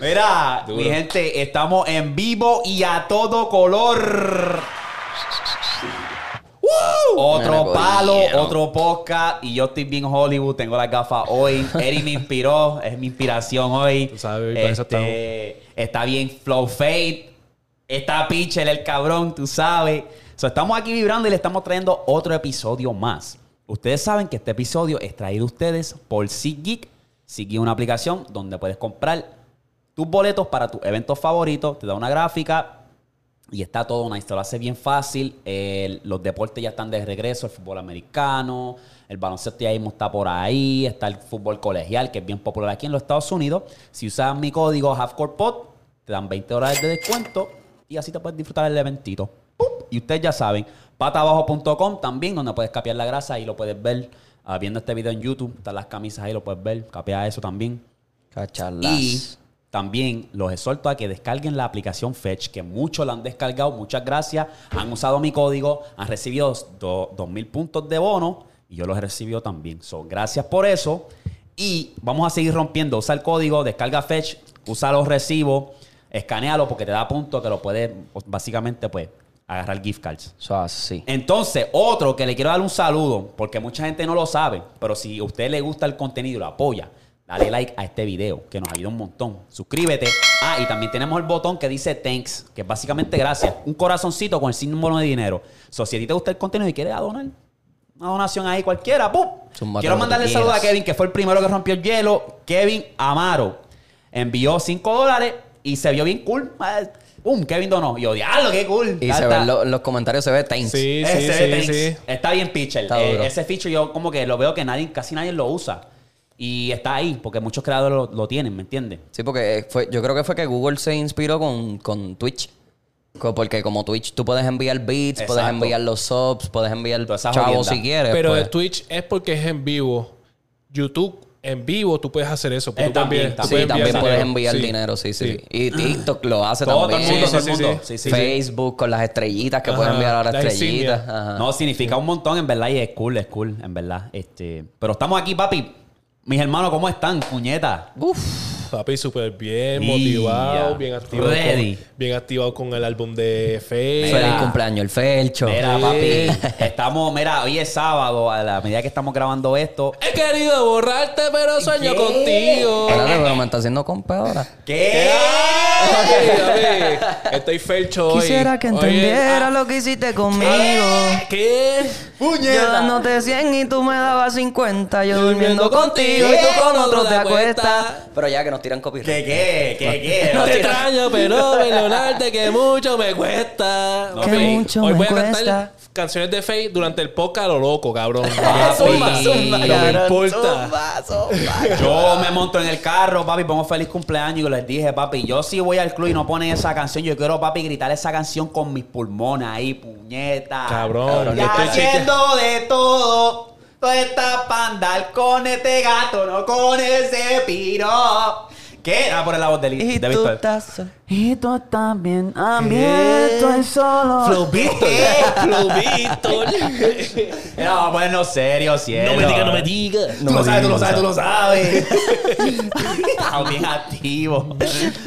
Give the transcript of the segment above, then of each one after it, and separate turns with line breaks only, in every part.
Mira, mi gente, estamos en vivo y a todo color. ¡Woo! Otro
Bueno,
palo,
coño.
otro podcast. Y yo estoy bien Hollywood, tengo las gafas hoy. Eri me inspiró, es mi inspiración hoy.
Tú sabes, para eso
Este, está bien Flow Fade. Está Pichel, el cabrón, tú sabes. So, estamos aquí vibrando y le estamos trayendo otro episodio más. Ustedes saben que este episodio es traído a ustedes por SeatGeek. SeatGeek es una aplicación donde puedes comprar tus boletos para tus eventos favoritos. Te da una gráfica, y está todo nice, te lo hace bien fácil. El- los deportes ya están de regreso, el fútbol americano, el baloncesto ya mismo está por ahí, está el fútbol colegial, que es bien popular aquí en los Estados Unidos. Si usas mi código HalfCorePod, te dan 20 horas de descuento y así te puedes disfrutar del eventito. ¡Pup! Y ustedes ya saben, patabajo.com también, donde puedes capear la grasa y lo puedes ver. Ah, viendo este video en YouTube, están las camisas ahí, lo puedes ver, capea eso también.
Cacharlas.
Y también los exhorto a que descarguen la aplicación Fetch, que muchos la han descargado. Muchas gracias. Han usado mi código, han recibido do- 2.000 puntos de bono y yo los he recibido también. So, gracias por eso. Y vamos a seguir rompiendo. Usa el código, descarga Fetch, usa los recibos, escanealo porque te da puntos que lo puedes, básicamente, pues, agarrar gift cards.
Eso así.
Entonces, otro que le quiero dar un saludo, porque mucha gente no lo sabe, pero si a usted le gusta el contenido y lo apoya, dale like a este video, que nos ayuda un montón. Suscríbete. Ah, y también tenemos el botón que dice thanks, que es básicamente gracias. Un corazoncito con el símbolo de dinero. So, si a ti te gusta el contenido y quieres donar, una donación ahí cualquiera, ¡pum!
Zumba
Quiero
todo lo que
mandarle saludo a
quieras.
Kevin, que fue el primero que rompió el hielo. Kevin Amaro envió 5 dólares y se vio bien cool. Eh, ¡Pum! Kevin donó. Y yo, diablo, qué cool.
Y
Ya
se
está.
ven lo- en los comentarios, se ve Taints.
Sí, sí,
Ese de
sí,
Tanks.
sí.
Está bien pitcher.
Está
Eh,
duro.
ese feature yo como que lo veo que nadie, casi nadie lo usa. Y está ahí, porque muchos creadores lo, lo tienen, ¿me entiendes?
Sí, porque eh, fue, yo creo que fue que Google se inspiró con, con Twitch. Co- Porque como Twitch tú puedes enviar beats, puedes
Exacto.
enviar los subs, puedes enviar
Todas esas
chavos
jodiendas.
si quieres.
Pero
pues.
de Twitch es porque es en vivo. YouTube en vivo tú puedes hacer eso.
Eh,
tú puedes
también,
enviar- tú
también.
Sí, también
dinero.
puedes enviar
Sí.
dinero, sí, sí,
Sí.
sí.
Ah.
Y TikTok lo hace
Todo, todo el
también.
mundo,
Sí,
todo
sí,
el
sí,
mundo. Sí,
sí.
sí, sí.
Facebook con las estrellitas que puedes
Ajá,
enviar ahora
las
estrellitas.
insignias.
Ajá.
No, significa un montón, en verdad, y es cool, es cool, en verdad. Este, pero estamos aquí, papi. Mis hermanos, ¿cómo están, puñeta?
Papi, súper bien,
Y-
motivado,
ya.
bien activado.
Ready.
Con, bien activado con el álbum de Face.
Mira.
Feliz cumpleaños, el Felcho.
Mira, papi,
Sí.
estamos, mira, hoy es sábado, a la medida que estamos grabando esto.
He querido borrarte, pero sueño
¿Qué?
contigo.
Espérate, pero me está haciendo compa ahora.
¿Qué?
Ay, papi, Estoy Felcho hoy.
Quisiera que
Oye,
entendiera lo que hiciste conmigo.
ah, ¿Qué?
Yo dándote 100 y tú me dabas 50. Yo durmiendo contigo y tú con otro te acuestas. Pero ya que nos tiran copyright.
¿Qué, qué? ¿Qué, qué?
No te extraño, pero perdonarte que mucho me cuesta.
No,
Papi,
que
mucho
hoy
me
voy a
cuesta.
cantar canciones de Faye durante el podcast a lo loco, cabrón.
Zumba,
no me importa.
Yo me monto en el carro, papi, pongo feliz cumpleaños y les dije, papi, yo si voy al club y no ponen esa canción, yo quiero, papi, gritar esa canción con mis pulmones ahí, puñeta.
Cabrón,
Y
yo estoy
haciendo de todo, toda esta panda con este gato, no con ese piro. ¿Qué? Ah, poner la voz de, Li-
Y
de
tú
Víctor.
estás.
Y tú también, abierto el solo.
Flow Víctor.
Eh.
Flow Víctor.
Era, vamos a ponernos serios, pues cielo.
No me diga, no
eh,
me diga.
Tú lo sabes, tú lo sabes, tú lo sabes. Estamos bien activo.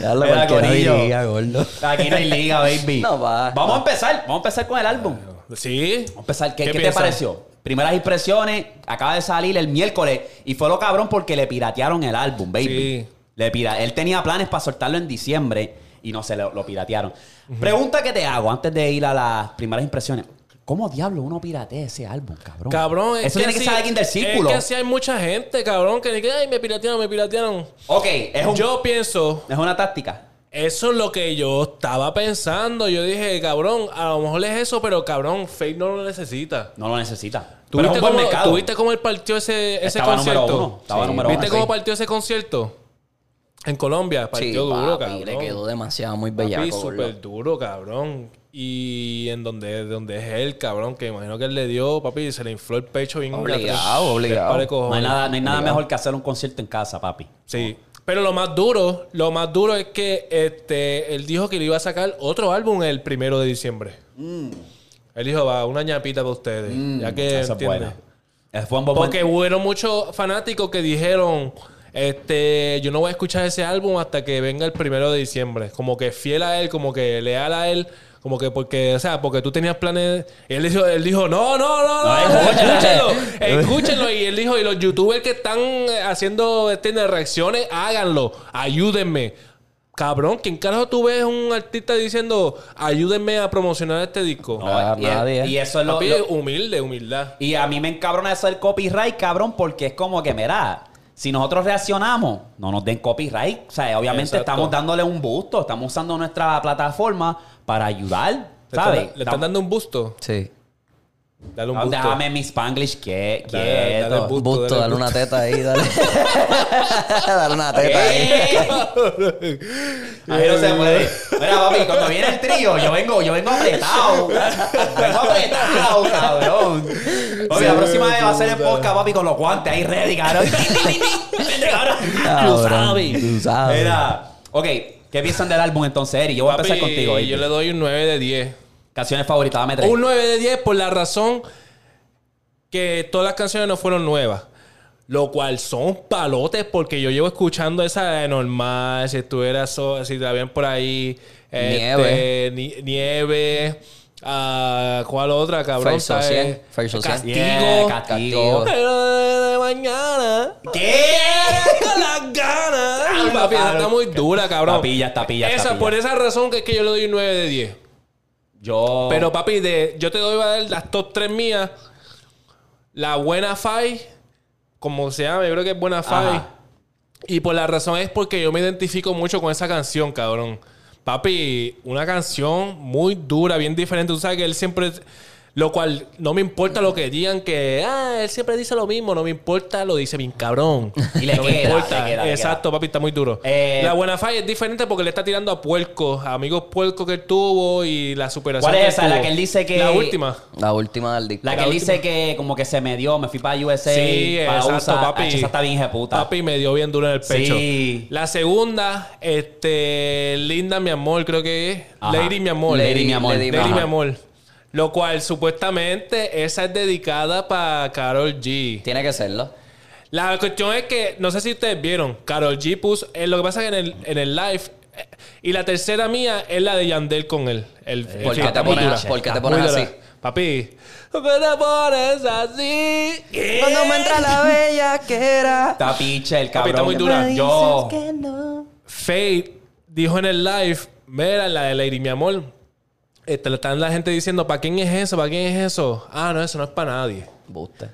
Ya lo
Mira,
cualquiera
corillo.
diría, gordo.
Aquí no hay liga, baby.
No va.
Vamos a empezar. Vamos a empezar con el álbum. Vamos
Sí.
a empezar. ¿Qué,
¿Qué
qué te
piensas?
pareció? Primeras impresiones. Acaba de salir el miércoles. Y fue lo cabrón porque le piratearon el álbum, baby.
Sí.
Le pira- Él tenía planes para soltarlo en diciembre y no se lo, lo piratearon. Pregunta que te hago antes de ir a las primeras impresiones. ¿Cómo diablo uno piratea ese álbum, cabrón?
Cabrón, es
Eso tiene que
así-
ser alguien del círculo.
Es que así hay mucha gente, cabrón, que dice, ay, me piratearon, me piratearon.
Ok, es, un-
Yo pienso,
es una táctica.
Eso es lo que yo estaba pensando. Yo dije, cabrón, a lo mejor es eso, pero cabrón, Fake no lo necesita.
No lo necesita. Pero es
¿Tuviste
un buen
cómo,
mercado.
¿Tuviste cómo él partió ese, ese
Estaba número
concierto?
uno, estaba número
¿Viste
uno,
cómo
sí.
partió ese concierto? En Colombia, partió
Sí,
duro,
papi,
cabrón.
le quedó demasiado muy
Papi,
bellaco. gordo.
súper duro, cabrón. Y en donde, donde es él, cabrón, que imagino que él le dio, papi, se le infló el pecho bien
Obligado,
tres-
obligado.
tres pares de
No hay
cojones.
nada, no hay nada mejor que hacer un concierto en casa, papi.
Sí. Pero lo más duro, lo más duro es que este, él dijo que le iba a sacar otro álbum el primero de diciembre.
Mm.
Él dijo, va, una ñapita para ustedes. ya que
Esa es
entiende.
buena. Es buen buen-
Porque hubo muchos fanáticos que dijeron, Este, yo no voy a escuchar ese álbum hasta que venga el primero de diciembre. Como que fiel a él, como que leal a él. Como que porque, o sea, porque tú tenías planes. Y él dijo, él dijo no, no, no, no, escúchenlo. escúchenlo. Y él dijo, y los youtubers que están haciendo este, reacciones, háganlo. Ayúdenme. Cabrón, ¿quién carajo tú ves un artista diciendo, ayúdenme a promocionar este disco?
No,
Ah,
y,
nadie.
y eso es lo,
Papi, eh, uh.
lo-
humilde, humildad.
Y a mí me encabrona eso del copyright, cabrón, porque es como que, mira, si nosotros reaccionamos, no nos den copyright. O sea, obviamente
Exacto.
estamos dándole un busto, estamos usando nuestra plataforma para ayudar,
Le están-
¿sabes?
Le están dando un busto.
Sí.
Dale un
Ah,
busto.
Déjame mi Spanglish que,
Dale, dale,
quieto.
Busto,
Busto,
dale,
dale, una teta ahí, dale. dale una teta
Eh,
ahí. eh.
A mí no se puede. Mira, papi, cuando viene el trío, yo vengo, yo vengo apretado. Vengo apretado, cabrón. Papi, la próxima vez va a ser el podcast, papi, con los guantes ahí ready, cabrón. Tú sabes.
Tú sabes.
Mira, ok, ¿qué piensan del álbum entonces, Eri? Yo voy a empezar
Papi,
contigo. Eri.
Yo le doy un 9 de 10.
Canciones favoritas, dame tres.
Un 9 de 10 por la razón que todas las canciones no fueron nuevas. Lo cual son palotes porque yo llevo escuchando esa de normal, si estuviera so- si la ven por ahí.
Nieve.
este, ni- nieve. ah, ¿Cuál otra,
Fair
cabrón?
Social,
eh,
¿Sabes?
Fair Social.
Castigo.
Yeah, castigo.
Castigo.
Pero de mañana.
¿Qué?
con las ganas.
Ay,
Papi, esa
cabrón.
está muy dura, cabrón.
Papilla, está pilla, está
Esa,
pilla.
por esa razón que es que yo le doy un 9 de 10.
Yo.
Pero papi, de, yo te doy a dar las top 3 mías. La buena Fai, como se llama, yo creo que es buena Fai.
Ajá.
Y por la razón es porque yo me identifico mucho con esa canción, cabrón. Papi, una canción muy dura, bien diferente. Tú sabes que él siempre... Lo cual no me importa lo que digan que... Ah, él siempre dice lo mismo. No me importa, lo dice bien cabrón.
Y le
no
queda, le queda, le
Exacto, papi, está muy duro.
Eh,
la buena Fai es diferente porque le está tirando a puercos. A amigos puercos que él tuvo y la superación
¿Cuál es
que
esa?
tuvo.
La que él dice que-
La última.
La última del disco.
la que
la
él dice que como que se me dio, me fui para USA.
Sí,
para
exacto,
USA.
papi.
Ah, esa está bien jeputa.
Papi me dio bien duro en el pecho.
Sí.
La segunda, este, Linda, mi amor, creo que es.
Ajá.
Lady, mi amor.
Lady, mi amor.
Lady,
Lady,
Ajá.
mi amor. Lo cual, supuestamente, esa es dedicada para Carol G.
Tiene que serlo.
La cuestión es que, no sé si ustedes vieron, Carol G puso, eh, lo que pasa es que en el, en el live, eh, y la tercera mía es la de Yandel con él. El, el
¿Por qué
feat.
te
Muy
pones-
dura.
por qué te
Muy
pones
dura.
así?
Papi, ¿por qué te pones así?
Cuando me entra la bella que era.
Está piche el
Papi,
cabrón.
está muy dura.
que- Yo.
Faye dijo en el live, mira la de Lady, mi amor. Este, le están la gente diciendo, ¿para quién es eso? ¿Para quién es eso? Ah, no, eso no es para nadie.
Buste.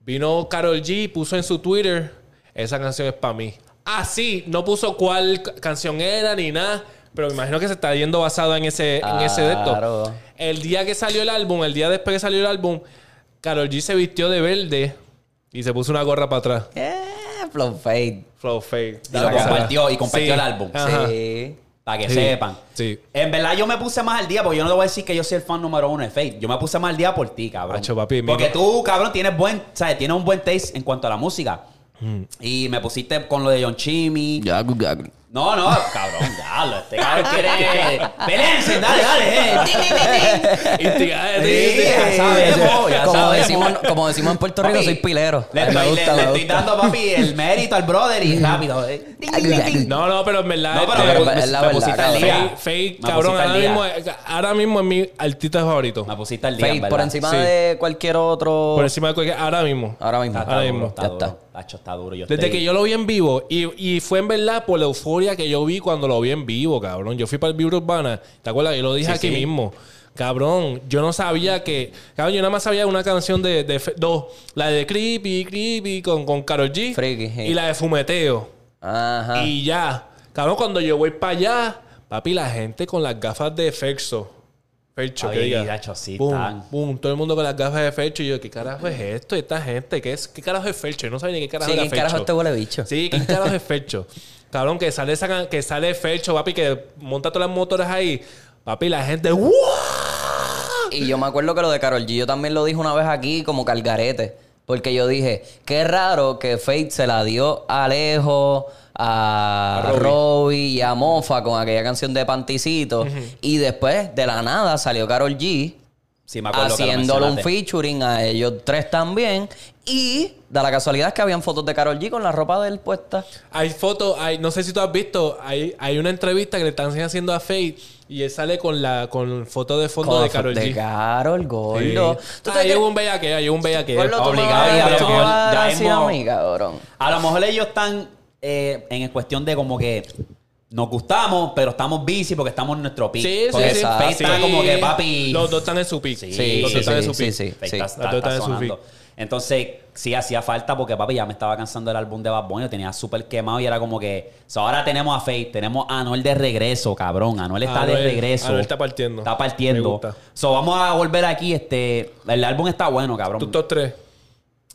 Vino Carol G, puso en su Twitter, esa canción es para mí. Ah, sí, no puso cuál ca- canción era ni nada, pero me imagino que se está yendo basado en ese, en ese de esto.
Claro.
El día que salió el álbum, el día después que salió el álbum, Carol G se vistió de verde y se puso una gorra para atrás.
Eh, Flow Fade.
Flow Faye.
Y lo compartió, y compartió el álbum.
Ajá.
Sí.
Para que
Sí,
sepan.
sí.
En verdad, yo me puse más al día, porque yo no te voy a decir que yo soy el fan número uno de Faith. Yo me puse más al día por ti, cabrón.
Acho, papi, mi-
porque tú, cabrón, tienes buen, sabes, tienes un buen taste en cuanto a la música.
Mm.
Y me pusiste con lo de John Chimmy.
Gagu, gagu.
No, no, cabrón, dale. Este cabrón quiere. ¡Pelense! Dale, dale. eh. Ti, ti, ti, ti.
Intriga-
Sí, ya sabemos, ya
como,
sabemos.
decimos, como decimos en Puerto Rico,
Papi,
soy pilero.
Le
Ay,
estoy,
me
le-
gusta,
le
me
estoy
gusta. Mm.
dando, papi, el mérito al brother y rápido. eh.
Gagu, gagu.
No, no, pero en verdad.
No, pero
este,
me, me-
es la
me
verdad,
pusiste al
cabrón.
día.
Faye, Faye,
Me
cabrón,
pusiste al
ahora
día.
mismo, ahora mismo es mi artista favorito.
Me pusiste al día. en
Fade por
verdad.
encima
Sí.
de cualquier otro.
Por encima de cualquier. Ahora mismo.
Ahora mismo.
Está, está
Ahora
duro,
mismo.
está
Ya
duro.
está.
Tacho, está duro. Yo
Desde
estoy-
que yo lo vi en vivo, y, y fue en verdad por la euforia que yo vi cuando lo vi en vivo, cabrón. Yo fui para el Vibra Urbana, ¿te acuerdas? Yo lo dije aquí mismo. Cabrón, yo no sabía que. Cabrón, yo nada más sabía una canción de. de Fe- dos. La de Creepy, Creepy con, con Karol G.
Freaky, sí.
Y la de Fumeteo.
Ajá.
Y ya. Cabrón, cuando yo voy para allá, papi, la gente con las gafas de Fercho. Fercho, que
Ay,
diga.
dacho, sí,
boom,
tan.
boom, todo el mundo con las gafas de Fercho. Y yo, ¿qué carajo es esto? Esta gente, ¿qué, es, qué carajo es Fercho? Yo no sabía ni qué carajo
Sí,
era
¿quién carajo
Fercho.
este huele bicho?
Sí, ¿quién carajo es Fercho? Cabrón, que sale, esa, can- que sale Fercho, papi, que monta todas las motoras ahí. Papi, la gente, ¡wow!
Y yo me acuerdo que lo de Carol G, yo también lo dije una vez aquí como calgarete. Porque yo dije, qué raro que Fate se la dio a Alejo, a,
A Robbie.
Robbie. y a Mofa con aquella canción de Panticito. Y después, de la nada, salió Carol G
Sí, me acuerdo que lo
haciéndole un
mencionaste.
featuring a ellos tres también. Y da la casualidad que habían fotos de Carol G con la ropa de él puesta.
Hay fotos, hay, no sé si tú has visto, hay, hay una entrevista que le están haciendo a Faith y él sale con la con foto de fondo
Con
de
fo-
Carol
De
G.
Karol,
Sí.
gordo. ¿Tú te
Ah,
crees-
llevo un bellaqueo, llevo un bellaqueo.
Gordo, tú me
obligado,
vas a-
ya
tú
lo-
me vas
ya
a decir
hemos-
a mí, cabrón.
A lo mejor ellos están eh, en cuestión de como que nos gustamos, pero estamos busy porque estamos en nuestro pico.
Sí, sí,
porque
sí.
Faith
sí.
está como que papi.
Los dos están en su pick.
Sí,
los dos
sí,
están en
sí,
su pick.
sí, sí.
Faith está-
Los
está-
dos
está
están en su
sonando. Entonces, sí, hacía falta porque papi ya me estaba cansando del álbum de Bad Bunny, lo tenía súper quemado y era como que. so, ahora tenemos a Faith, tenemos a Anuel de regreso, cabrón. Anuel está de
Anuel-
regreso.
Anuel está partiendo.
Está
Me
partiendo.
gusta.
So, vamos a volver aquí. Este, el álbum está bueno, cabrón.
Tú top tres.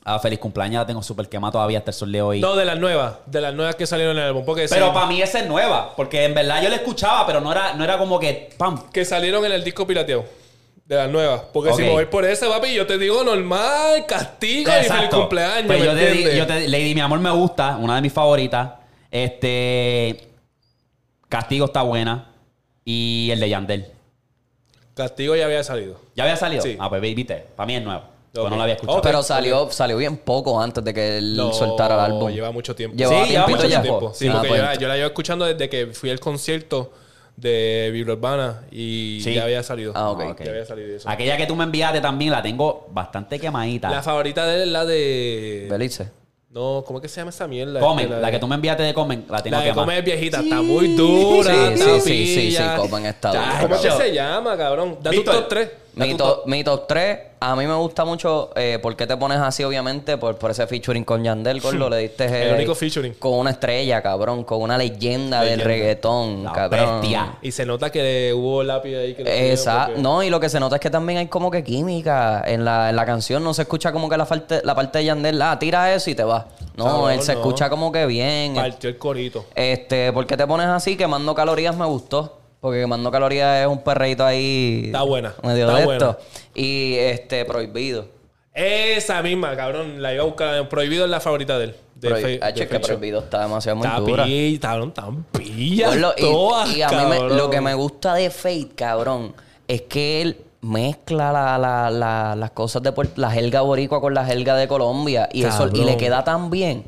Ah, feliz cumpleaños, la tengo súper quemada todavía hasta el sol de hoy.
No, de las nuevas. De las nuevas que salieron en el álbum. Porque
Pero
sí,
para mí esa es nueva, porque en verdad yo la escuchaba, pero no era, no era como que pam.
que salieron en el disco pirateado. De las nuevas. Porque
Ok.
si me voy por ese, papi, yo te digo normal, castigo y feliz cumpleaños.
Pues
¿me
yo te di-
entiendes?
yo te- Lady Mi Amor me gusta, una de mis favoritas. Este. Castigo está buena. Y el de Yandel.
Castigo ya había salido.
¿Ya había salido?
Sí.
Ah, pues viste, para mí es nuevo. Yo
Ok.
no lo había escuchado.
Ok.
Pero salió, salió bien poco antes de que él soltara el álbum.
Lleva mucho tiempo.
Lleva
Sí,
tiempito
lleva mucho
ya.
tiempo.
Sí,
Ah,
porque
pues,
yo, la, yo la llevo escuchando desde que fui al concierto de Vibra Urbana y
Sí.
ya había salido.
Ah, ok.
Ah, ok.
Ya había salido eso.
Aquella que tú me enviaste también la tengo bastante quemadita.
La favorita de él es la de.
Belice.
No, ¿cómo es que se llama esa mierda?
Comen,
Este,
la, que tú me enviaste de Comen, la tengo
La de
quemada.
comer viejita, está muy dura.
Sí,
está
sí, sí, sí,
pilla.
sí, Comen está dura,
Ay, ¿Cómo es que
cabrón.
se llama, cabrón? Da tu
Víctor.
top 3.
Mi top, mi top 3, a mí me gusta mucho. Eh, ¿Por qué te pones así, obviamente? Por, por ese featuring con Yandel, Gordo. Le diste.
El
eh,
único featuring.
Con una estrella, cabrón. Con una leyenda, del
Leyenda.
reggaetón,
La
cabrón.
bestia.
Y se nota que hubo lápiz ahí que lo
Exacto.
escribió porque-
No, y lo que se nota es que también hay como que química. En la, en la canción no se escucha como que la, parte la parte de Yandel, ah, tira eso y te vas. No,
Cabrón,
él se
no.
escucha como que bien.
Partió el corito.
Este, ¿por qué te pones así? Quemando calorías me gustó. Porque quemando calorías es un perreíto ahí.
Está buena,
Medio
está
de
buena.
esto. Y este, prohibido.
Esa misma, cabrón. La iba a buscar. en Prohibido es la favorita de él. De
Prohi-
Fe-
Ah,
de
che, que
Fecho.
prohibido está demasiado muy
Está
dura.
pilla, cabrón. Están pillas
Gordo,
todas,
y, y a mí me-
cabrón.
lo que me gusta de Fate, cabrón, es que él mezcla la- la- la- las cosas de Puer- la jerga boricua con la jerga de Colombia y eso y le
Cabrón.
queda tan bien.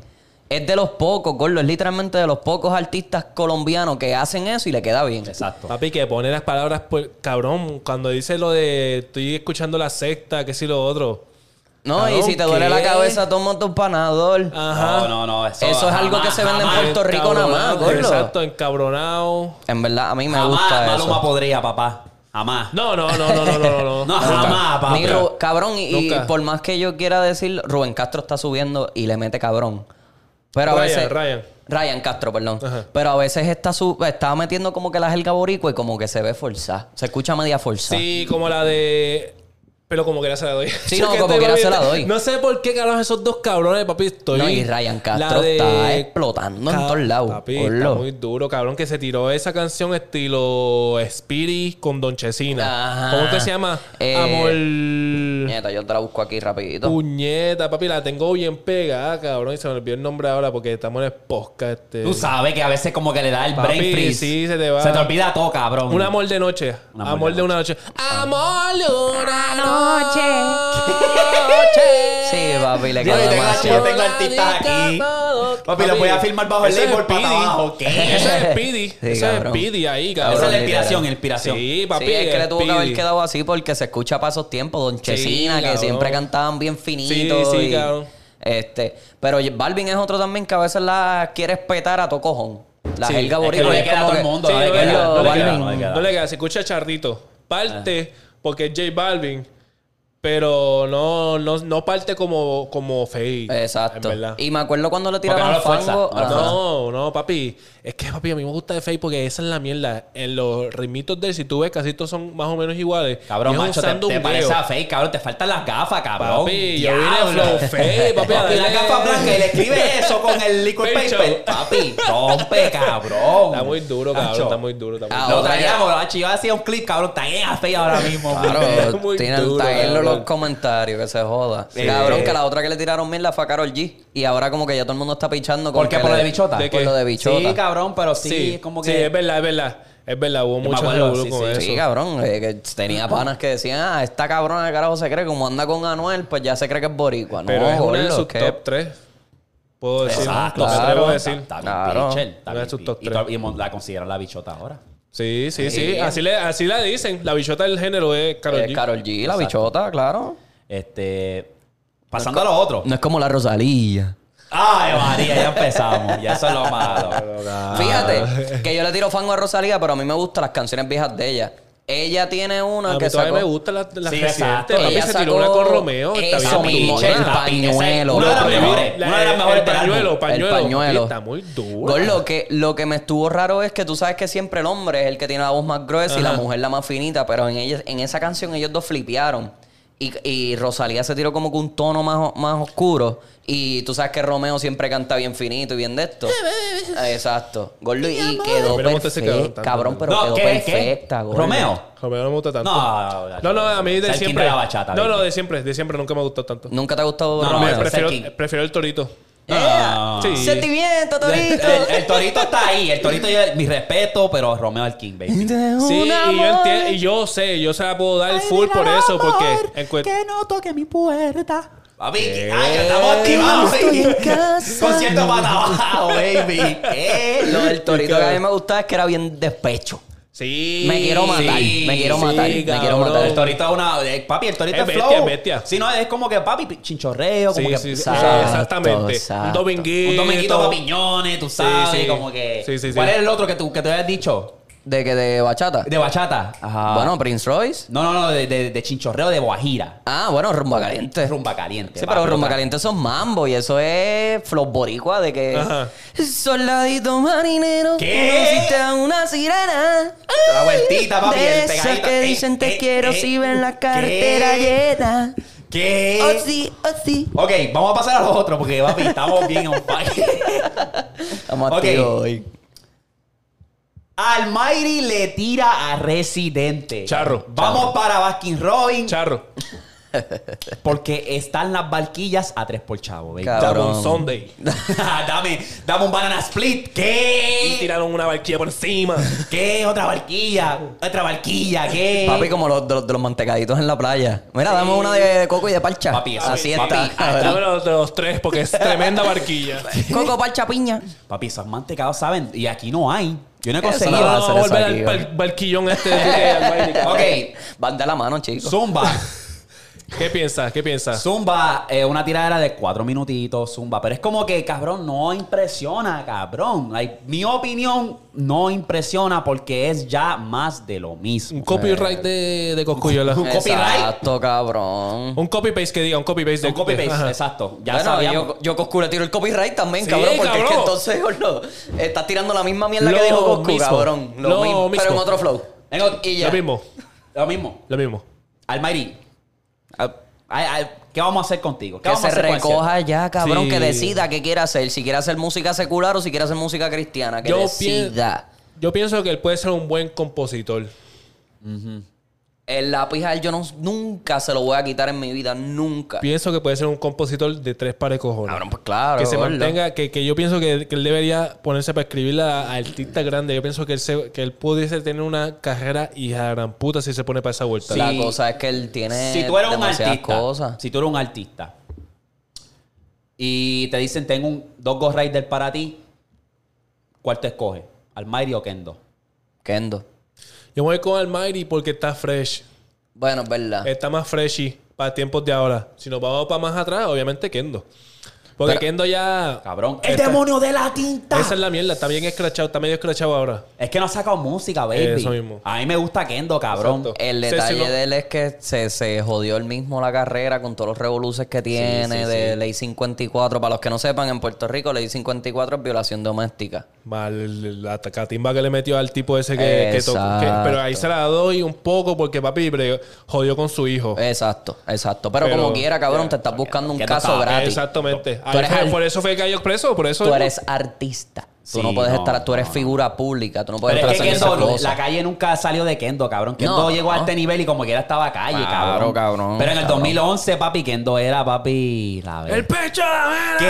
Es de los pocos, Gordo, es literalmente de los pocos artistas colombianos que hacen eso y le queda bien.
Exacto.
Papi, que pone las palabras, pues, cabrón, cuando dice lo de estoy escuchando la secta, que si lo otro.
No, y
Cabrón,
si te duele la
¿qué? Ah.
cabeza, toma tu panador.
Ajá.
No, no, no. Eso,
Eso es algo que se vende en
jamás.
Puerto Rico nada más,
Encabronado,
gordo.
Exacto, encabronado.
En verdad, a mí me
Jamás
gusta
Maluma
eso.
podría, papá. Jamás.
No, no, no, no, no, no,
No,
no. no.
jamás, papá.
Ni Ru- cabrón, y, y
Nunca.
por más que yo quiera decir, Rubén Castro está subiendo y le mete cabrón. Pero a
Ryan,
veces.
Ryan.
Ryan Castro, perdón.
Ajá.
Pero a veces está, su- está metiendo como que la jerga boricua y como que se ve forzada. Se escucha media forzada.
Sí, como la de. Pero como quiera se la doy.
Sí, no, como quiera se la doy.
No sé por qué carajo esos dos cabrones, papi. Estoy.
No, y Ryan Castro está eh. explotando en
Ca-
todos lados,
Papi,
por
está
lo-
muy duro, cabrón, que se tiró esa canción estilo Spirit con Don Chesina.
Ajá.
¿Cómo que se llama?
Eh,
Amor.
Nieta, yo te la busco aquí rapidito.
Puñeta, papi, la tengo bien pegada, cabrón. Y se me olvidó el nombre ahora porque estamos en el podcast. Este.
Tú sabes que a veces como que le da el
Papi,
brain freeze.
sí, se te va.
olvida todo, cabrón.
Un amor de noche.
Un
amor, de una noche. Amor de una noche.
Sí, papi, le
Yo
quedó
tengo-
demasiado.
yo tengo artistas aquí. Papi, los voy a firmar bajo el
Ese es
label para
Speedy.
abajo, ¿qué?
Eso es Speedy.
Sí,
Eso es
cabrón.
Speedy ahí,
Esa es
cabrón.
la inspiración, inspiración.
Sí, papi.
sí, es que le tuvo que haber
Speedy.
quedado así porque se escucha para esos tiempos. Don Chesina, que
cabrón.
siempre cantaban bien finito.
Sí, sí,
y-
cabrón.
Este, pero Balvin es otro también que a veces la quieres petar a tu cojón. La jerga
Sí, es que
Es que no
boricua
le
es
queda a
como
todo el
que-
mundo.
Sí,
no, le
no,
queda,
yo-
no le
Balvin.
queda, no le queda.
No le queda, se escucha charrito. Parte
Ah.
porque es J Balvin, pero no, no, no parte como, como Faye.
Exacto.
en verdad.
Y me acuerdo cuando le
no
tiraron
lo
al
fuerza,
fango.
no lo
Ajá.
No, no, papi. Es que, papi, a mí me gusta de Faye porque esa es la mierda. En los ritmitos de él, si tú ves, casi todos son más o menos iguales.
Cabrón,
Y es un
macho, te, te
sandungueo.
parece a fake, cabrón. Te faltan las gafas, cabrón.
Papi, yo vine
Diablo.
flow Faye, papi. a
Papi, la
darle-
gafa blanca y le escribe eso con el liquid
Pecho.
paper. Papi, rompe, cabrón.
Está muy duro, cabrón.
Macho.
Está muy duro. Está muy
Ah,
duro.
Lo
Otra que-
traíamos, macho. Yo hacía un clip, cabrón. Tagué a fake ahora mismo.
Está
Claro,
muy
tienen
duro,
taguenlo en los
cabrón.
comentarios, que se joda.
Sí.
Cabrón, que la otra que le tiraron mil la fue a Karol G. Y ahora como que ya todo el mundo está pichando. con
Porque
que
por lo
le-
de bichota.
¿De qué?
Por lo de bichota.
Sí, cabrón, pero sí,
Sí,
es como
sí,
que.
es verdad, es verdad. Es verdad, hubo
me
mucho
acuerdo,
revolú
sí,
con
sí.
eso.
Sí, cabrón. eh, que tenía panas que decían, ah, esta cabrona de carajo se cree, como anda con Anuel, pues ya se cree que es boricua. No,
Pero es una de
gordo,
sus
que-
top 3. Puedo decir.
Exacto,
me
claro.
atrevo a
Está-
decir.
está bien
Claro.
pitcher, está
Una de
bien
sus
pi-
top
y to- Y, mo- la consideran la bichota ahora.
Sí, sí, sí.
Eh,
Sí.
Así, le, así la dicen. La bichota del género es Karol
eh,
G.
Karol G, la bichota, claro.
Este. Pasando a lo otro.
No es como la Rosalía.
Ay, María, ya empezamos. Ya eso es lo malo.
Ah.
Fíjate, que yo le tiro fango a Rosalía, pero a mí me gustan las canciones viejas de ella. Ella tiene una
A
que
mí todavía
sacó...
me gusta la, la
Sí,
reciente.
exacto.
Papi,
Ella
se
sacó
tiró una con Romeo. Está
eso
bien.
mismo,
Pinche,
el
papi, ese es
pañuelo.
Una de las
Lo
mejores.
La-
Una de las
el-
mejores
el
del
pañuelo,
álbum.
pañuelo.
El pañuelo.
Está muy duro.
Con lo que, lo que me estuvo raro es que tú sabes que siempre el hombre es el que tiene la voz más gruesa y la mujer la más finita, pero en, ella, en esa canción ellos dos flipearon. Y, y Rosalía se tiró como que un tono más, o- más oscuro. Y tú sabes que Romeo siempre canta bien finito y bien de esto. Exacto. Gordo, y quedó
Mira, monta ese cabrón
perfecta,
tanto.
cabrón, pero
No,
quedó
¿qué?
perfecta,
¿Qué?
gordo.
¿Romeo?
Romeo no me gusta tanto.
No,
No, no, a mí
Es el
de
king
siempre.
de la bachata,
no, no,
baby.
de siempre, de siempre nunca me ha gustado tanto.
¿Nunca te ha gustado
No,
Romeo?
no, pero-
prefiero,
es el king.
prefiero el torito.
No, no, no, no.
Sí.
Sentimiento,
El,
torito.
el- el torito está ahí. El torito, yo- mi respeto, pero Romeo el King, baby.
Sí, y yo, enti- y yo sé, yo se la puedo dar full por eso, porque en cuest-
no toque mi puerta.
Papi, ay, ya estamos activados.
Estoy en
sí.
casa.
Concierto para abajo, baby. ¿Qué?
Eh, Lo del torito que a mí me gustaba es que era bien despecho.
Sí.
Me quiero matar, me quiero matar, me quiero
cabrón.
matar.
El torito es una. eh, papi, el torito
Es
es,
bestia,
flow.
es bestia.
Sí, no, es como que papi, pi- chinchorreo, como
Sí,
que.
sí, sí,
Exacto,
exactamente. Un
exacto.
dominguito.
Un dominguito para piñones, tú sabes,
sí.
como que.
Sí, sí, sí.
¿Cuál es el otro que, tú, que te habías dicho?
¿De que ¿De bachata?
De bachata. Ajá.
Bueno, Prince Royce.
No, no, no, de, de- de chinchorreo de guajira.
Ah, bueno, rumba caliente.
Es rumba caliente.
Sí,
papi,
pero rumba
otra-
caliente son mambo y eso es flor boricua de que
Ajá.
soldadito marinero
¿Qué? Ah,
conociste a una sirena
La vueltita, papi,
de
el
esas
pegadito.
que
Eh,
dicen te
eh,
quiero
eh,
si ven la
¿qué?
cartera llena
Eh.
¿Qué?
oh sí oh sí
Ok, vamos a pasar a los otros porque, papi, estamos bien on fire.
estamos
Ok.
activos hoy
Almighty le tira a Residente.
Charro.
Vamos para Baskin Robin
Charro.
porque están las barquillas a tres por chavo, baby.
Cabrón.
Cabrón. Sunday.
dame, dame un banana split.
Y
¿Qué?
tiraron una barquilla por encima.
¿Qué? Otra barquilla. Otra barquilla. ¿Qué?
papi como los, de los, de los mantecaditos en la playa mira dame una de coco y de parcha
Papi, eso-
así
papi,
está
ah,
Dame los, de los tres porque es tremenda barquilla.
coco parcha piña
Papi, esos mantecados saben. Y aquí no hay. Yo no he
Eso
No,
conseguido.
va a
no, no,
hacer eso
volver
aquí,
al
güey.
bar- barquillón este. de- de Almighty, cabrón.
Ok,
van de la mano chicos
Zumba.
¿Qué piensas? ¿Qué piensas?
Zumba, eh, una tiradera de cuatro minutitos, Zumba. Pero es como que, cabrón, no impresiona, cabrón. Like, mi opinión no impresiona porque es ya más de lo
Un
mismo.
copyright de, de Coscuyola.
Un copyright.
exacto cabrón
Un copy paste que diga, un copy paste.
Un copy paste, exacto. Ya
bueno,
sabíamos.
yo, yo Coscu le tiro el copyright también,
Sí,
cabrón, porque es que
cabrón.
entonces, gordo, estás tirando la misma mierda que
Lo
dijo Coscu,
mismo.
cabrón. Lo,
Lo
mismo,
mismo.
pero en otro flow.
En otro-
Y ya.
Lo mismo,
Lo mismo.
lo mismo.
Almighty, ah, ah, ah, ¿qué vamos a hacer contigo? ¿Qué
Que
vamos a
se
hacer con el cierre?
recoja ya, cabrón,
Sí.
que decida qué quiere hacer. Si quiere hacer música secular o si quiere hacer música cristiana, que
Yo
decida.
Yo pienso que él puede ser un buen compositor.
El lápiz a él yo no, nunca se lo voy a quitar en mi vida, nunca.
Pienso que puede ser un compositor de tres pares de cojones.
Cabrón, pues claro.
que se
gordo.
mantenga, que, que yo pienso que, que él debería ponerse para escribirle a, a artistas grandes. Yo pienso que él, se- que él pudiese tener una carrera hija de gran puta si se pone para esa vuelta.
Sí.
La cosa es que él tiene
si tú eres un
demasiadas
artista,
cosas.
si tú eres un artista y te dicen tengo un, dos Ghost Rider para ti, ¿cuál te escoges? ¿Almighty o Kendo?
Kendo.
Yo me voy con Almighty porque está fresh.
Bueno, es verdad.
Está más freshy para tiempos de ahora. Si nos vamos para más atrás, obviamente Kendo. Porque
Pero-
Kendo ya...
Cabrón.
¡El Esta- demonio
de la tinta!
Esa es la mierda. Está bien escrachado. Está medio escrachado ahora.
Es que no ha sacado música, baby.
Eso mismo.
A mí me gusta Kendo, cabrón.
Exacto.
El
Sí, sí,
detalle
no.
de él es que se, se jodió él mismo la carrera con todos los revoluces que tiene de ley 54. Para los que no sepan, en Puerto Rico ley 54 es violación doméstica.
Mal, la catimba que le metió al tipo ese que, que tocó. que- pero ahí se la doy un poco porque papi pero jodió con su hijo.
Oh.
Exacto, exacto. Pero,
Pero-
como quiera, cabrón, te estás buscando un
que
caso
toca-
gratis.
Exactamente.
Tú eres
Ahí fue-
al-
por eso fue que cayó preso. Por eso
Tú eres artista. Tú
Sí,
no puedes
no,
estar, tú eres
no, no.
figura pública, tú no puedes
Pero es
estar
que
haciendo esas
Kendo,
cosas.
la calle nunca salió de Kendo, cabrón. Kendo
No,
llegó a
no.
este nivel y como quiera estaba calle,
Claro,
cabrón.
cabrón,
Pero en el
cabrón.
2011, papi, Kendo era, papi, la verdad.
¡El pecho de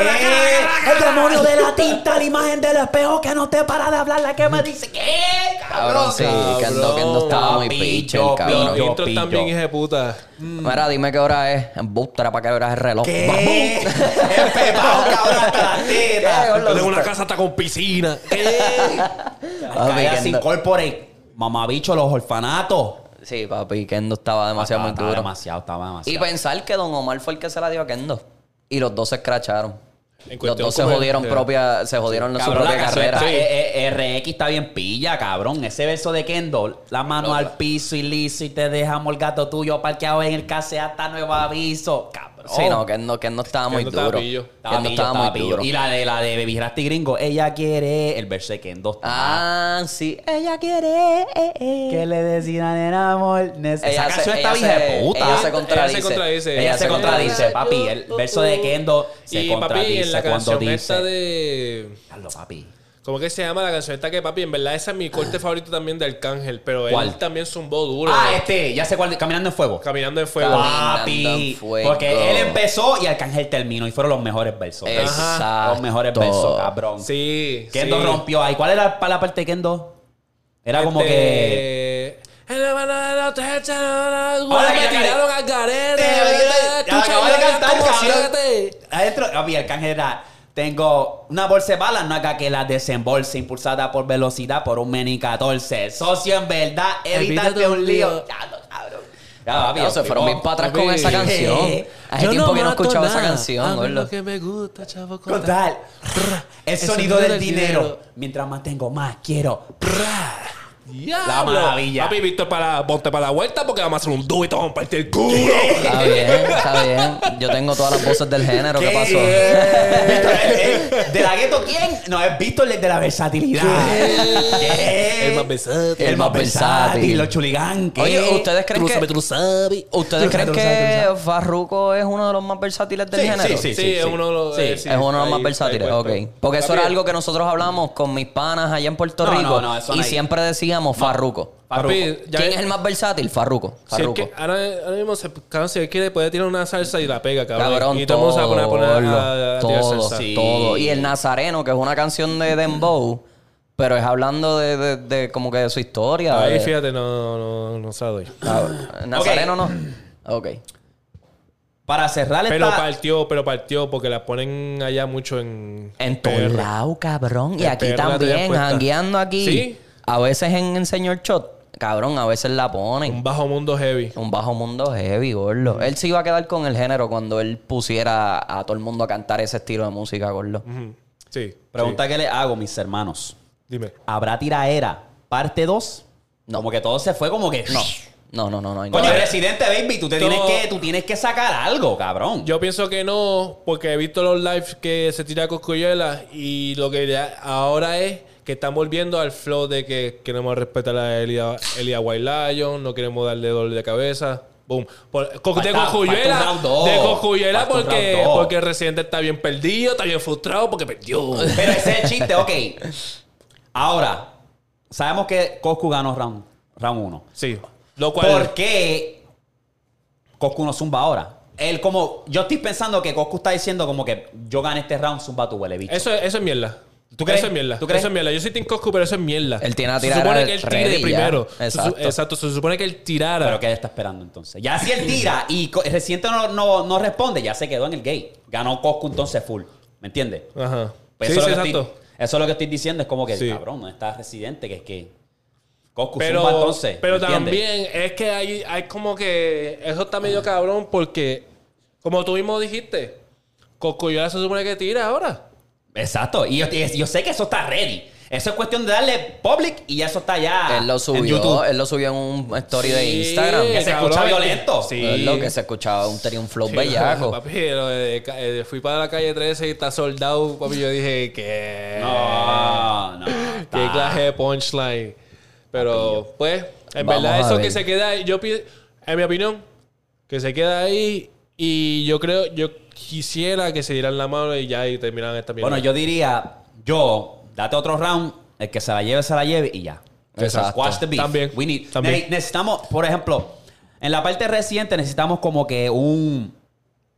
la mera!
¿Qué? El demonio de la tinta, la imagen del espejo que no te para de hablar, la que me dice, ¿qué?
Cabrón, sí,
cabrón.
Kendo, Kendo estaba muy
Papi,
pinche,
yo,
cabrón.
Los
Pillo,
intros
pillo.
también, hija de puta.
Mira, dime qué hora es. Embustra para qué hora es el reloj.
¿Qué? Empepado, cabrón, hasta la
¿Qué,
teta.
gordo?
Yo tengo una casa hasta con piscina. ¿Qué?
Ah,
Papi,
Callas
Kendo-
sin corporate. Mamabicho, los orfanatos.
Sí, papi, Kendo estaba demasiado
Estaba-
muy
estaba
duro.
demasiado, estaba
Y pues,
demasiado.
pensar que Don Omar fue el que se la dio a Kendo. Y los dos se escracharon.
En
Los
cuestión
dos se
como-
jodieron
Sí.
propia, se jodieron en su
Cabrón, la
propia
canción
carrera.
está, eh, eh, RX está bien pilla, cabrón. Ese verso de Kendo, la mano al piso y liso y te dejamos el gato tuyo parqueado en el case hasta nuevo aviso. Cabrón.
Sí, no, Kendo, Kendo estaba muy
Kendo estaba
duro.
pillo.
Estaba
Kendo
pillo,
estaba muy
estaba pillo.
duro.
Y la de la de Baby Rasty Gringo, ella quiere el verso de Kendo. está-
Ah, sí. Ella quiere.
Que le decían el amor. Esa
Ella se-
canción está
ella
vieja
se-
de puta.
ella se contradice.
Ella se contradice.
Ella se contradice, papi. El verso de Kendo se
y papi, en
contradice
la
cuando
canción
dice.
esta de...
Carlos, papi.
¿Cómo que se llama la canción esta que, papi? En verdad, esa es mi corte favorito también de Arcángel. Pero
¿Cuál?
él también zumbó duro.
Ah,
¿no?
este, ya sé cuál, Caminando en Fuego.
Caminando en fuego.
Wow.
Papi.
Caminando en Fuego.
Porque él empezó y Arcángel terminó y fueron los mejores versos.
Exacto.
Los mejores versos, cabrón.
Sí,
Kendo
sí.
rompió ahí. ¿Cuál era para la parte de Kendo? Era como
Este,
que.
En la mano de la techa, no, no,
Ahora
me
que ya-
tiraron al garete.
Te-
Tú,
Ya acabas de
chaval,
cantar,
como
cabrón.
siete.
Adentro, papi, Arcángel era. Tengo una bolsa de balas, no haga que la desembolse, impulsada por velocidad por un Meni 14. Socio, en verdad, evítate un lío. Ya, lo- cabrón. Ya, papi,
No, se
yo-
fueron bien para atrás con
papi.
esa canción. Hace
Yo
tiempo que no
mato
escuchaba esa
nada. A
canción,
mí
gordo.
lo que me gusta, chavo,
Con
contar.
tal. El sonido del dinero. Mientras más tengo, más quiero. La maravilla.
Papi, Víctor, para, ponte para la vuelta porque vamos a hacer un dúo y te vamos a partir el culo.
Está bien, está bien. Yo tengo todas las voces del género. ¿Qué, pasó?
Víctor, eh, eh, ¿De la gueto quién? No, es Víctor el de la versatilidad. ¿Qué?
Eh,
El más versátil.
El más versátil. Los chuligán. ¿qué?
Oye, ¿ustedes creen
Tú lo
que-
sabes, tú lo sabes.
¿Ustedes
Tú
creen
sabes, tú
que
sabes.
Farruko es uno de los más versátiles del
Sí,
género?
sí,
Sí, es uno de los...
Sí,
eh,
es uno de los
ahí-
más
ahí
versátiles, ok.
puesto.
Porque eso
Papi, eh,
era algo que nosotros hablamos con mis panas allá en Puerto
No, no,
Rico.
no, eso
y
no hay.
siempre decíamos Farruko.
Papi, ya-
¿Quién es el más versátil? Farruko.
Si él
Farruko.
que, ahora, ahora mismo, se, cabrón, si él quiere, puede tirar una salsa y la pega, cabrón.
Cabrón,
y
todo,
todo el mundo se va a poner a, poner a- a tirar
todo,
salsa.
Sí.
todo. Y el Nazareno, que es una canción de Dembow, pero es hablando de, de- de como que de su historia.
Ahí,
de-
fíjate, no, no, no se la doy.
Ah, Nazareno no. Ok.
Para cerrar
Pero
esta...
partió, pero partió, porque la ponen allá mucho en...
En todo
PR.
lado, cabrón. Y
En
aquí
PR la tenías
también,
puesta.
jangueando aquí.
Sí.
A veces en, en Señor Shot, cabrón, a veces la ponen.
Un bajo mundo heavy.
Un bajo mundo heavy, gordo. Él se iba a quedar con el género cuando él pusiera a todo el mundo a cantar ese estilo de música, gordo.
Ujú. Sí.
Pregunta que le hago, mis hermanos.
sí. Dime.
¿Habrá tiraera parte 2? Como que todo se fue como que...
No. No, no, no, no. hay
Coño,
nada.
Residente Baby, tú, te
Todo-
tienes que, tú tienes que sacar algo, cabrón.
Yo pienso que no, porque he visto los lives que se tira Coscuyuela y lo que ya- ahora es que están volviendo al flow de que queremos respetar a Elia, Elia White Lion, no queremos darle dolor de cabeza. Boom. Por- co- de
Falta- falta
Coscuyuela.
un round dos.
De Coscuyuela
Falta un
porque,
round dos.
porque Residente está bien perdido, está bien frustrado porque perdió.
Pero ese es el chiste, ok. Ahora, sabemos que Coscu ganó round 1.
Sí. Lo cual.
¿Por qué Coscu no zumba ahora? Él como, yo estoy pensando que Coscu está diciendo como que yo gané este round, zumba tu huele bicho.
Eso, es- eso es mierda.
¿Tú crees?
Eso es mierda.
¿Tú crees?
Eso es mierda. Yo soy Team Coscu, pero eso es mierda.
Él tiene a
Se
tirar
supone
al
que él
ready
tire
ya.
primero.
Exacto.
Se, su- exacto. Se supone que él tirara.
Pero que él está esperando entonces. Ya si él tira y co- reciente no, no, no responde, ya se quedó en el gate. Ganó Coscu entonces full. ¿Me entiendes?
Ajá.
Pues
sí,
eso,
sí,
es lo que
exacto.
estoy, eso es lo que estoy diciendo. Es como que,
Sí.
cabrón, no está residente, que es que Coscu zumba
Pero,
entonces.
pero
¿me entiendes?
también es que hay, hay como que eso está medio cabrón porque, como tú mismo dijiste, Coscuyola se supone que tira ahora.
Exacto. Y yo, y yo sé que eso está ready. Eso es cuestión de darle public y ya eso está ya
Él lo
en
subió,
YouTube.
él lo subió en un story de
Sí,
Instagram.
Que se
cabrón.
escucha violento.
Sí.
Es lo que se escuchaba, un, tenía un flow
Sí,
bellaco.
Papi, lo de- eh, fui para la calle 13 y está soldado. Papi, yo dije que.
No, no.
Eh, Qué
está-
clase de punchline. Pero, pues, en
Vamos
verdad,
a
eso
ver.
que se queda ahí, yo pi- en mi opinión, que se queda ahí. Y yo creo, yo quisiera que se dieran la mano y ya y terminaran esta mierda.
Bueno, yo diría, yo, date otro round, el que se la lleve, se la lleve y ya.
Exacto.
Watch the beef.
También,
We need-
también.
Ne- necesitamos, por ejemplo, en la parte reciente necesitamos como que un...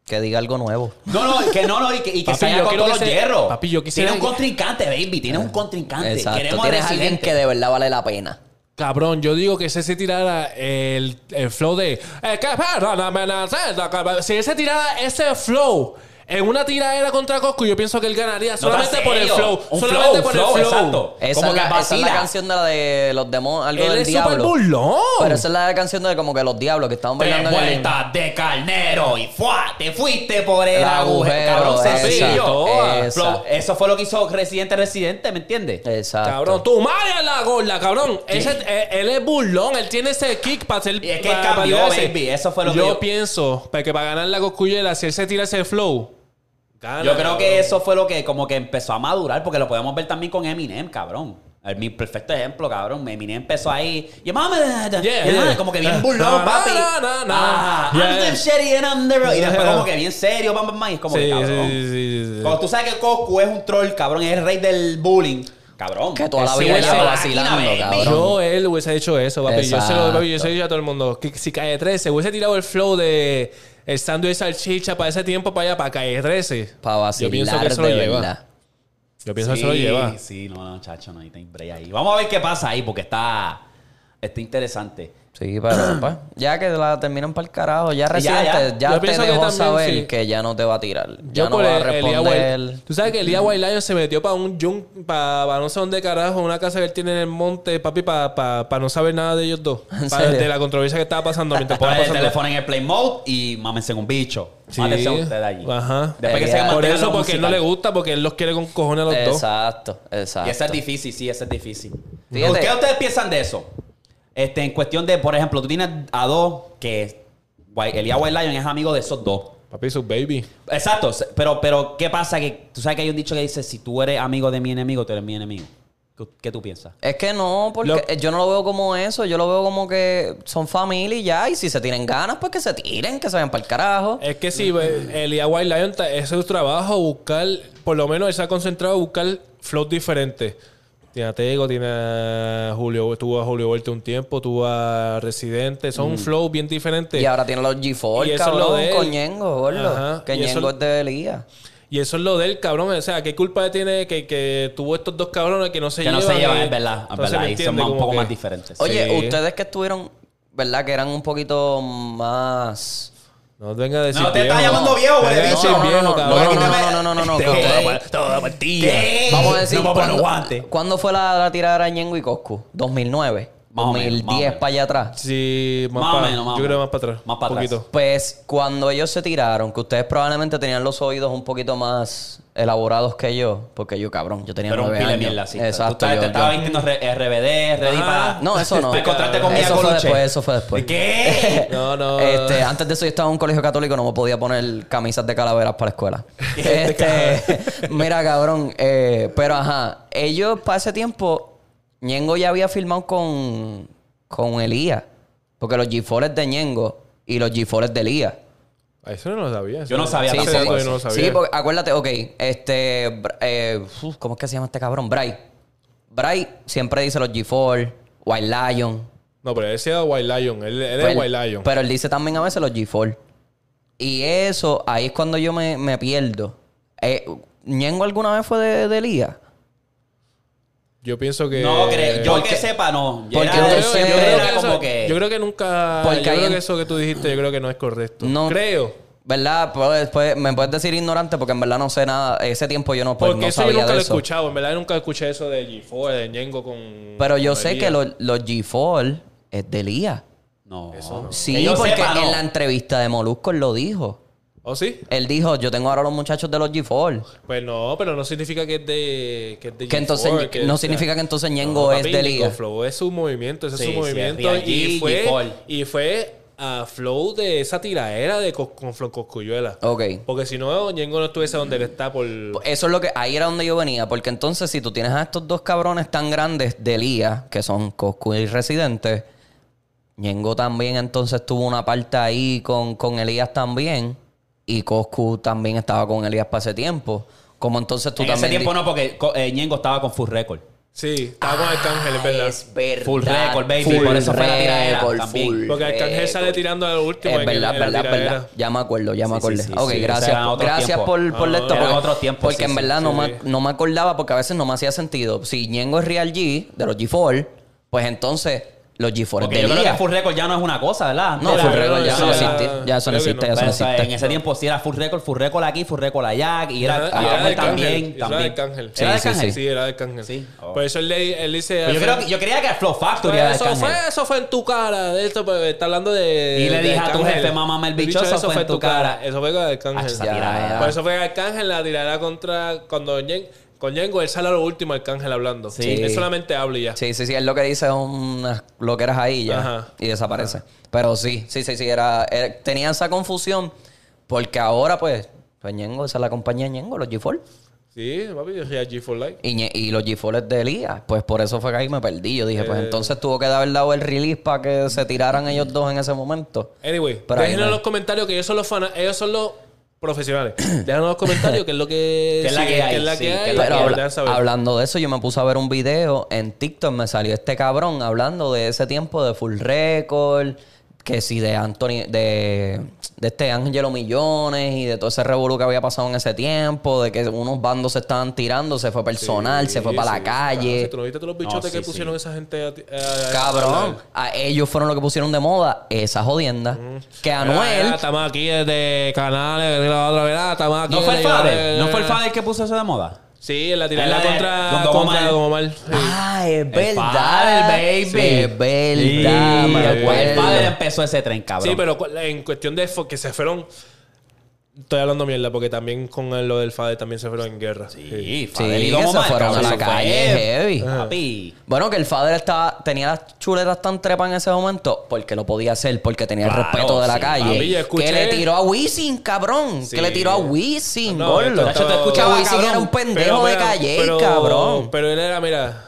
Que diga algo nuevo.
No, no, que no, no, y que, y que
Papi,
se vaya
yo
con
quiero
todos
que
los
se-
hierros.
Papi, yo quisiera
Tiene un
que- Eh,
contrincante, baby, tiene un contrincante.
Exacto.
Queremos
Tienes
al
alguien
residente.
que de verdad vale la pena.
Cabrón, yo digo que si se tirara el, el flow de. "Eh, ¿qué pasa? La amenaza es la capa-". Si ese tirara ese flow en una tiradera contra Coscu, yo pienso que él ganaría
No, está
solamente por el
serio.
flow.
Un
solamente
flow,
por
flow,
el flow.
exacto.
Esa,
Como
es
que
la, esa es la
vacila.
canción de la de los demonios, algo
Él
del
es súper
diablo.
burlón.
Pero esa es la canción de como que los diablos que estaban
Tres
bailando en el...
vueltas de carnero y ¡fua! Te fuiste por el,
El
agujero,
agujero,
cabrón
exacto,
sencillo.
exacto.
Flow, Eso fue lo que hizo Residente Residente, ¿me
Eh,
entiendes?
Exacto.
Cabrón, tú madre la gorda, cabrón. Ese- eh, él es burlón, él tiene ese kick para hacer.
Y es que
para- para
cambió,
liarse.
baby, eso fue lo que
yo
yo-
pienso para que para ganar la coscullera, si él se tira ese flow, gana.
Yo creo
cabrón.
que eso fue lo que como que empezó a madurar, porque lo podemos ver también con Eminem, cabrón. El, mi perfecto ejemplo, cabrón. Eminem empezó ahí. Y mami, da, da,
Yeah,
y nada,
yeah.
como que bien
Eh,
burlón,
na,
papi.
na, na, na.
Ah,
Yeah,
I'm
yeah.
the shitty and I'm the real. Y después
Yeah.
como que bien serio, pam, pam, pam. Y es como
Sí,
que
sí,
cabrón.
sí, sí, sí, sí.
Cuando tú sabes que Coscu es un troll, cabrón, es el rey del bullying. Cabrón.
Que toda la
Ese
vida
güey es
lleva
una
vacilando,
máquina, baby.
cabrón.
Yo, él hubiese hecho eso, papi. Yo se lo
Exacto.
papi, yo se lo he dicho a todo el mundo. Que, si Calle 13 hubiese tirado el flow de el sándwich de salchicha para ese tiempo, para allá, para Calle 13.
Para vacilar
Yo pienso que eso lo
de
lleva.
verdad.
Yo pienso que eso lo lleva.
Sí, no, no, chacho, no hay break ahí. Vamos a ver qué pasa ahí, porque está, está interesante.
Sí, pero pa, ya que la terminan para el carajo, ya reciente, ya,
ya.
Yo
te
pienso que
dejó
también,
saber
sí.
que ya no te va a tirar. Ya
Yo
no
por
va a
el- Elia
responder.
Wild- Tú sabes que Elia Wild Lion se metió para un junk, para no sé dónde carajo, una casa que él tiene en el monte, papi, para no saber nada de ellos dos.
¿En
Pa-
serio?
de la controversia que estaba pasando mientras estaba
Ponen el
pasando.
teléfono en el play mode y mámense un bicho.
Sí.
Mátense usted allí.
Ajá.
Después que
Eh,
se
ya.
Por
mantengan
eso,
los
porque él no le
musicales.
gusta, porque él los quiere con cojones a los dos.
Exacto, exacto.
Y eso es difícil, sí, eso es difícil.
Fíjate.
¿Qué ustedes piensan de eso? Este, en cuestión de, por ejemplo, tú tienes a dos que Guay- Elías White Lion es amigo de esos dos.
Papi, su baby.
Exacto, se- pero, pero ¿qué pasa? Que tú sabes que hay un dicho que dice, si tú eres amigo de mi enemigo, tú eres mi enemigo. ¿Qué, qué tú piensas?
Es que no, porque
Lo-
yo no lo veo como eso. Yo lo veo como que son familia y ya. Y si se tienen ganas, pues que se tiren, que se vayan para el carajo.
Es que sí, ve, el DIY Lion ta- es su trabajo buscar, por lo menos él se ha concentrado en buscar flows diferentes. Tiene a Tego, tiene a Julio, tuvo a Julio Vuelta un tiempo, tuvo a Residente, son flows bien diferentes.
Y ahora tienen los
Este. Y
G4,
eso es lo
cabrón,
de él.
con Ñengo, gordo.
Ajá.
Que
Y eso
Ñengo
lo-
es de Liga.
Y eso es lo del cabrón, o sea, ¿qué culpa tiene que, que tuvo estos dos cabrones que no se
que no
llevan?
se llevan,
eh?
es verdad, es
Entonces,
verdad.
¿me
Y son
entiendes?
más- un
Como
poco
que-
más diferentes.
Oye,
Sí.
ustedes que estuvieron, ¿verdad? Que eran un poquito más...
No te venga a decir
No, te estás
viejo.
llamando viejo, güey,
Venga a
bicho.
decir
No, no,
viejo,
no, no,
cabrón.
no, no, no, no, no, no,
Te-
no, no.
te voy a partir. ¿Qué?
Vamos a decir,
Eh, No, pero no
¿cuándo,
guante.
¿cuándo fue la, la tirada de Ñengo y Coscu? ¿2009?
Más o menos, más o
2010
menos.
para allá atrás.
Sí, más,
Más o
para-
menos, más o
Yo creo
menos.
más para atrás.
Más para atrás.
poquito.
Pues cuando ellos se tiraron, que ustedes probablemente tenían los oídos un poquito más elaborados que yo, porque yo, cabrón, yo tenía
Pero un
nueve
pile
años.
mierda, sí.
Exacto.
Tú estás-
yo-
te estabas
yo-
vistiendo re- RBD, ready
Ajá.
para...
No, eso no.
Te encontraste con Mia
Eso fue
Coluche.
después, eso pues. fue después.
¿Qué?
No, no.
Este, antes de eso yo estaba en un colegio católico, no me podía poner camisas de calaveras para la escuela. Este, mira, cabrón, eh, pero ajá, ellos para ese tiempo, Ñengo ya había firmado con, con Elías, porque los G4 de Ñengo y los G4 de Elías.
Eso no lo sabía. eso
Yo no sabía
Ese
tampoco
dato yo
eso.
no lo sabía.
Sí, porque acuérdate, ok, este, br- eh, uf, ¿cómo es que se llama este cabrón? Bray. Bray siempre dice los G4, White Lion.
No, pero él decía White Lion. Él, él
Pues
es
él-
White Lion.
Pero él dice también a veces los G4. Y eso, ahí es cuando yo me, me pierdo. Eh, ¿Ñengo alguna vez fue de, de Lía?
yo pienso que...
No, cre- yo
Porque-
que sepa, no.
porque
yo era,
Yo creo, yo
Entonces,
yo
creo
era
que
como
eso-
que...
yo creo que nunca...
Porque
yo creo
ahí en-
que eso que tú dijiste, yo creo que no es correcto.
No.
Creo.
¿Verdad? Pues, pues, me puedes decir ignorante porque en verdad no sé nada. Ese tiempo yo no, pues,
Porque
no
eso yo
sabía
nunca lo
de
he
eso.
escuchado. En verdad, yo nunca escuché eso de G4, de Ñengo con...
Pero yo
con
sé
Elías.
que los, los G4 es de Lía.
No. Que
Sí,
yo
porque
sepa, no.
en la entrevista de Molusco él lo dijo.
¿Oh, sí?
Él dijo, yo tengo ahora los muchachos de los G4.
Pues no, pero no significa que es de... Que, es de
Que entonces,
G4, que-
no
o sea,
significa que entonces Ñengo
No,
es
papi,
de
Nico
Lía.
Flow es su movimiento, ese
Sí,
es
sí,
su movimiento.
es de allí,
y, fue,
G-Fall.
y fue a Flow de esa tiraera de co- con Flow Coscuyuela.
Oh.
Ok.
Porque si no, Ñengo no estuviese donde él está por.
Pues,
Eso es lo que. Ahí era donde yo venía. Porque entonces, si tú tienes a estos dos cabrones tan grandes de Lía, que son Coscu y Residente, Ñengo también entonces tuvo una parte ahí con, con Elías también. Y Coscu también estaba con Elías para ese tiempo. Como entonces tú
en
también.
ese tiempo
di-
no, porque co- eh, Ñengo estaba con Full Record.
Sí, estaba con Arcángel, es verdad.
Es verdad.
Full record, baby. Por eso fue la tiradera también.
Porque Arcángel sale
tirando
tirando al último.
Es
en el-
verdad,
en la
verdad,
tiradera.
verdad. Ya me acuerdo, ya me
Sí, sí,
acordé.
sí,
ok,
sí,
gracias.
eran otros
gracias
tiempos.
por, por
Ah,
esto.
eran
Porque,
otros tiempos,
porque
sí,
en
sí,
verdad
sí,
no,
sí.
Me, no me acordaba porque a veces no me hacía sentido. Si Ñengo es Real G, de los G4, pues entonces los G4 es
Porque
de
yo creo
Lía.
que Full Record ya no es una cosa, ¿verdad? Antes
No,
era-
Full Record ya
sí,
no
era-
existe. Ya eso no
creo que
existe,
no.
ya eso no
Pero, o sea,
existe.
en ese tiempo sí era Full Record, Full Record aquí, Full Record allá. Y era,
Y
y era
era
también.
de Arcángel. Era de
también.
Arcángel.
¿Era de
Sí, sí,
Arcángel?
Sí, era de Arcángel.
Sí. Oh.
Por eso él, le- él dice.
Pero Pues Yo, creo que- yo creía que era Flow Factory era de
eso
Arcángel.
fue, eso fue en tu cara. De esto, pues, está hablando de.
Y le
de
dije a tu
Arcángel.
jefe, "Mámame el
Le he
bicho,
dicho,
eso fue en tu cara".
Eso fue con
Ah,
Arcángel.
esa
Ya,
tirada.
ya.
Por eso fue Arcángel la tirada contra. Cuando Yen- con Yengo, él sale a lo último, Arcángel hablando.
Sí.
Él solamente habla y ya.
Sí, sí, sí. Es lo que dice unas loqueras ahí ya.
Ajá.
Y desaparece. Pero sí, sí, sí, sí. Era, era- tenía esa confusión porque ahora, pues, pues Ñengo, esa es la compañía de Ñengo, los G4.
Sí, papi, yo soy a G for Life.
Y, Ñe- y los G4 de Elías. Pues por eso fue que ahí me perdí. Yo dije,
Eh.
pues entonces tuvo que haber dado el release para que se tiraran ellos dos en ese momento.
Anyway,
Pero ahí
déjenos en
no.
los comentarios que ellos son los fana- ellos son los profesionales. déjenos en los comentarios qué es lo que.
¿Qué es la
sí,
que hay?
qué es la
Sí,
que
qué es
hay.
la
Pero
que
habla-
Dejan saber.
hablando de eso, yo me puse a ver un video en TikTok, me salió este cabrón hablando de ese tiempo de Full Record, que sí, de Anthony, de, de este Ángelo Millones y de todo ese revolú que había pasado en ese tiempo, de que unos bandos se estaban tirando, se fue personal, se fue
Sí,
para
sí,
la calle.
claro, ¿Tú no viste todos los bichotes
No, sí,
que pusieron esa gente a ti- a- a-
Cabrón, a ellos fueron los que pusieron de moda esa jodienda.
Mm.
Que
Mira, mira,
Anuel,
Estamos aquí desde canales, de la otra vez, ah, estamos aquí.
¿No fue el
desde-
Fader? ¿No fue el Fader que puso eso de moda?
Sí, en la
En
tirada
la de-
contra,
con Don
contra
Omar.
Don Omar.
Ah, es
El
verdad.
padre, baby.
Es verdad,
Sí,
me
el padre
acuerdo.
empezó ese tren, cabrón.
Sí, pero cu- en cuestión de fo- que se fueron. Estoy hablando mierda, porque también con el- lo del Fader también se fueron en guerra.
Sí, Fader y
Sí, que
Don
se
Omar,
fueron a
cabrón,
la
eso fue-
calle heavy.
Papi.
Bueno, que el father estaba, tenía las chuletas tan trepas en ese momento porque lo podía hacer, porque tenía el
Claro,
respeto de la
sí,
calle.
papi, yo escuché-
Que le tiró a Wisin, cabrón.
Sí.
Que le tiró a Wisin,
No,
gordo.
esto- esto-
Que
escuchaba,
Wisin
cabrón,
era un pendejo de calle, cabrón.
Pero él era, mira,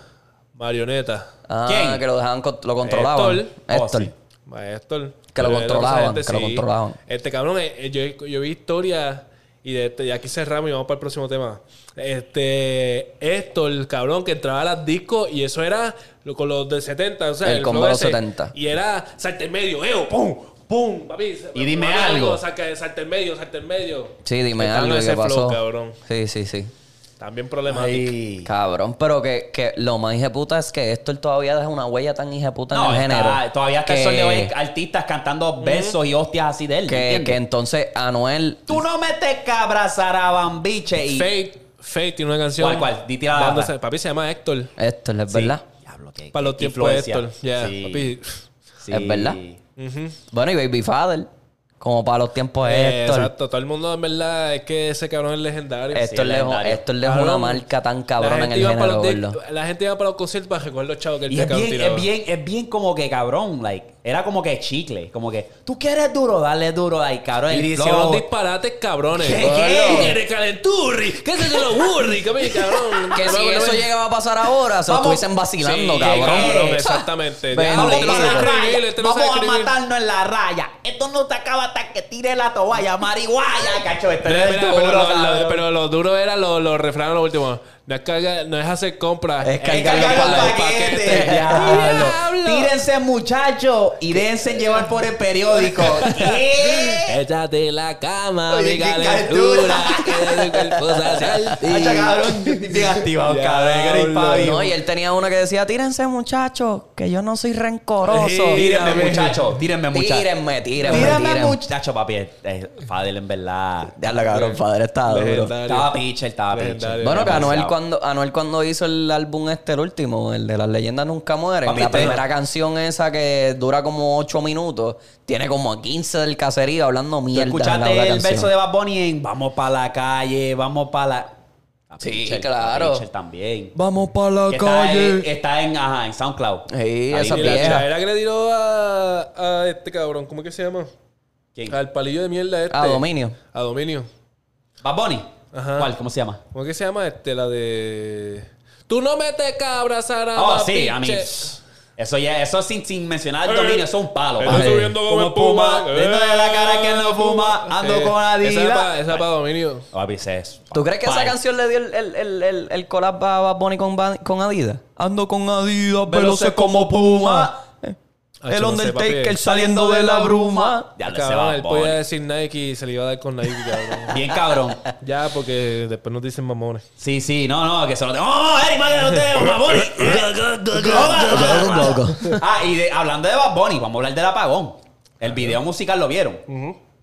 marioneta.
Ah,
¿Quién?
que lo dejaban, con- lo controlaban.
Héctor.
Héctor.
Oh, sí.
Maestro.
Que lo
Pero esa
controlaban, que lo controlaban.
Este cabrón, eh, eh, yo, yo vi historia y, de este- y aquí cerramos y vamos para el próximo tema. Este, esto, el cabrón que entraba a las discos y eso era lo- con los de 70, o sea,
El combo
flow
de los
ese.
70.
Y era salte en medio, eo, pum, pum, papi.
Y dime
papi,
algo.
Saca, salte en medio, salte en medio.
Sí, dime
Estaba
algo
ese
que
flow,
pasó.
cabrón.
Sí, sí, sí.
También problemático.
Cabrón, pero que, que lo más hijeputa es que Héctor todavía deja una huella tan hijeputa
No,
en el
está-
género.
todavía hasta el
que-
sol de hoy hay artistas cantando besos y hostias así de él.
que,
¿entiendes?
que entonces Anuel
Tú no metes cabra zarabambiche y.
Fate, Fate tiene una canción.
¿Cuál, cuál? Di tira la
dándose-
data.
Papi se llama Héctor.
Esto es
Sí.
verdad.
Diablo, qué-
Para los
qué
tiempos de
influencia.
Héctor. Ya,
Sí,
papi.
sí.
Es verdad.
Ujú.
Bueno, y Baby Father, como para los tiempos de
Eh,
Pues, Héctor.
Exacto, todo el mundo en verdad es que ese cabrón es legendario.
sí,
Héctor lejos,
legendario.
Héctor dejó una
Cabrón,
marca tan
la
cabrona en
gente
el
iba para
género,
los di-
gordo.
La gente iba para los conciertos para recoger los chavos que el
Y es
Este cabrón
bien, es
tiraba.
bien, es bien como que cabrón, like, era como que chicle, como que tú quieres duro, dale duro, like, cabrón.
Y
el
le
flow.
hicieron
"Oh".
los disparates cabrones.
¿Qué?
Gordo.
¿Qué?
¿Quieres calenturri? ¿Qué es eso de los burri? ¿Qué me- cabrón?
Que si
Luego,
eso
luego-
llegaba a pasar ahora, se lo
Ah, eh. Vamos.
estuviesen vacilando,
Sí,
cabrón.
que-
cabrón, exactamente.
Ven,
Ya,
Vamos,
Este
este
para
no sabe
la
sabe
raya.
escribir, este no sabe
Vamos a
escribir.
matarnos en la raya. Esto no te acaba hasta que tire la toalla, marihuana, cacho. Esto
Mira,
es
mira,
duro,
pero, lo,
cabrón.
lo- pero lo duro era los los refranes, los últimos. No es, cargar- no es hacer compras.
Es cargar
Cargan
los
los
paquetes.
paquetes.
Diablo.
Diablo. Tírense, muchachos, y déjense llevar por el periódico. ¿Qué?
Échate la cama,
Oye,
mi
qué
calentura.
calentura.
Que el cuerpo se hace al
Hacha, cabrón, yo estoy bien activado, cabrón.
Diablo.
gripado, vivo.
No, y él tenía una que decía, tírense muchachos, que yo no soy rencoroso.
Sí,
Tírenme,
Mírame.
muchachos. Tírenme, muchachos.
Tírenme, tírenme,
Tírenme,
tírenme.
muchachos, papi. eh, eh, Fadel, en verdad.
Ya la cabrón, padre, estaba duro.
Legendario.
Estaba pitcher, estaba pitcher.
Legendario.
Bueno, que Anuel
Demasiado.
cuando, Anuel cuando hizo el álbum este, el último, el de las leyendas nunca mueren,
Papi, este-
la
te-
primera canción esa que dura como 8 minutos, tiene como a 15 del caserío hablando
Tú
mierda. en la
escuchaste
otra
el
canción.
verso de Bad Bunny en Vamos pa' la calle, vamos pa' la. A
Sí,
Pitcher,
claro.
a Pitcher también.
Vamos para la
Que está, en,
calle.
está en, ajá, en SoundCloud.
Sí,
Ahí
esa
Y la
vieja.
tiradera que le tiró a, a este cabrón, ¿cómo es que se llama?
¿Quién?
Al palillo de mierda este.
A Ah, Dominio.
A Dominio.
Bad Bunny.
Ajá.
¿Cuál? ¿Cómo se llama?
¿Cómo es que se llama este? La de... Tú no metes cabras, Sara.
Oh, sí, Oh, a mí. Eso ya, eso sin, sin mencionar el dominio, eso es un palo.
Estoy
papi.
Ajá.
Eh, subiendo eh. como
Como
el puma.
puma, dentro de la cara que no fuma, ando
Eh,
con Adidas.
Esa es para esa es pa' dominio.
Papi, ese es-
¿Tú crees que esa
Bye.
canción le dio el, el, el, el, el collab a Bad Bunny con, Ba- con Adidas? Ando con Adidas, veloces como Puma.
Ah, yo no sé, papi.
saliendo de la bruma.
Ya lo sé,
Cabrón, él
Bad Bunny.
podía decir Nike y se le iba a dar con Nike, cabrón.
Bien cabrón.
ya, porque después nos dicen mamones.
Sí, sí, no, no, que se lo tengo. ¡Oh, Eric, para que no te Bad Bunny! Ah, y de- hablando de Bad Bunny, vamos a hablar del apagón. El video musical lo vieron.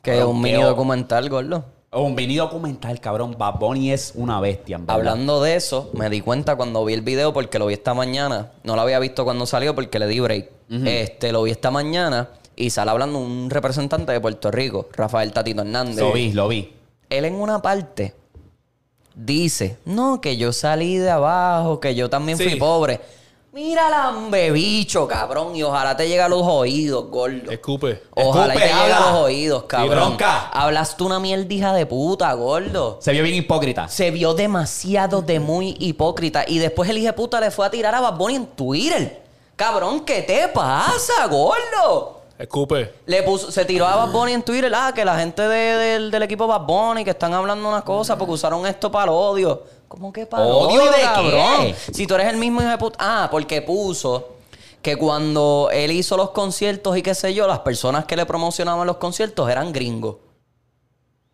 Que es un mini
Creo.
documental, gordo.
Un video documental, cabrón. Bad Bunny es una bestia, en verdad.
Hablando de eso, me di cuenta cuando vi el video porque lo vi esta mañana. No lo había visto cuando salió porque le di break. Este, lo vi esta mañana y sale hablando un representante de Puerto Rico, Rafael Tatito Hernández.
Lo vi, lo vi.
Él en una parte dice, no, que yo salí de abajo, que yo también
Sí.
fui pobre. Mira lambe bicho, cabrón, y ojalá te llegue a los oídos, gordo.
Escupe.
Ojalá y
Escupe,
te llegue a
habla.
los oídos, cabrón.
bronca.
Hablaste una mierdija de puta, gordo.
Se vio bien hipócrita.
Se vio demasiado de muy hipócrita. Y después el hijo de puta le fue a tirar a Bad Bunny en Twitter. Cabrón, ¿qué te pasa, gordo?
Escupe.
Le puso, se tiró a Bad Bunny en Twitter, ah, que la gente de- del- del equipo Bad Bunny que están hablando unas cosas porque usaron esto para el odio. ¿Cómo que para el
¿Odio
odio,
de qué?
cabrón? Si tú eres el mismo hijo de puta. Ah, porque puso que cuando él hizo los conciertos y qué sé yo, las personas que le promocionaban los conciertos eran gringos.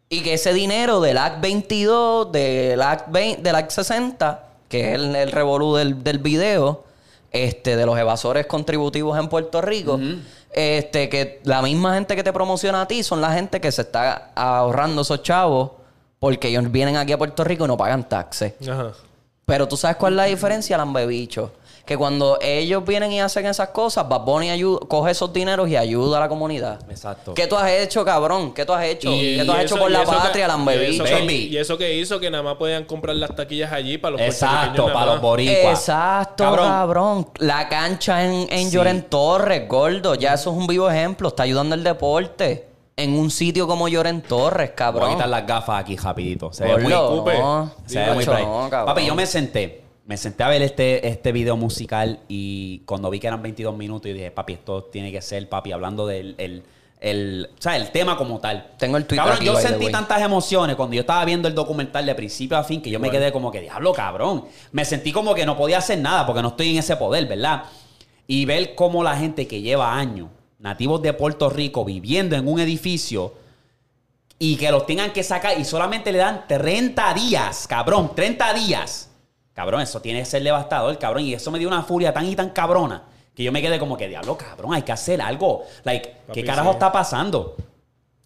Y que ese dinero del Act 22, del Act, 20 del Act 60, que es el, el revolú del, del video, este, de los evasores contributivos en Puerto Rico, este, que la misma gente que te promociona a ti son la gente que se está ahorrando esos chavos porque ellos vienen aquí a Puerto Rico y no pagan taxes.
Ajá.
Pero tú sabes cuál es la diferencia, lambebicho. Que cuando ellos vienen y hacen esas cosas, Bad Bunny ayu- coge esos dineros y ayuda a la comunidad.
Exacto.
¿Qué tú has hecho, cabrón? ¿Qué tú has hecho?
Y-
¿Qué tú has
y
hecho
eso-
por
y
la
eso que-
patria,
y eso
lambebicho?
que-
Baby.
Y eso que hizo que nada más podían comprar las taquillas allí para los
Exacto,
puertorriqueños nada
para los
más.
boricuas.
Exacto, cabrón. La cancha en, en
Sí.
Lloren Torres, gordo. Ya eso es un vivo ejemplo. Está ayudando el deporte. En un sitio como Lloren Torres,
Voy a
cabrón.
quitar las gafas aquí rapidito. Se ve muy,
Gordo,
cool.
cupe.
no.
se ve muy
Macho,
bright.
no, cabrón.
Papi, yo me senté. Me senté a ver este, este video musical y cuando vi que eran 22 minutos, yo dije, papi, esto tiene que ser, papi, hablando del el, el, o sea, el tema como tal.
Tengo el tweet
Cabrón,
aquí,
yo
by the
sentí
way.
tantas emociones cuando yo estaba viendo el documental de principio a fin que yo me quedé como que, diablo, cabrón. Me sentí como que no podía hacer nada porque no estoy en ese poder, ¿verdad? Y ver cómo la gente que lleva años, nativos de Puerto Rico, viviendo en un edificio, y que los tengan que sacar y solamente le dan 30 días, cabrón, 30 días. Cabrón, eso tiene que ser devastador, cabrón. Y eso me dio una furia tan y tan cabrona que yo me quedé como que, diablo, cabrón, hay que hacer algo. Like, ¿qué
Papi,
carajo
sí.
está pasando?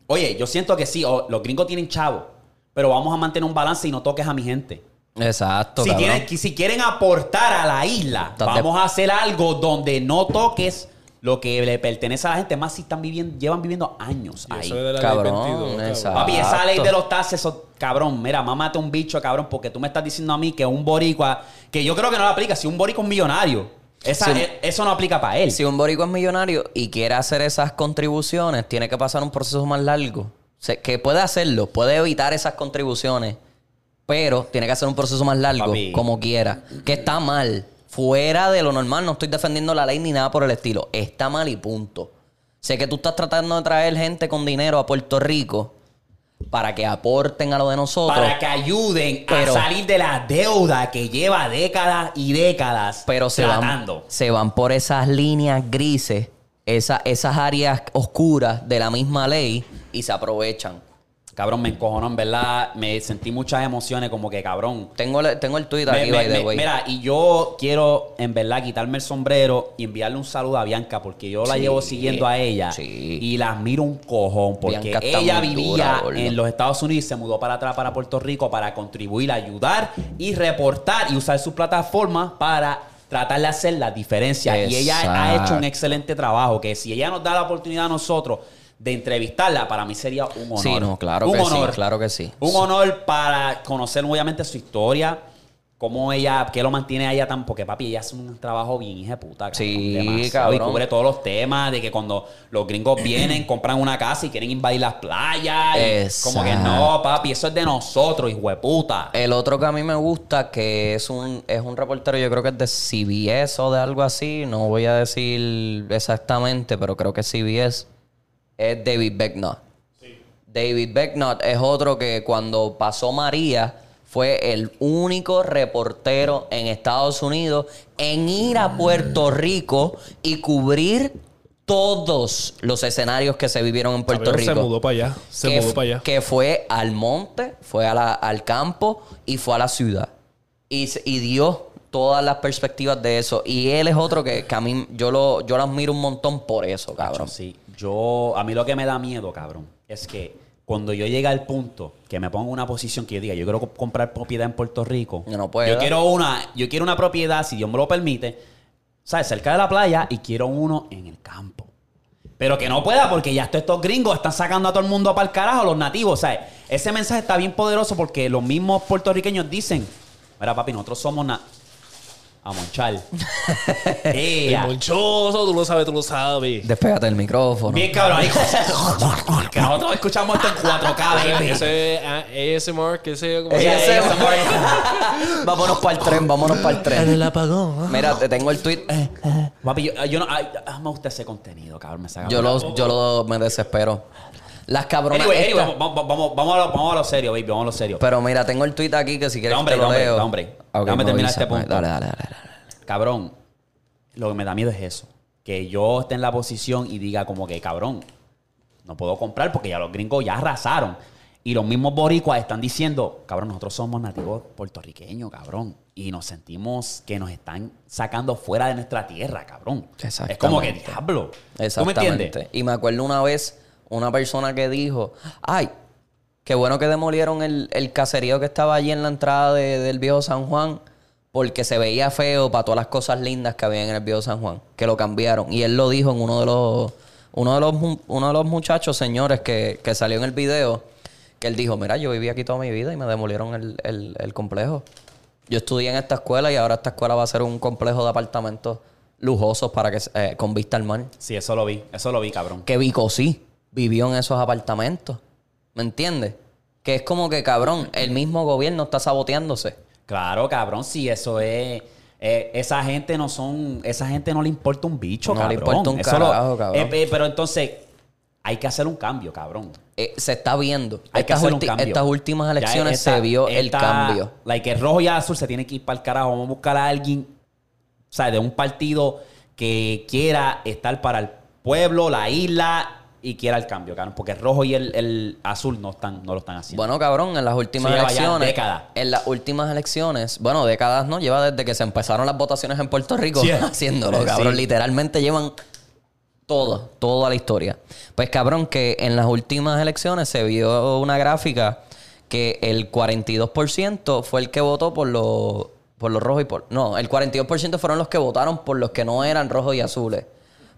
Oye, yo siento que sí, o- los gringos tienen chavo, pero vamos a mantener un balance y no toques a mi gente.
Exacto,
Si,
cabrón.
tienen- que- si quieren aportar a la isla,
Estás de-
vamos a hacer algo donde no toques lo que le pertenece a la gente, más si están viviendo, llevan viviendo años
Y
ahí.
eso es de la ley
Cabrón,
22, cabrón.
exacto.
Papi, esa ley
Exacto.
de los taxes, eso- cabrón, mira, mámate un bicho, cabrón, porque tú me estás diciendo a mí que un boricua, que yo creo que no la aplica, si un boricua es millonario, esa-
Sí.
e- eso no aplica para él.
Si un boricua es millonario y quiere hacer esas contribuciones, tiene que pasar un proceso más largo. Se- que puede hacerlo, puede evitar esas contribuciones, pero tiene que hacer un proceso más largo,
Papi.
como quiera. Que está mal, fuera de lo normal. No estoy defendiendo la ley ni nada por el estilo. Está mal y punto. Sé que tú estás tratando de traer gente con dinero a Puerto Rico para que aporten a lo de nosotros.
para que ayuden
Pero-
a salir de la deuda que lleva décadas y décadas
pero se van,
tratando.
se van por esas líneas grises, esa- esas áreas oscuras de la misma ley y se aprovechan.
Cabrón, me encojonó, en verdad, me sentí muchas emociones, como que cabrón.
Tengo, el- tengo el tuit
Me-
aquí,
me-
by the
me-
way.
mira, y yo quiero en verdad quitarme el sombrero y enviarle un saludo a Bianca porque yo la
Sí,
llevo siguiendo a ella
sí.
y la admiro un cojón porque
Bianca está
ella
muy
vivía
dura, boludo.
en los Estados Unidos y se mudó para atrás para Puerto Rico para contribuir, ayudar y reportar y usar su plataforma para tratar de hacer la diferencia. Y ella ha hecho un
Exacto.
excelente trabajo que si ella nos da la oportunidad a nosotros de entrevistarla, para mí sería un honor.
Sí, no, claro
Un
que sí,
honor.
claro que sí.
Un honor para conocer obviamente su historia, cómo ella, qué lo mantiene a ella tan, porque papi, ella hace un trabajo bien hija de puta.
Sí,
demasiado, Y
cabrón.
cubre todos los temas de que cuando los gringos vienen, compran una casa y quieren invadir las playas. y Como que no, papi, eso es de nosotros, hijo de puta.
El otro que a mí me gusta, que es un, es un reportero, yo creo que es de CBS o de algo así, no voy a decir exactamente, pero creo que es CBS, es David Becknott. David Becknott es otro que cuando pasó María fue el único reportero en Estados Unidos en ir a Puerto Rico y cubrir todos los escenarios que se vivieron en Puerto
Cabrón,
Rico.
Se mudó para allá. Se
que,
mudó para allá.
que fue al monte, fue a la- al campo y fue a la ciudad. Y, se- y dio todas las perspectivas de eso. Y él es otro que, que a mí yo lo, yo lo admiro un montón por eso, cabrón.
Sí, yo, a mí lo que me da miedo, cabrón, es que cuando yo llegue al punto que me ponga una posición que yo diga, yo quiero co- comprar propiedad en Puerto Rico.
Yo no puedo.
Yo quiero una, yo quiero una propiedad, si Dios me lo permite, ¿sabes? Cerca de la playa y quiero uno en el campo. Pero que no pueda porque ya todos estos gringos están sacando a todo el mundo para el carajo, los nativos, ¿sabes? Ese mensaje está bien poderoso porque los mismos puertorriqueños dicen, mira papi, nosotros somos na... A monchar.
El
Ea.
monchoso, tú lo sabes, tú lo sabes.
Despégate el micrófono.
Bien cabrón, ahí cosas- que nosotros escuchamos esto en 4K, baby.
Ese ah, ASMR, que ese... como-
Ella
Ese-
se muere.
vámonos para el tren, vámonos para el tren.
apagón.
Mira, te tengo el tweet.
Papi, yo, yo no. ay, ah, me gusta ese contenido, cabrón. Me saca.
Yo lo, yo lo me desespero. Las cabronas.
Anyway, anyway,
estas-
vamos, vamos, vamos, vamos a lo, vamos a lo serio, baby. Vamos a lo serio.
Pero mira, tengo el tweet aquí que si quieres
Da hombre,
que te lo
da hombre,
leo.
da hombre.
Ok,
Déjame
me
terminar
avisa,
este punto.
Dale, dale, dale. dale.
Cabrón, lo que me da miedo es eso. Que yo esté en la posición y diga como que, cabrón, no puedo comprar porque ya los gringos ya arrasaron. Y los mismos boricuas están diciendo, cabrón, nosotros somos nativos puertorriqueños, cabrón. Y nos sentimos que nos están sacando fuera de nuestra tierra, cabrón. Es como que
Exactamente.
diablo. ¿Tú me
Exactamente.
entiendes?
Y me acuerdo una vez una persona que dijo, ay, qué bueno que demolieron el, el caserío que estaba allí en la entrada de- del viejo San Juan, porque se veía feo para todas las cosas lindas que había en el viejo San Juan, que lo cambiaron. Y él lo dijo en uno de los, uno de los, mu- uno de los muchachos, señores, que, que salió en el video, que él dijo, mira, yo viví aquí toda mi vida y me demolieron el, el- el complejo. Yo estudié en esta escuela y ahora esta escuela va a ser un complejo de apartamentos lujosos para que se- eh, con vista al mar
Sí, eso lo vi. Eso lo vi, cabrón.
que Vico sí vivió en esos apartamentos. ¿Me entiendes? Que es como que, cabrón, el mismo gobierno está saboteándose.
Claro, cabrón, si eso es. eh, esa gente no son. Esa gente no le importa un bicho,
No le
cabrón.
importa un
Eso lo-
carajo, cabrón.
Eh, eh, pero entonces, hay que hacer un cambio, cabrón.
Eh, se está viendo.
Hay que
estas,
hacer un
ulti-
cambio.
estas últimas
Ya
elecciones
esta-
se vio el
esta-
cambio.
Like, el rojo y el azul se tiene que ir para el carajo. Vamos a buscar a alguien, o sea, de un partido que quiera estar para el pueblo, la isla y quiera el cambio, cabrón. Porque el rojo y el, el azul no, están, no lo están haciendo.
Bueno, cabrón, en las últimas
Eso lleva ya
elecciones.
décadas.
En las últimas elecciones, bueno, décadas no, lleva desde que se empezaron las votaciones en Puerto Rico
Sí.
haciéndolo,
Sí.
cabrón. Literalmente llevan todo, toda la historia. Pues cabrón, que en las últimas elecciones se vio una gráfica que el 42% fue el que votó por los por los rojos y por no, el 42% fueron los que votaron por los que no eran rojos y azules.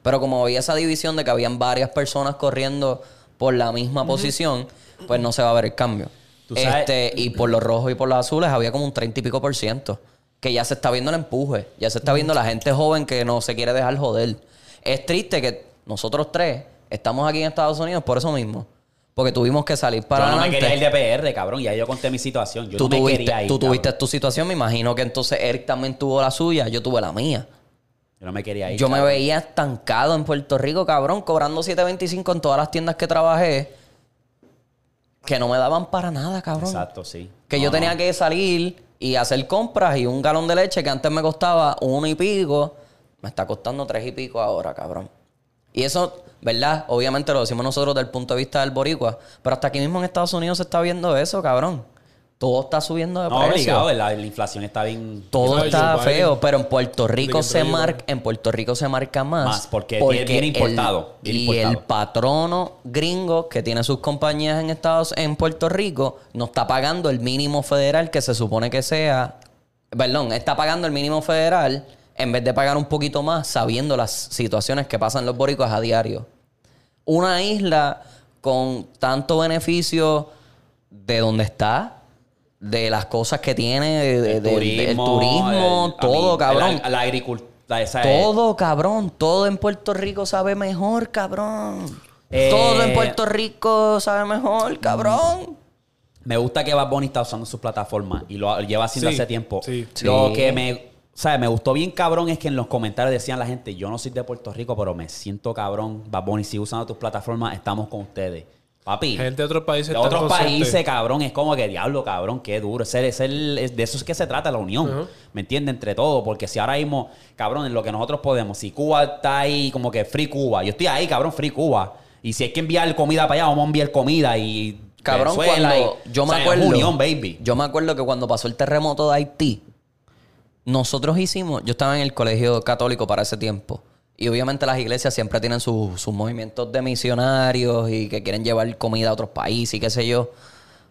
Pero como había esa división de que habían varias personas corriendo por la misma posición, pues no se va a ver el cambio.
Tú sabes-
Este, y por los rojos y por los azules había como un 30 y pico por ciento. Que ya se está viendo el empuje. Ya se está viendo la gente joven que no se quiere dejar joder. Es triste que nosotros tres estamos aquí en Estados Unidos por eso mismo. Porque tuvimos que salir para
yo no me
adelante.
quería ir de PR, cabrón. Ya yo conté mi situación. Yo
tú
no me
tuviste,
quería ir.
tú
cabrón.
tuviste tu situación. Me imagino que entonces Eric también tuvo la suya. Yo tuve la mía.
Yo no me quería ir.
Yo me
cabrón.
veía estancado en Puerto Rico, cabrón, cobrando 7.25 en todas las tiendas que trabajé. Que no me daban para nada, cabrón.
Exacto, sí.
Que
No,
yo
no.
tenía que salir y hacer compras y un galón de leche que antes me costaba uno y pico, me está costando tres y pico ahora, cabrón. Y eso, ¿verdad? Obviamente lo decimos nosotros desde el punto de vista del boricua, pero hasta aquí mismo en Estados Unidos se está viendo eso, cabrón. Todo está subiendo de
No,
precio.
obligado, ¿verdad? La inflación está bien.
Todo
Eso es
está
Joe Biden.
feo, pero en Puerto
que
Rico
entró
se
Joe
marca, en Puerto Rico se marca más.
Más, porque viene importado,
el-
viene
y
importado.
el patrono gringo que tiene sus compañías en Estados en Puerto Rico no está pagando el mínimo federal que se supone que sea. Perdón, está pagando el mínimo federal en vez de pagar un poquito más, sabiendo las situaciones que pasan los boricos a diario una isla con tanto beneficio de donde está, de las cosas que tiene, de, de-
El
de- de- el eh, turismo,
el-
todo,
a mí,
cabrón.
La, agricultura, esa es-
todo, cabrón. Todo en Puerto Rico sabe mejor, cabrón.
Eh,
Todo en Puerto Rico sabe mejor, cabrón.
Me gusta que Bad Bunny está usando sus plataformas y lo lleva haciendo
Sí,
hace tiempo.
sí.
Lo
Sí.
que me, ¿sabes? me gustó bien cabrón es que en los comentarios decían la gente, yo no soy de Puerto Rico, pero me siento cabrón. Bad Bunny, sigue usando tus plataformas, estamos con ustedes. Papi,
Gente de otros países
de
están
otros
conscientes.
países, cabrón, es como que diablo, cabrón, qué duro. Ese- ese Es el- es de eso es que se trata la unión, ¿me entiendes? Entre todos, porque si ahora mismo, cabrón, en lo que nosotros podemos, si Cuba está ahí como que Free Cuba, yo estoy ahí, cabrón, Free Cuba. Y si hay que enviar comida para allá, vamos a enviar comida y...
Cabrón,
Venezuela
cuando
y-
yo
o
me
sea, es
acuerdo,
unión, baby.
yo me acuerdo que cuando pasó el terremoto de Haití, nosotros hicimos, yo estaba en el colegio católico para ese tiempo. Y obviamente las iglesias siempre tienen sus- sus movimientos de misionarios y que quieren llevar comida a otros países y qué sé yo.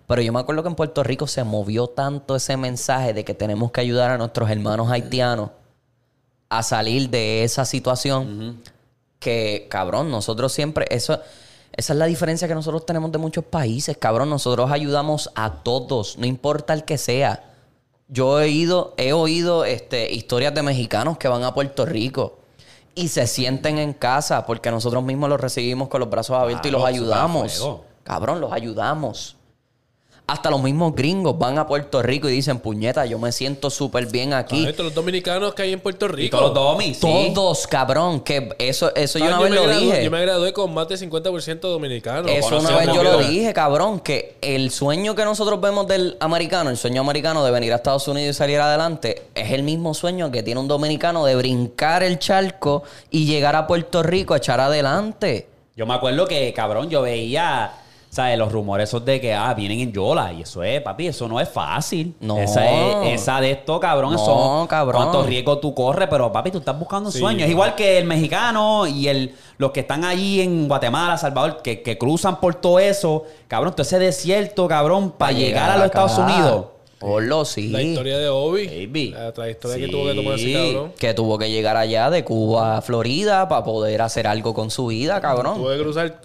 Pero yo me acuerdo que en Puerto Rico se movió tanto ese mensaje de que tenemos que ayudar a nuestros hermanos haitianos a salir de esa situación que, cabrón, nosotros siempre, eso, esa es la diferencia que nosotros tenemos de muchos países, cabrón, nosotros ayudamos a todos, no importa el que sea. Yo he ido, he oído este, historias de mexicanos que van a Puerto Rico y se sienten en casa porque nosotros mismos los recibimos con los brazos abiertos y
Claro,
los
eso está a
ayudamos.
fuego.
Cabrón, los ayudamos. Hasta los mismos gringos van a Puerto Rico y dicen, puñeta, yo me siento súper bien aquí.
Ah, esto, los dominicanos que hay en Puerto Rico.
Y todos los domis, sí.
Todos, cabrón, que eso, eso yo
Ah,
una vez
me
lo
gradué-
dije.
Yo me gradué con más de 50% dominicano.
Eso
Conocí
una
a
vez yo lo
Movido.
dije, cabrón, que el sueño que nosotros vemos del americano, el sueño americano de venir a Estados Unidos y salir adelante, es el mismo sueño que tiene un dominicano de brincar el charco y llegar a Puerto Rico a echar adelante.
Yo me acuerdo que, cabrón, yo veía, ¿sabes? Los rumores esos de que, ah, vienen en Yola. Y eso es, papi, eso no es fácil.
No.
Esa, es- esa de esto, cabrón,
No,
eso.
cabrón.
Cuántos riesgos tú corres, pero, papi, tú estás buscando un
Sí.
sueño. Es igual que el mexicano y el, los que están allí en Guatemala, Salvador, que, que cruzan por todo eso, cabrón, todo ese desierto, cabrón, para llegar a los
acá.
Estados Unidos.
Por lo sí.
La historia de Obi.
Baby.
La trayectoria
Sí.
que tuvo que tomar ese cabrón.
Que tuvo que llegar allá de Cuba a Florida para poder hacer algo con su vida, cabrón.
Tuve que cruzar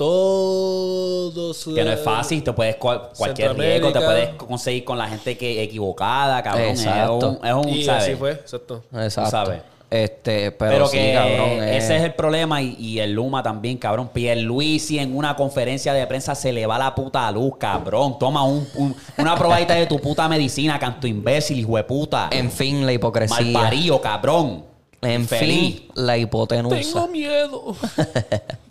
todo su...
Que no es fácil, te puedes cual- cualquier riesgo, te puedes
Centroamérica.
conseguir con la gente que equivocada, cabrón.
Exacto.
Es un, es un,
Y
¿sabes?
así fue, exacto.
Exacto.
sabes.
Este, pero,
Pero
sí,
que
cabrón. eh.
ese es el problema y, y el Luma también, cabrón. Pierluisi en una conferencia de prensa se le va la puta luz, cabrón. Toma un, un- una probadita de tu puta medicina, canto imbécil, hijo de puta.
En fin, la hipocresía.
Malparío, cabrón.
En
Infeliz.
fin, la hipotenusa.
Tengo miedo.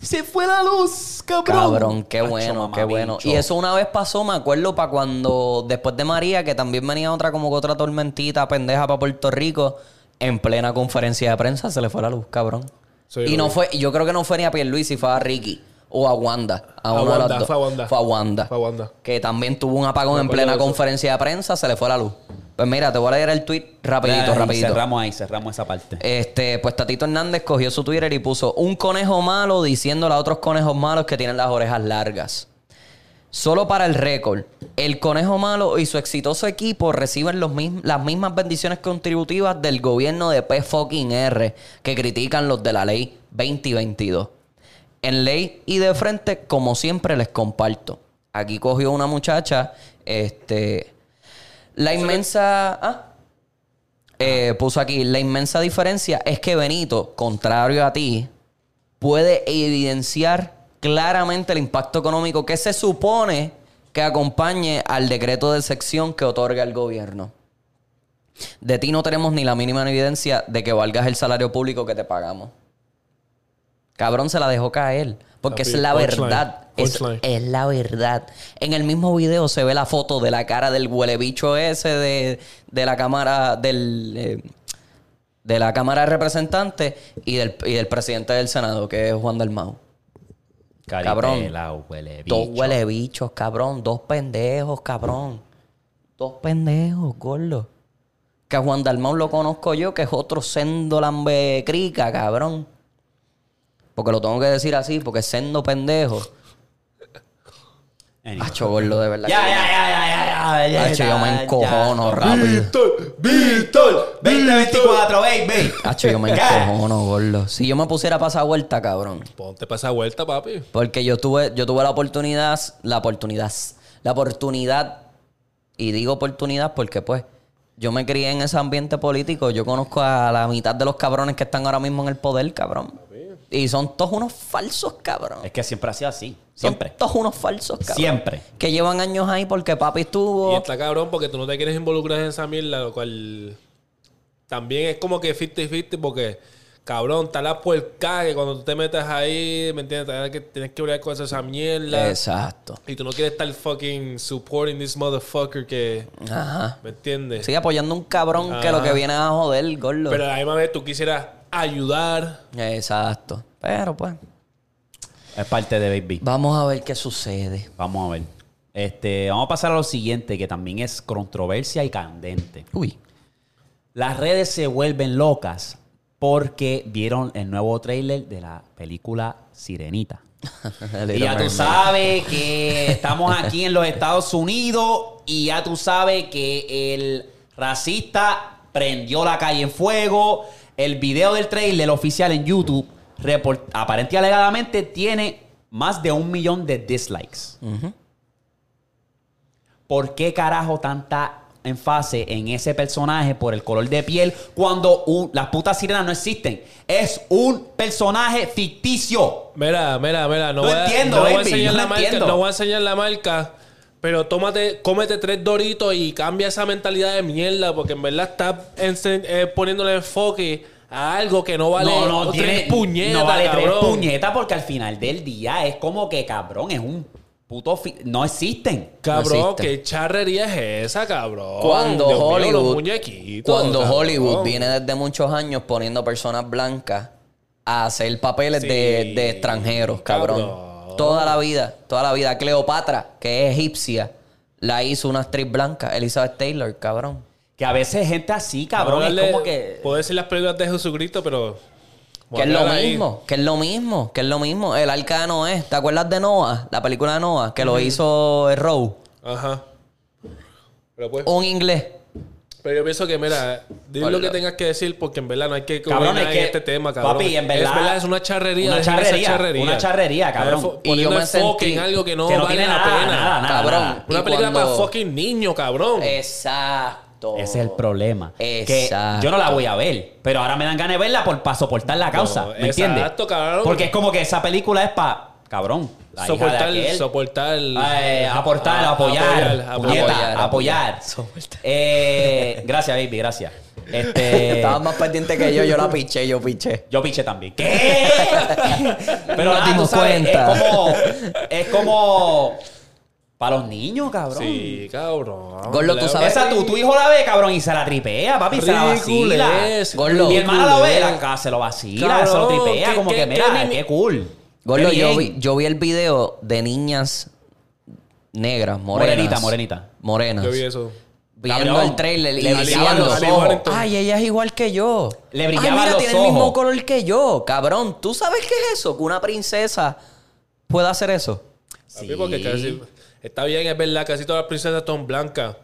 Se fue la luz, cabrón.
Cabrón, qué
Macho,
bueno,
mamá,
qué bueno.
bicho.
Y eso una vez pasó, me acuerdo, para cuando después de María, que también venía otra como que otra tormentita pendeja para Puerto Rico, en plena conferencia de prensa se le fue la luz, cabrón.
Sí,
y
lo
no
vi.
fue, yo creo que no fue ni a Pierluisi, fue a Ricky o a Wanda. A,
A
uno de
Wanda,
las dos.
fue a Wanda.
Fue a Wanda.
Fue a Wanda.
Que también tuvo un apagón en
acuerdo
plena
de eso.
conferencia de prensa, se le fue la luz. Pues mira, te voy a leer el tweet rapidito,
Ahí,
rapidito.
Cerramos ahí, cerramos esa parte.
Este, pues Tatito Hernández cogió su Twitter y puso un conejo malo diciéndole a otros conejos malos que tienen las orejas largas. Solo para el récord, el conejo malo y su exitoso equipo reciben los mis- las mismas bendiciones contributivas del gobierno de P fucking R que critican los de la ley 2022. En ley y de frente, como siempre, les comparto. Aquí cogió una muchacha, este, la inmensa... ah, eh, puso aquí, la inmensa diferencia es que Benito, contrario a ti, puede evidenciar claramente el impacto económico que se supone que acompañe al decreto de sección que otorga el gobierno. De ti no tenemos ni la mínima evidencia de que valgas el salario público que te pagamos. Cabrón se la dejó caer. Porque
Papi,
es la
punchline,
verdad. Es,
punchline.
es la verdad. En el mismo video se ve la foto de la cara del huelebicho ese de, de la cámara del... eh, de la Cámara de Representantes y del, y del presidente del Senado, que es Juan Dalmau.
Caritela, huele bicho.
Dos huele bichos, cabrón. Dos pendejos, cabrón. Dos pendejos, gordo. Que a Juan Dalmau lo conozco yo, que es otro sendo lambecrica, cabrón. Porque lo tengo que decir así, porque es sendo pendejo.
Anyway.
Hacho, gordo, de verdad.
Ya, ya, ya, ya, ya, ya, ya,
Hacho, yo
ya,
me encojono
ya.
rápido.
Víctor, Víctor,
2024, baby.
Hacho, yo me encojono, gordo. Si yo me pusiera a pasar vuelta, cabrón.
Ponte para esa vuelta, papi.
Porque yo tuve, yo tuve la oportunidad, la oportunidad, la oportunidad Y digo oportunidad porque, pues, yo me crié en ese ambiente político. Yo conozco a la mitad de los cabrones que están ahora mismo en el poder, cabrón. Y son todos unos falsos, cabrón.
Es que siempre ha sido así.
Son
Siempre.
todos unos falsos, cabrón.
Siempre.
Que llevan años ahí porque
Oh.
papi
Y
estuvo.
está cabrón porque tú no te quieres involucrar en esa mierda, lo cual también es como que 50-50 porque, cabrón, está la puerca que cuando tú te metes ahí, ¿me entiendes? Tienes que, tienes que bregar con esa mierda.
Exacto.
Y tú no quieres estar fucking supporting this motherfucker que,
Ajá.
¿me entiendes?
Sigue apoyando a un cabrón que lo que viene a joder, gordo.
Pero a la misma vez tú quisieras ayudar.
Exacto. Pero pues,
Es parte de Baby.
vamos a ver qué sucede.
Vamos a ver. Este, vamos a pasar a lo siguiente, que también es controversia y candente.
Uy.
Las redes se vuelven locas porque vieron el nuevo tráiler de la película Sirenita. Y ya tú sabes que estamos aquí en los Estados Unidos y ya tú sabes que el racista prendió la calle en fuego. El video del trailer oficial en YouTube, report- aparente y alegadamente, tiene más de un millón de dislikes. ¿Por qué carajo tanta enfase en ese personaje por el color de piel cuando un- las putas sirenas no existen? Es un personaje ficticio.
Mira, mira, mira. No,
No
voy a-
entiendo,
no voy a
baby,
enseñar
no
la marca.
entiendo.
No voy a enseñar la marca. Pero tómate, cómete tres doritos y cambia esa mentalidad de mierda. Porque en verdad estás ense- eh, poniéndole enfoque a algo que no vale tres
tiene-
puñetas.
No vale tres
cabrón.
puñetas porque al final del día es como que cabrón, es un puto. fi- no existen.
No
Cabrón,
existe.
qué charrería es esa, cabrón.
Cuando
Oh, Dios mío, los
Hollywood,
muñequitos,
cuando
cabrón.
Hollywood viene desde muchos años poniendo personas blancas a hacer papeles
Sí,
de, de extranjeros, cabrón.
cabrón.
Toda la vida, toda la vida. Cleopatra, que es egipcia, la hizo una actriz blanca, Elizabeth Taylor, cabrón.
Que a veces gente así, cabrón,
Hablarle-
es como que.
Puedo decir las películas de Jesucristo, pero.
Que es lo
Ahí.
mismo, que es lo mismo, que es lo mismo. El arca de Noé, ¿te acuerdas de Noah? La película de Noah, que lo hizo el Rowe,
Ajá. Pero pues.
un inglés.
Pero yo pienso que, mira, di lo
Hola.
que tengas que decir porque en verdad no hay que
Cabrón,
opinar
es que-
en este tema, cabrón.
papi, en verdad-
Es es una charrería.
Una
dejen esa
charrería, una charrería, cabrón.
Enfo-
Y yo
Poniendo
me
enfoque
sentí
en algo que no,
que no
vale
tiene
la
nada,
pena.
nada, Eh, nada,
Cabrón.
nada.
Una
Y
película para
cuando-
fucking niños, cabrón.
Exacto.
Ese es el problema. Que
Exacto.
yo no la voy a ver, pero ahora me dan ganas de verla por, para soportar la causa. ¿Me entiendes?
exacto, cabrón.
Porque es como que esa película es para. Cabrón. La hija de
soportar,
aquel.
soportar.
Ay, aportar,
a-
apoyar,
apoyar,
puñeta,
apoyar,
apoyar. Eh, gracias, baby, gracias. Este,
Estabas Eh, más pendiente que yo, yo la piché, yo piché.
yo piché también. ¿Qué? Pero
Nos
nada,
dimos
tú sabes,
cuenta.
es como. Es como. Para los niños, cabrón.
Sí, cabrón.
Gordo, tú sabes-
Esa tú, tu hijo la ve, cabrón, y se la tripea, papi, se la vacila.
Ridiculez,
Gordo.
Mi hermana la ve,
ridiculez.
la casa se lo vacila,
Cabrón,
se lo tripea,
¿qué-
como
qué-
que, mira,
qué-
qué cool.
Gordo,
Qué
yo
bien.
vi, yo vi el video de niñas negras, morenas.
Morenita, morenita.
Morenas.
Yo vi eso.
Viendo
Cabrón,
el trailer y
le brillaban
diciendo,
los ojos.
Ay, ella es igual que yo.
Le
Ay,
brillaban
mira,
los
tiene el
ojos.
mismo color que yo. Cabrón, ¿tú sabes qué es eso? Que una princesa pueda hacer eso.
Papi, porque casi- está bien, es verdad, casi todas las princesas son blancas.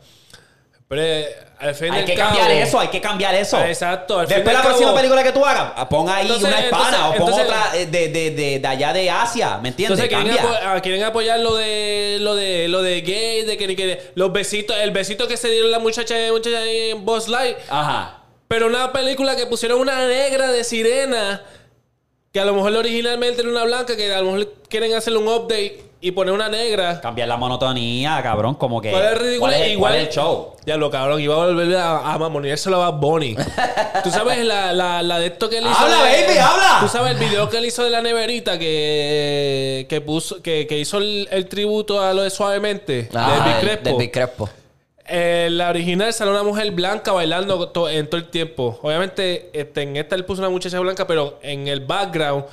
Pero eh, al fin
Hay
del
que
cabo-
cambiar eso, hay que cambiar eso.
Ah, exacto, al fin
Después
y
la
al
próxima
cabo-
película que tú hagas, ah, pon ahí
Entonces,
una hispana
entonces,
o pon
entonces-
otra eh, de, de, de, de allá de Asia, ¿me entiendes?
Entonces quieren,
Cambia.
apo- ah, quieren apoyar lo de lo de lo de gay, de que, ni que- los besitos, el besito que se dieron la muchacha, muchacha ahí en Boss Light,
Ajá.
pero una película que pusieron una negra de sirena que a lo mejor originalmente era una blanca que a lo mejor quieren hacerle un update y poner una negra.
Cambiar la monotonía, cabrón, como que.
¿Cuál es ridículo?
¿Cuál es,
Igual
cuál es el show?
Ya lo cabrón, iba a volver a, a mamonearse la Bad Bunny. Tú sabes la, la, la de esto que él hizo.
Habla,
de-
baby, habla.
Tú sabes el video que él hizo de la neverita que, que puso, que, que hizo el, el tributo a lo de suavemente.
Ah,
de Big
del-
Crespo.
del Big Crespo.
Eh, la original salió una mujer blanca bailando to- en todo el tiempo. Obviamente, este, en esta él puso una muchacha blanca, pero en el background,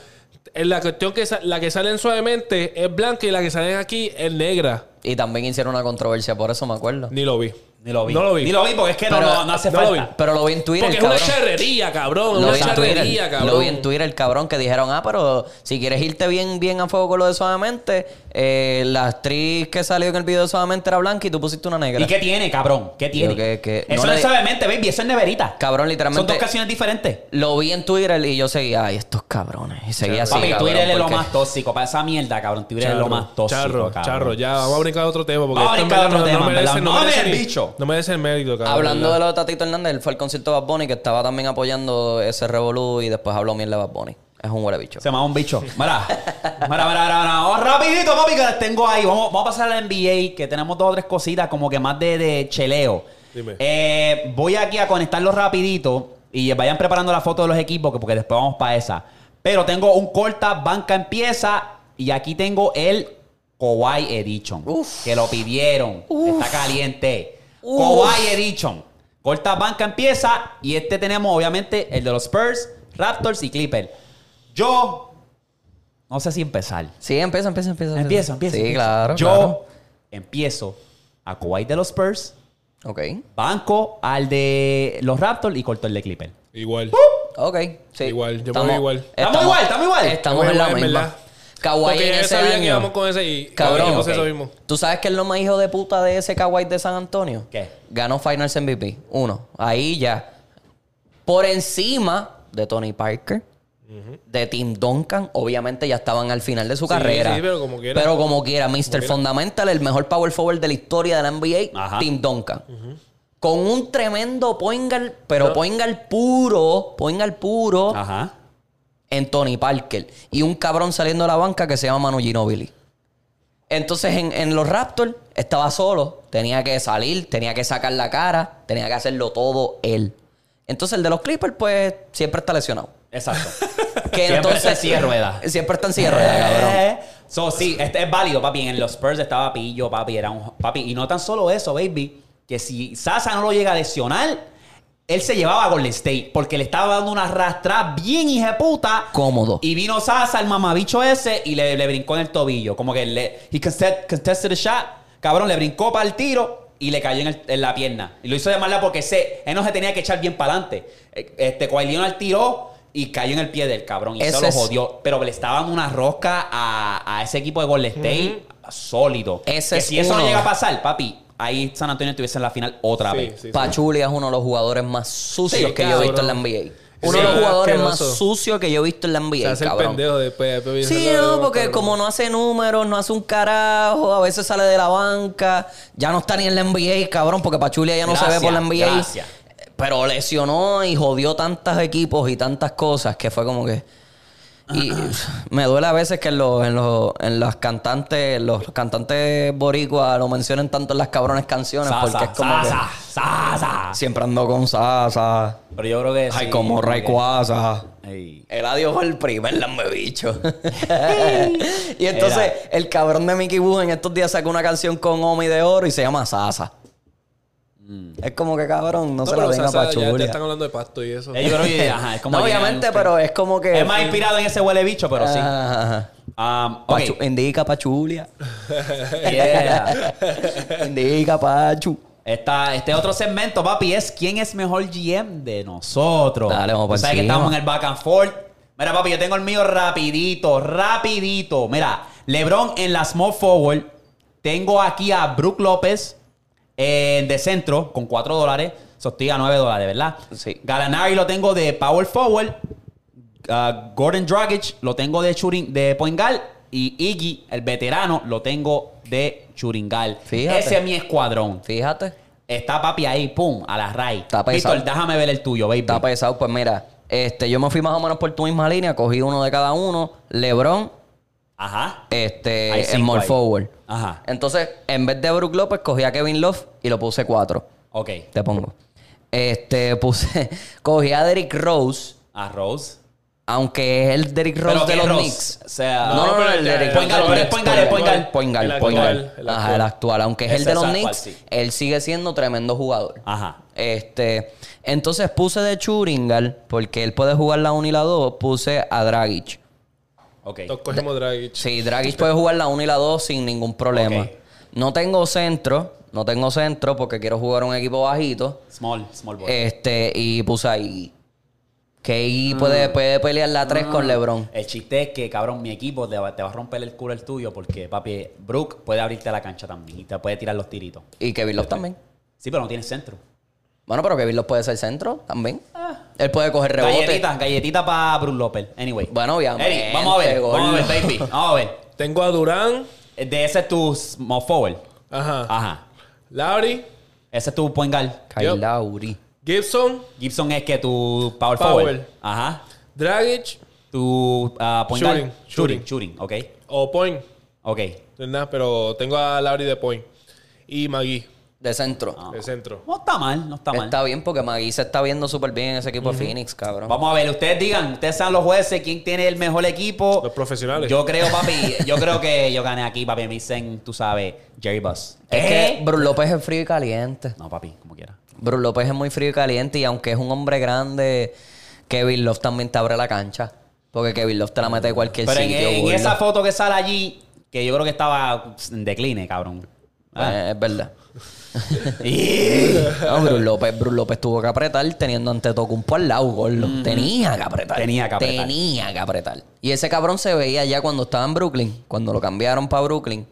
en la cuestión que sa- la que sale en suavemente es blanca y la que salen aquí es negra.
Y también hicieron una controversia, por eso me acuerdo.
Ni lo vi.
Ni lo vi.
No lo vi.
Ni lo vi porque es que no,
Pero-
no, no hace
no lo
falta.
vi.
Pero lo vi en Twitter,
Porque es
cabrón.
una charrería, cabrón.
Lo
una
vi, en
charrería,
Twitter,
cabrón.
lo vi en Twitter, cabrón, que dijeron, ah, pero si quieres irte bien, bien a fuego con lo de Suavemente, eh, la actriz que salió en el video de Suavemente era blanca y tú pusiste una negra.
¿Y qué tiene, cabrón? ¿Qué tiene?
Yo que- que-
Eso no
no le-
es suavemente, baby. Eso es neverita.
Cabrón,
Son dos
literalmente,
canciones diferentes.
lo vi en Twitter y yo seguía, ay, estos cabrones. Y seguía así,
Papi,
cabrón,
Twitter es lo
porque-
más tóxico. Para esa mierda, cabrón. Twitter es lo más tóxico.
Charro,
cabrón.
charro. Ya, vamos a brincar a otro tema. Porque
Vamos a
esto en
brincar a otro
verdad
tema,
no- no
en
merece-
verdad.
No
No me
merece
el
ni-
bicho.
No merece el mérito, cabrón.
Hablando de
¿verdad?
lo de Tatito Hernández, él fue al concierto de Bad Bunny que estaba también apoyando ese revolú y después habló mierda de Bad Bunny. Es un huele bicho.
Se llama un bicho. Mira, mira, mira, mira, mira. Vamos rapidito, papi, que las tengo ahí. Vamos, vamos a pasar a la NBA, que tenemos dos o tres cositas como que más de, de cheleo.
Dime.
Eh, voy aquí a conectarlo rapidito y vayan preparando la foto de los equipos, que- porque después vamos para esa. Pero tengo un corta, banca empieza y aquí tengo el Kawhi Edition,
Uf.
que lo pidieron. Está caliente.
Uf.
Kawhi Edition. Corta banca empieza y este tenemos obviamente el de los Spurs, Raptors y Clippers. Yo no sé si empezar.
Sí, empieza, empieza, empieza.
Empiezo, empiezo.
Sí,
empiezo.
claro.
Yo
claro.
empiezo a Kawhi de los Spurs,
Ok.
banco al de los Raptors y corto el de Clipper.
Igual.
Ok. Sí.
Igual, yo me voy igual.
Estamos igual, estamos igual.
Estamos
Yo me
en la
voy, en
misma.
verdad.
Kawhi
Porque
en
ya
ese
sabían que íbamos
año.
con ese y.
Cabrón.
dijimos eso
ok.
mismo.
¿Tú sabes que es lo más hijo de puta de ese Kawhi de San Antonio?
¿Qué?
Ganó Finals MVP. Uno. Ahí ya. Por encima de Tony Parker, de Tim Duncan. Obviamente ya estaban al final de su
Sí,
carrera.
sí, pero como quiera.
Pero como quiera, Mr. Fundamental, el mejor power forward de la historia de la NBA,
Ajá.
Tim Duncan. Con un tremendo poingal, pero poingal puro, poingal puro
Ah,
Ajá.
en Tony Parker y un cabrón saliendo de la banca que se llama Manu Ginobili. Entonces en, en los Raptors estaba solo, tenía que salir, tenía que sacar la cara, tenía que hacerlo todo él. Entonces el de los Clippers pues siempre está lesionado.
Exacto.
Que
Siempre está en silla de ruedas.
Siempre está en silla de ruedas, cabrón.
Eh. So, sí, este es válido, papi. En los Spurs estaba pillo, papi. Era un papi. Y no tan solo eso, baby. Que si Sasa no lo llega a lesionar, él se llevaba a Golden State. Porque le estaba dando una rastra bien hijeputa.
Cómodo.
Y vino Sasa, el mamabicho ese, y le, le brincó en el tobillo. Como que le. He contest- contested the shot. Cabrón, le brincó para el tiro y le cayó en, el- en la pierna. Y lo hizo de mala porque se, él no se tenía que echar bien para adelante. Este, Kawhi Leonard tiró y cayó en el pie del cabrón. Y
Ese
eso lo
es-
jodió. Pero le estaba dando una rosca a, a ese equipo de Golden State sólido.
Ese
que
es
si eso
uno.
no llega a pasar, papi, ahí San Antonio estuviese en la final otra
Sí,
vez.
sí, sí.
Pachuli es uno de los jugadores más sucios
Sí,
que yo he visto en la
cabrón.
NBA.
Sí,
Uno de los jugadores más
asqueroso.
sucios que yo he visto en la NBA,
Se hace el
cabrón.
pendejo después. después
Sí,
dice,
no, porque
cabrón.
como no hace números, no hace un carajo, a veces sale de la banca, ya no está ni en la NBA, cabrón, porque Pachulia ya no se
Gracias,
ve por la NBA.
gracias.
Pero lesionó y jodió tantos equipos y tantas cosas que fue como que. Y
Ah,
me duele a veces que en los, en los, en las cantantes, los cantantes boricuas lo mencionen tanto en las cabrones canciones,
Sasa,
porque es como que
Sasa, Sasa.
siempre ando con Sasa.
Pero yo creo que.
Ay,
sí,
como
que-
Rayquaza.
Ey.
El adiós fue el primer lambebicho. y entonces, el cabrón de Mickey Boo en estos días sacó una canción con Omi de Oro y se llama Sasa.
Mm.
Es como que cabrón, no,
No,
se la
pero
den a
Sasa, ya, ya
Pachulia.
están hablando de pasto y eso.
Eh, yo creo que, ajá, es como
No,
llegar
obviamente,
a usted.
pero es como que.
Es más inspirado en ese huele bicho, pero sí.
Ajá, ajá.
Um, ok.
Pachu- Indica Pachulia.
Yeah.
Indica Pachu.
Esta- este otro segmento, papi, es ¿Quién es mejor GM de nosotros?
Dale, vamos
Tú
pa'
sabes que
encima.
estamos en el back and forth. Mira, papi, yo tengo el mío rapidito, rapidito. Mira, LeBron en la small forward. Tengo aquí a Brook López eh, de centro con 4 dólares. Sostiga 9 dólares, ¿verdad?
Sí.
Galanari lo tengo de power forward. Ah, Gordon Dragic lo tengo de, Churin, de point guard. Y Iggy, el veterano, lo tengo de Churingal.
Fíjate.
Ese es mi escuadrón.
Fíjate.
Está papi ahí, pum, a la raíz.
Está pesado.
Víctor, déjame ver el tuyo, baby.
Está pesado, pues mira. Este, yo me fui más o menos por tu misma línea, cogí uno de cada uno. Lebron,
Ajá. Hay
este,
cinco
en More
ahí.
Forward.
Ajá.
Entonces, en vez de Brook López, cogí a Kevin Love y lo puse cuatro.
Ok.
Te pongo. Este, puse. Cogí a Derrick Rose,
A Rose.
aunque es el Derrick Rose
¿Pero
de
qué
los
Rose? Ah,
Knicks.
O sea,
No, no, no,
pero
el
ya,
Derrick
ya,
Rose.
ya,
de los
pero es
Knicks.
point guard, es point guard.
Point guard,
El
point guard.
actual, el
Ajá,
actual.
el actual. Aunque es el
Ese
de los
es actual,
Knicks,
sí.
él sigue siendo tremendo jugador.
Ajá.
Este, entonces puse de Churingal, porque él puede jugar la 1 y la 2, puse a Dragic.
Ok.
Nos cogimos Dragic.
Sí, Dragic puede jugar la 1 y la 2 sin ningún problema.
Ok.
No tengo centro, no tengo centro porque quiero jugar un equipo bajito.
Small, small ball.
Este, y puse ahí. Que ahí puede, puede pelear la 3 con LeBron.
El chiste es que, cabrón, mi equipo te va, te va a romper el culo el tuyo porque, papi, Brook puede abrirte la cancha también y te puede tirar los tiritos.
Y Kevin
Este.
Love también.
Sí, pero no tienes centro.
Bueno, pero Kevin Love puede ser centro también. Él puede coger rebote.
Galletita, galletita para Brook López. Anyway.
Bueno, obviamente,
Eric, vamos a ver,
gordo.
vamos a ver, baby. Vamos a ver.
Tengo a Durán.
De ese es tu small forward.
Ah.
Ajá.
Ajá.
Lauri.
Ese es tu point guard.
Kyle
Yup.
Lowry.
Gibson.
Gibson es que tu power,
Power.
forward. Ajá.
Dragic.
Tu ah, point guard.
Shooting,
Shooting,
shooting.
shooting. Ok.
O Point.
Ok.
¿verdad? Pero tengo a Lauri de Point. Y Magui.
De centro.
De centro.
No está mal, no Ah, está mal.
Está bien porque Magui se está viendo súper bien en ese equipo de Phoenix, cabrón.
Vamos a ver, ustedes digan, ustedes sean los jueces, quién tiene el mejor equipo.
Los profesionales.
Yo creo, papi, yo creo que yo gané aquí, papi. Me dicen, tú sabes, Jerry Bus.
Es
¿Eh?
que Bru López es frío y caliente.
No, papi, como quiera.
Bru López es muy frío y caliente y aunque es un hombre grande, Kevin Love también te abre la cancha. Porque Kevin Love te la mete de cualquier
Pero en, e-
sitio.
en
gordo.
esa foto que sale allí, que yo creo que estaba en decline, cabrón. Ah.
Eh, es verdad.
Y-
No, Bru López, Bru López tuvo que apretar teniendo ante Tocumpo al lado, gordo. Tenía que apretar.
Tenía que apretar.
Tenía que apretar. Y ese cabrón se veía ya cuando estaba en Brooklyn, cuando lo cambiaron para Brooklyn,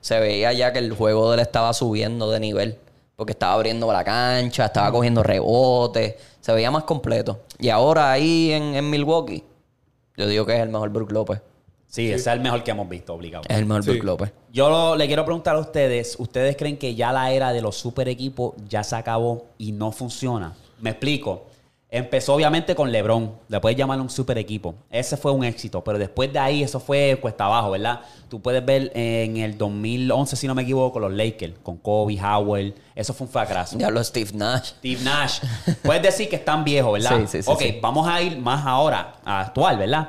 se veía ya que el juego de él estaba subiendo de nivel. Porque estaba abriendo la cancha, estaba cogiendo rebotes, se veía más completo. Y ahora ahí en, en Milwaukee, yo digo que es el mejor Brook López.
Sí, ese es el mejor que hemos visto, obligado.
Es el mejor
Sí.
Brook López.
Yo lo- le quiero preguntar a ustedes, ¿ustedes creen que ya la era de los super equipos ya se acabó y no funciona? Me explico. Empezó obviamente con LeBron, le puedes llamar un super equipo. Ese fue un éxito, pero después de ahí eso fue cuesta abajo, ¿verdad? Tú puedes ver en el 2011, si no me equivoco, los Lakers, con Kobe, Howard, eso fue un fracaso.
Diablo Steve Nash.
Steve Nash. Puedes decir que están viejos, ¿verdad?
Sí, sí, sí,
Ok,
sí.
vamos a ir más ahora, a actual, ¿verdad?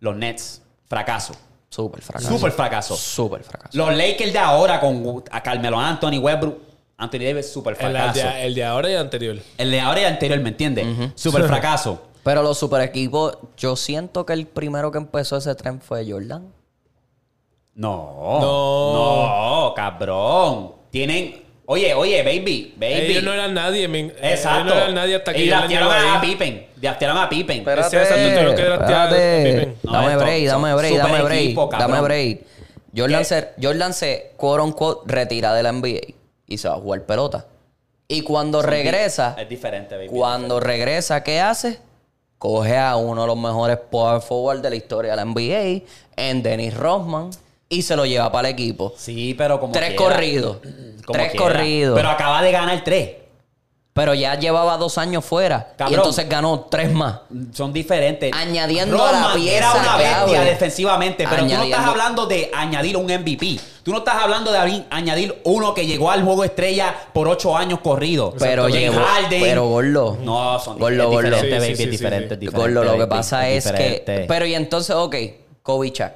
Los Nets, fracaso.
Súper fracaso.
Super fracaso.
Súper fracaso.
Los Lakers de ahora con a Carmelo Anthony, Westbrook, Anthony Davis, super
El, el
fracaso.
de, el de ahora y el anterior.
El de ahora y el anterior, ¿me entiendes? Super fracaso.
Pero los super equipos, yo siento que el primero que empezó ese tren fue Jordan.
No.
No.
No, cabrón. Tienen. Oye, oye, baby, baby.
Ellos no eran nadie. men. Ellos
Exacto.
no eran nadie hasta que
y
yo le
draftearon
añado
a,
ahí.
Pippen. Draftearon a Pippen.
Ese es el tercero que draftea a
espérate.
Pippen.
No,
Dame
esto-
break, dame
son
break, dame
super
break.
equipo, cabrón.
dame break. Jordan
¿Qué?
se, Jordan se, quote unquote, retira de la NBA y se va a jugar pelota. Y cuando regresa,
Es diferente, baby.
cuando regresa, ¿qué hace? Coge a uno de los mejores power forward de la historia de la NBA, en Dennis Rodman, y se lo lleva para el equipo.
Sí, pero como.
Tres
quiera.
corridos.
Como
Tres
quiera.
corridos.
Pero acaba de ganar tres.
Pero ya llevaba dos años fuera.
Cabrón.
Y entonces ganó tres más.
son diferentes.
Añadiendo
Rodman
a la pieza
era una bestia
clave.
defensivamente, pero tú no
Añadiendo-
estás hablando de añadir un MVP. Tú no estás hablando de abrir- añadir uno que llegó al juego estrella por ocho años corrido.
Pero
James
llegó.
Harden.
Pero gordo.
no, son
Gordo, gordo.
diferentes,
Sí, sí,
baby,
sí, sí,
diferentes,
sí.
diferentes,
Gordo, lo que
baby,
pasa es que. pues,
diferentes.
Pero y entonces, ok, Kobe Chuck.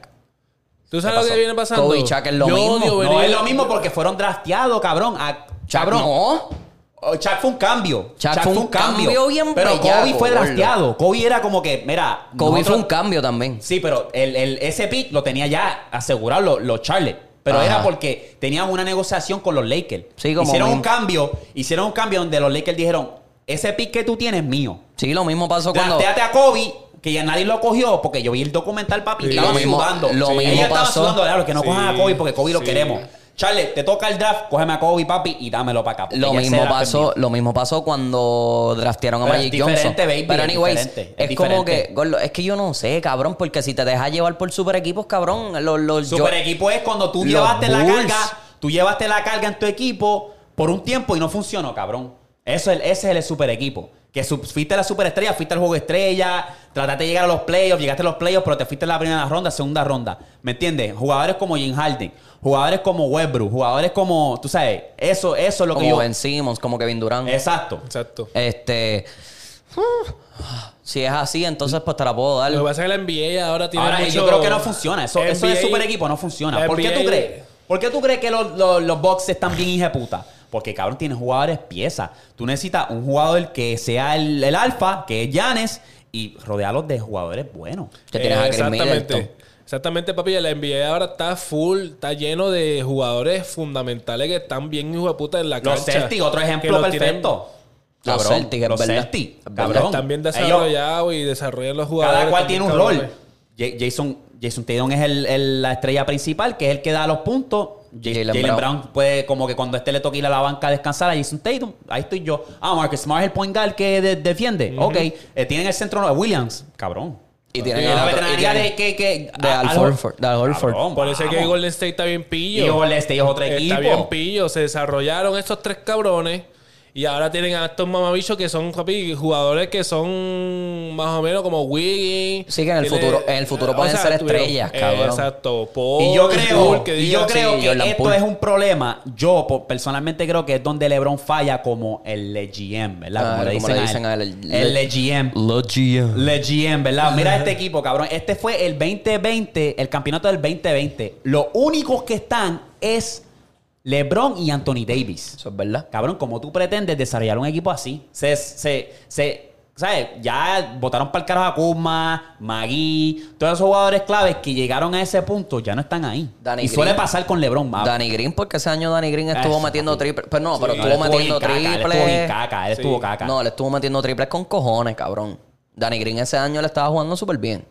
¿Tú sabes lo que viene pasando?
Kobe Shaq es lo
Yo
mismo.
odio ver
no
el-
es lo mismo porque fueron drafteados, cabrón. A,
Chuck
cabrón.
no.
Oh, Chuck fue un cambio.
Chuck fue un cambio bien
Pero Kobe
bellaco,
fue
gordo.
drafteado. Kobe era como que, mira.
Kobe fue
nosotros-
un cambio también.
Sí, pero el, el- ese pick lo tenía ya asegurado los los Charlotte. Pero
Ajá.
era porque tenían una negociación con los Lakers.
Sí, como
hicieron un
mismo.
cambio, hicieron un cambio donde los Lakers dijeron, ese pick que tú tienes es mío.
Sí, lo mismo pasó cuando.
Draftéate a Kobe, que ya nadie lo cogió, porque yo vi el documental, papi,
Sí.
estaban
Lo mismo-
sudando.
lo mismo
Ellos estaban
pasó.
sudando, claro, que no
Sí,
cojan a Kobe porque Kobe lo
sí.
queremos. Charlie, te toca el draft, cógeme a Kobe, papi, y dámelo para acá. porque
Lo
ya ese
mismo,
draft es mío.
pasó, lo mismo pasó cuando draftearon a
Pero es
Magic
diferente,
Johnson.
baby,
pero
es
anyways,
diferente, es
es, como
diferente.
que, gordo, es que yo no sé, cabrón, porque si te dejas llevar por super equipos, cabrón, los, los yo-
Super equipo es cuando tú
Los
llevaste la
Bulls.
carga, tú llevaste la carga en tu equipo por un tiempo y no funcionó, cabrón. Eso es, el- ese es el super equipo. Que su- fuiste la superestrella, fuiste al juego estrella, trataste de llegar a los playoffs, llegaste a los playoffs, pero te fuiste en la primera ronda, segunda ronda. ¿Me entiendes? Jugadores como Jim Harden, jugadores como Westbrook, jugadores como, tú sabes, eso, eso es lo que
como
yo.
Ben Simmons, como Kevin Durant.
Exacto.
Exacto.
Este. Si es así, entonces pues te la puedo dar.
Lo que pasa es que la NBA ahora tiene
Ahora,
mucho...
yo creo que no funciona. Eso, eso de
NBA
super equipo no funciona.
la
¿Por qué tú
NBA
crees? ¿Por qué tú crees que los, los, los Bucks están bien hijeputa? Porque, cabrón, tienes jugadores piezas. Tú necesitas un jugador que sea el, el alfa, que es Giannis, y rodearlos de jugadores buenos.
Que tienes a Chris
Exactamente.
Middleton.
Exactamente, papi. La NBA ahora está full, está lleno de jugadores fundamentales que están bien hijo de puta en la
Los
cancha.
Celtics, otro
que
ejemplo
los tienen-
perfecto.
Los
Cabrón,
Celtics, es
los
verdad.
Celtics,
Es verdad.
cabrón.
Están bien
Ellos-
desarrollados y desarrollan los jugadores.
Cada cual
también,
tiene un
cabrones.
rol. Ja- Jason, Jason Tatum es el- el- la estrella principal, que es el que da los puntos. Ja-
Jalen
Jalen
Brown.
Brown. puede, como que cuando este le toque ir a la banca a descansar a Jason Tatum, ahí estoy yo. Ah, Marcus Smart es el point guard que de- defiende. Ok. Eh, tienen el centro de Williams. Cabrón.
Y tienen
la
el otro- y
veterinaria
tienen-
de que... que
de
a-
Al
Ah, algo-
Horford, de Al Horford.
Cabrón,
Por eso es que
vamos.
Golden State está bien pillo.
Y Golden State es otro
Está
equipo.
bien pillo. Se desarrollaron estos tres cabrones. Y ahora tienen a estos mamabichos que son, papi, jugadores que son más o menos como Wiggins.
Sí, que en el
Tiene-
futuro- en el futuro
o
pueden
sea,
ser
tuvieron-
estrellas, cabrón.
Exacto. Paul,
Y yo
Paul,
creo,
que
y
diga,
yo creo
sí,
que
Jordan
esto
Poole.
es un problema. Yo po- personalmente creo que es donde LeBron falla como el GM, ¿verdad?
Ah,
como le
como
dicen,
le
a él.
dicen a él,
El
el-
GM.
Los GM.
Le GM, ¿verdad? Mira este equipo, cabrón. Este fue el 2020, el campeonato del 2020. Los únicos que están es LeBron y Anthony Davis.
Eso es verdad.
Cabrón, ¿cómo tú pretendes desarrollar un equipo así? Se, se, se, ¿sabes? Ya votaron para el carajo a Kuzma, Magui, todos esos jugadores claves que llegaron a ese punto ya no están ahí.
Danny
y suele
Green.
pasar con LeBron. va.
Danny Green, porque ese año Danny Green
Ah,
estuvo
sí,
metiendo
papi.
triples. Pero no,
Sí,
pero
él
estuvo metiendo
bien caca,
triples.
Él estuvo bien caca, él
Sí.
estuvo caca.
No, le estuvo metiendo triples con cojones, cabrón. Danny Green ese año le estaba jugando súper bien.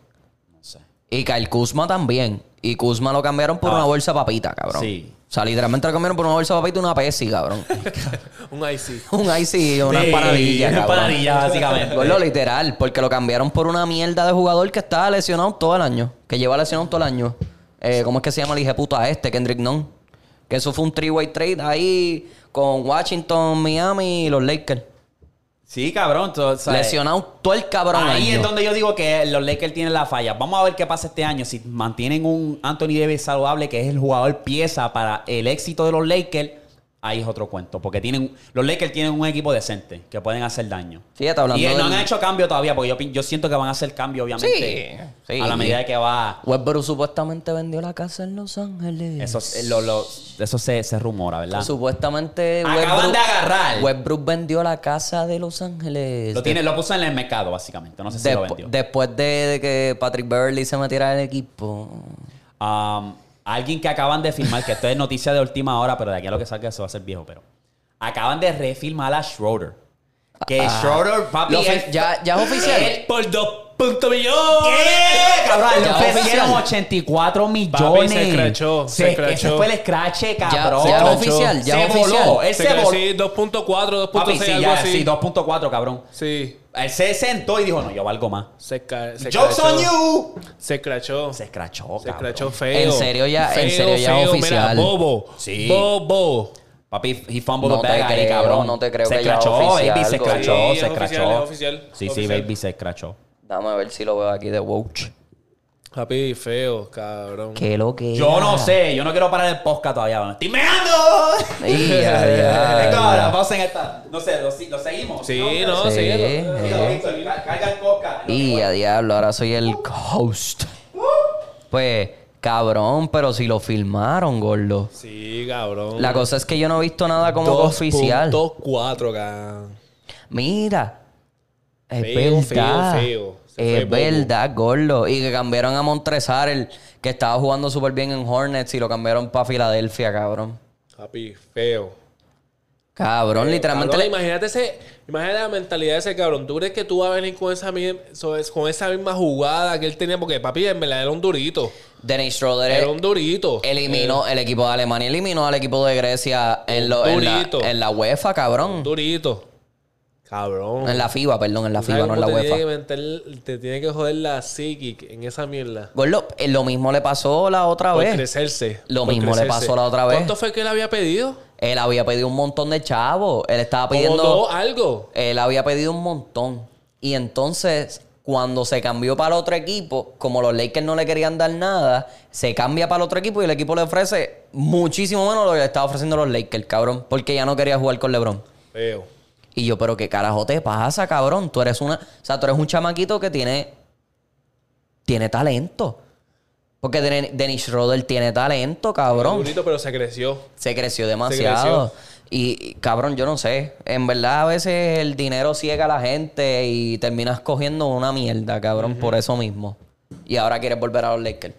sé.
Y Kyle Kuzma también. Y Kuzma lo cambiaron por
Ah.
una bolsa de papita, cabrón.
Sí.
O sea, literalmente lo cambiaron por una bolsa de papita y una Pepsi, cabrón.
Un IC.
un IC, una
Sí,
empanadilla,
una
cabrón.
empanadilla, básicamente.
Gordo, literal, porque lo cambiaron por una mierda de jugador que estaba lesionado todo el año. Que lleva lesionado todo el año. Eh, ¿Cómo es que se llama el hijeputa este? Kendrick Nunn. Que eso fue un three-way trade ahí con Washington, Miami y los Lakers.
Sí, cabrón. tú sabes.
Lesionado todo el cabrón
Ahí
año.
es donde yo digo que los Lakers tienen la falla. Vamos a ver qué pasa este año. Si mantienen un Anthony Davis saludable, que es el jugador pieza para el éxito de los Lakers, ahí es otro cuento. Porque tienen los Lakers tienen un equipo decente que pueden hacer daño.
Fíjate, hablando
y eh, no
del-
han hecho cambio todavía, porque yo, pi- yo siento que van a hacer cambio, obviamente.
Sí, sí.
A la medida que va.
Westbrook supuestamente vendió la casa en Los Ángeles.
Eso, eh, lo- lo- eso se, se rumora, ¿verdad?
Supuestamente
Acaban de agarrar.
Westbrook vendió la casa de Los Ángeles.
Lo, tiene, lo puso en el mercado, básicamente. No sé si lo
Despu-
vendió.
después de, de que Patrick Burley se metiera del equipo.
Um, alguien que acaban de firmar, que esto es noticia de última hora, pero de aquí a lo que salga eso va a ser viejo, pero acaban de refirmar a Schroeder. Que Schroeder, papi,
Ah. Lo fi-
él-
ya- ya es oficial.
él-
Por 2.0 millones.
¿Qué? Cabrón, le
Ya es
ofrecieron
oficial.
84 millones.
se escrachó, se
escrachó. Ese
escrachó.
fue el escrache, cabrón.
ya
es
oficial, ya
se
es oficial.
voló. Él se,
Se
voló.
creció sí, 2.4, 2.6,
Papi, sí,
algo
ya,
así.
sí, 2.4, cabrón.
Sí.
Él se sentó y dijo, no, yo valgo más.
Se, ca- se
Jokes
crachó.
on you.
Se crachó.
Se
Se,
escrachó, cabrón.
crachó feo.
En serio ya- en
Feo,
serio ya
feo,
oficial.
Mira, bobo.
Sí.
Bobo.
Papi, he fumbled
No
the
te
bag ahí,
creo,
cabrón.
no te creo
Se
que ya
escrachó, baby,
oficial,
se
Gordy.
escrachó,
Sí, es
se
oficial,
escrachó.
es oficial,
Sí, sí,
oficial.
baby, se escrachó.
Dame a ver si lo veo aquí de Watch.
Papi, feo, cabrón.
¿Qué lo que
Yo
era?
no sé, yo no quiero parar el podcast todavía. mano. ¡Estoy meando!
Y ya, ya,
Esto ahora,
ya.
pausen esta. No sé, lo, si- lo seguimos.
Sí, no,
Sí. eh.
sí.
Digo, Víctor, ca- Carga el podcast.
Y a diablo, ahora soy el host. Pues, cabrón, pero si lo filmaron, gordo.
Sí, cabrón.
La cosa es que yo no he visto nada como que oficial.
2.4, cabrón.
Mira. Es
Feo, feo,
verdad.
feo. Se fue
Es
bobo.
verdad, gordo. Y que cambiaron a Montresar, el que estaba jugando súper bien en Hornets, y lo cambiaron para Filadelfia, cabrón.
Papi, feo.
Cabrón, literalmente.
Eh, Cabrón,
le-
imagínate, ese, imagínate la mentalidad de ese cabrón. ¿Tú crees que tú vas a venir con esa, mi- so- con esa misma jugada que él tenía? Porque, papi, en verdad era un durito.
Dennis Schroeder
Era un durito.
eliminó Eh, el equipo de Alemania, eliminó al equipo de Grecia en, lo- en la,
Durito.
en la UEFA,
Un
cabrón.
durito. Cabrón.
En la FIBA, perdón, en la
¿Tú sabes
FIBA, no en la
cómo te
UEFA.
tiene que meter- te tiene que joder la psíquica en esa mierda.
Gordo, eh, lo mismo le pasó la otra
Por
vez.
crecerse.
Lo
por
mismo le
crecerse.
pasó la otra vez.
¿Cuánto fue que él había pedido?
Él había pedido un montón de chavos. Él estaba
Como
pidiendo.
dos, algo.
él había pedido un montón. Y entonces, cuando se cambió para el otro equipo, como los Lakers no le querían dar nada, se cambia para el otro equipo y el equipo le ofrece muchísimo menos lo que le estaba ofreciendo los Lakers, cabrón. Porque ya no quería jugar con LeBron.
Feo.
Y yo, pero qué carajo te pasa, cabrón. Tú eres una. O sea, tú eres un chamaquito que tiene. Tiene talento. Porque Den- Dennis Schroeder tiene talento, cabrón.
Durito, pero se creció.
Se creció demasiado. Y, y, cabrón, yo no sé. En verdad, a veces el dinero ciega a la gente y terminas cogiendo una mierda, cabrón, por eso mismo. Y ahora quieres volver a los Lakers.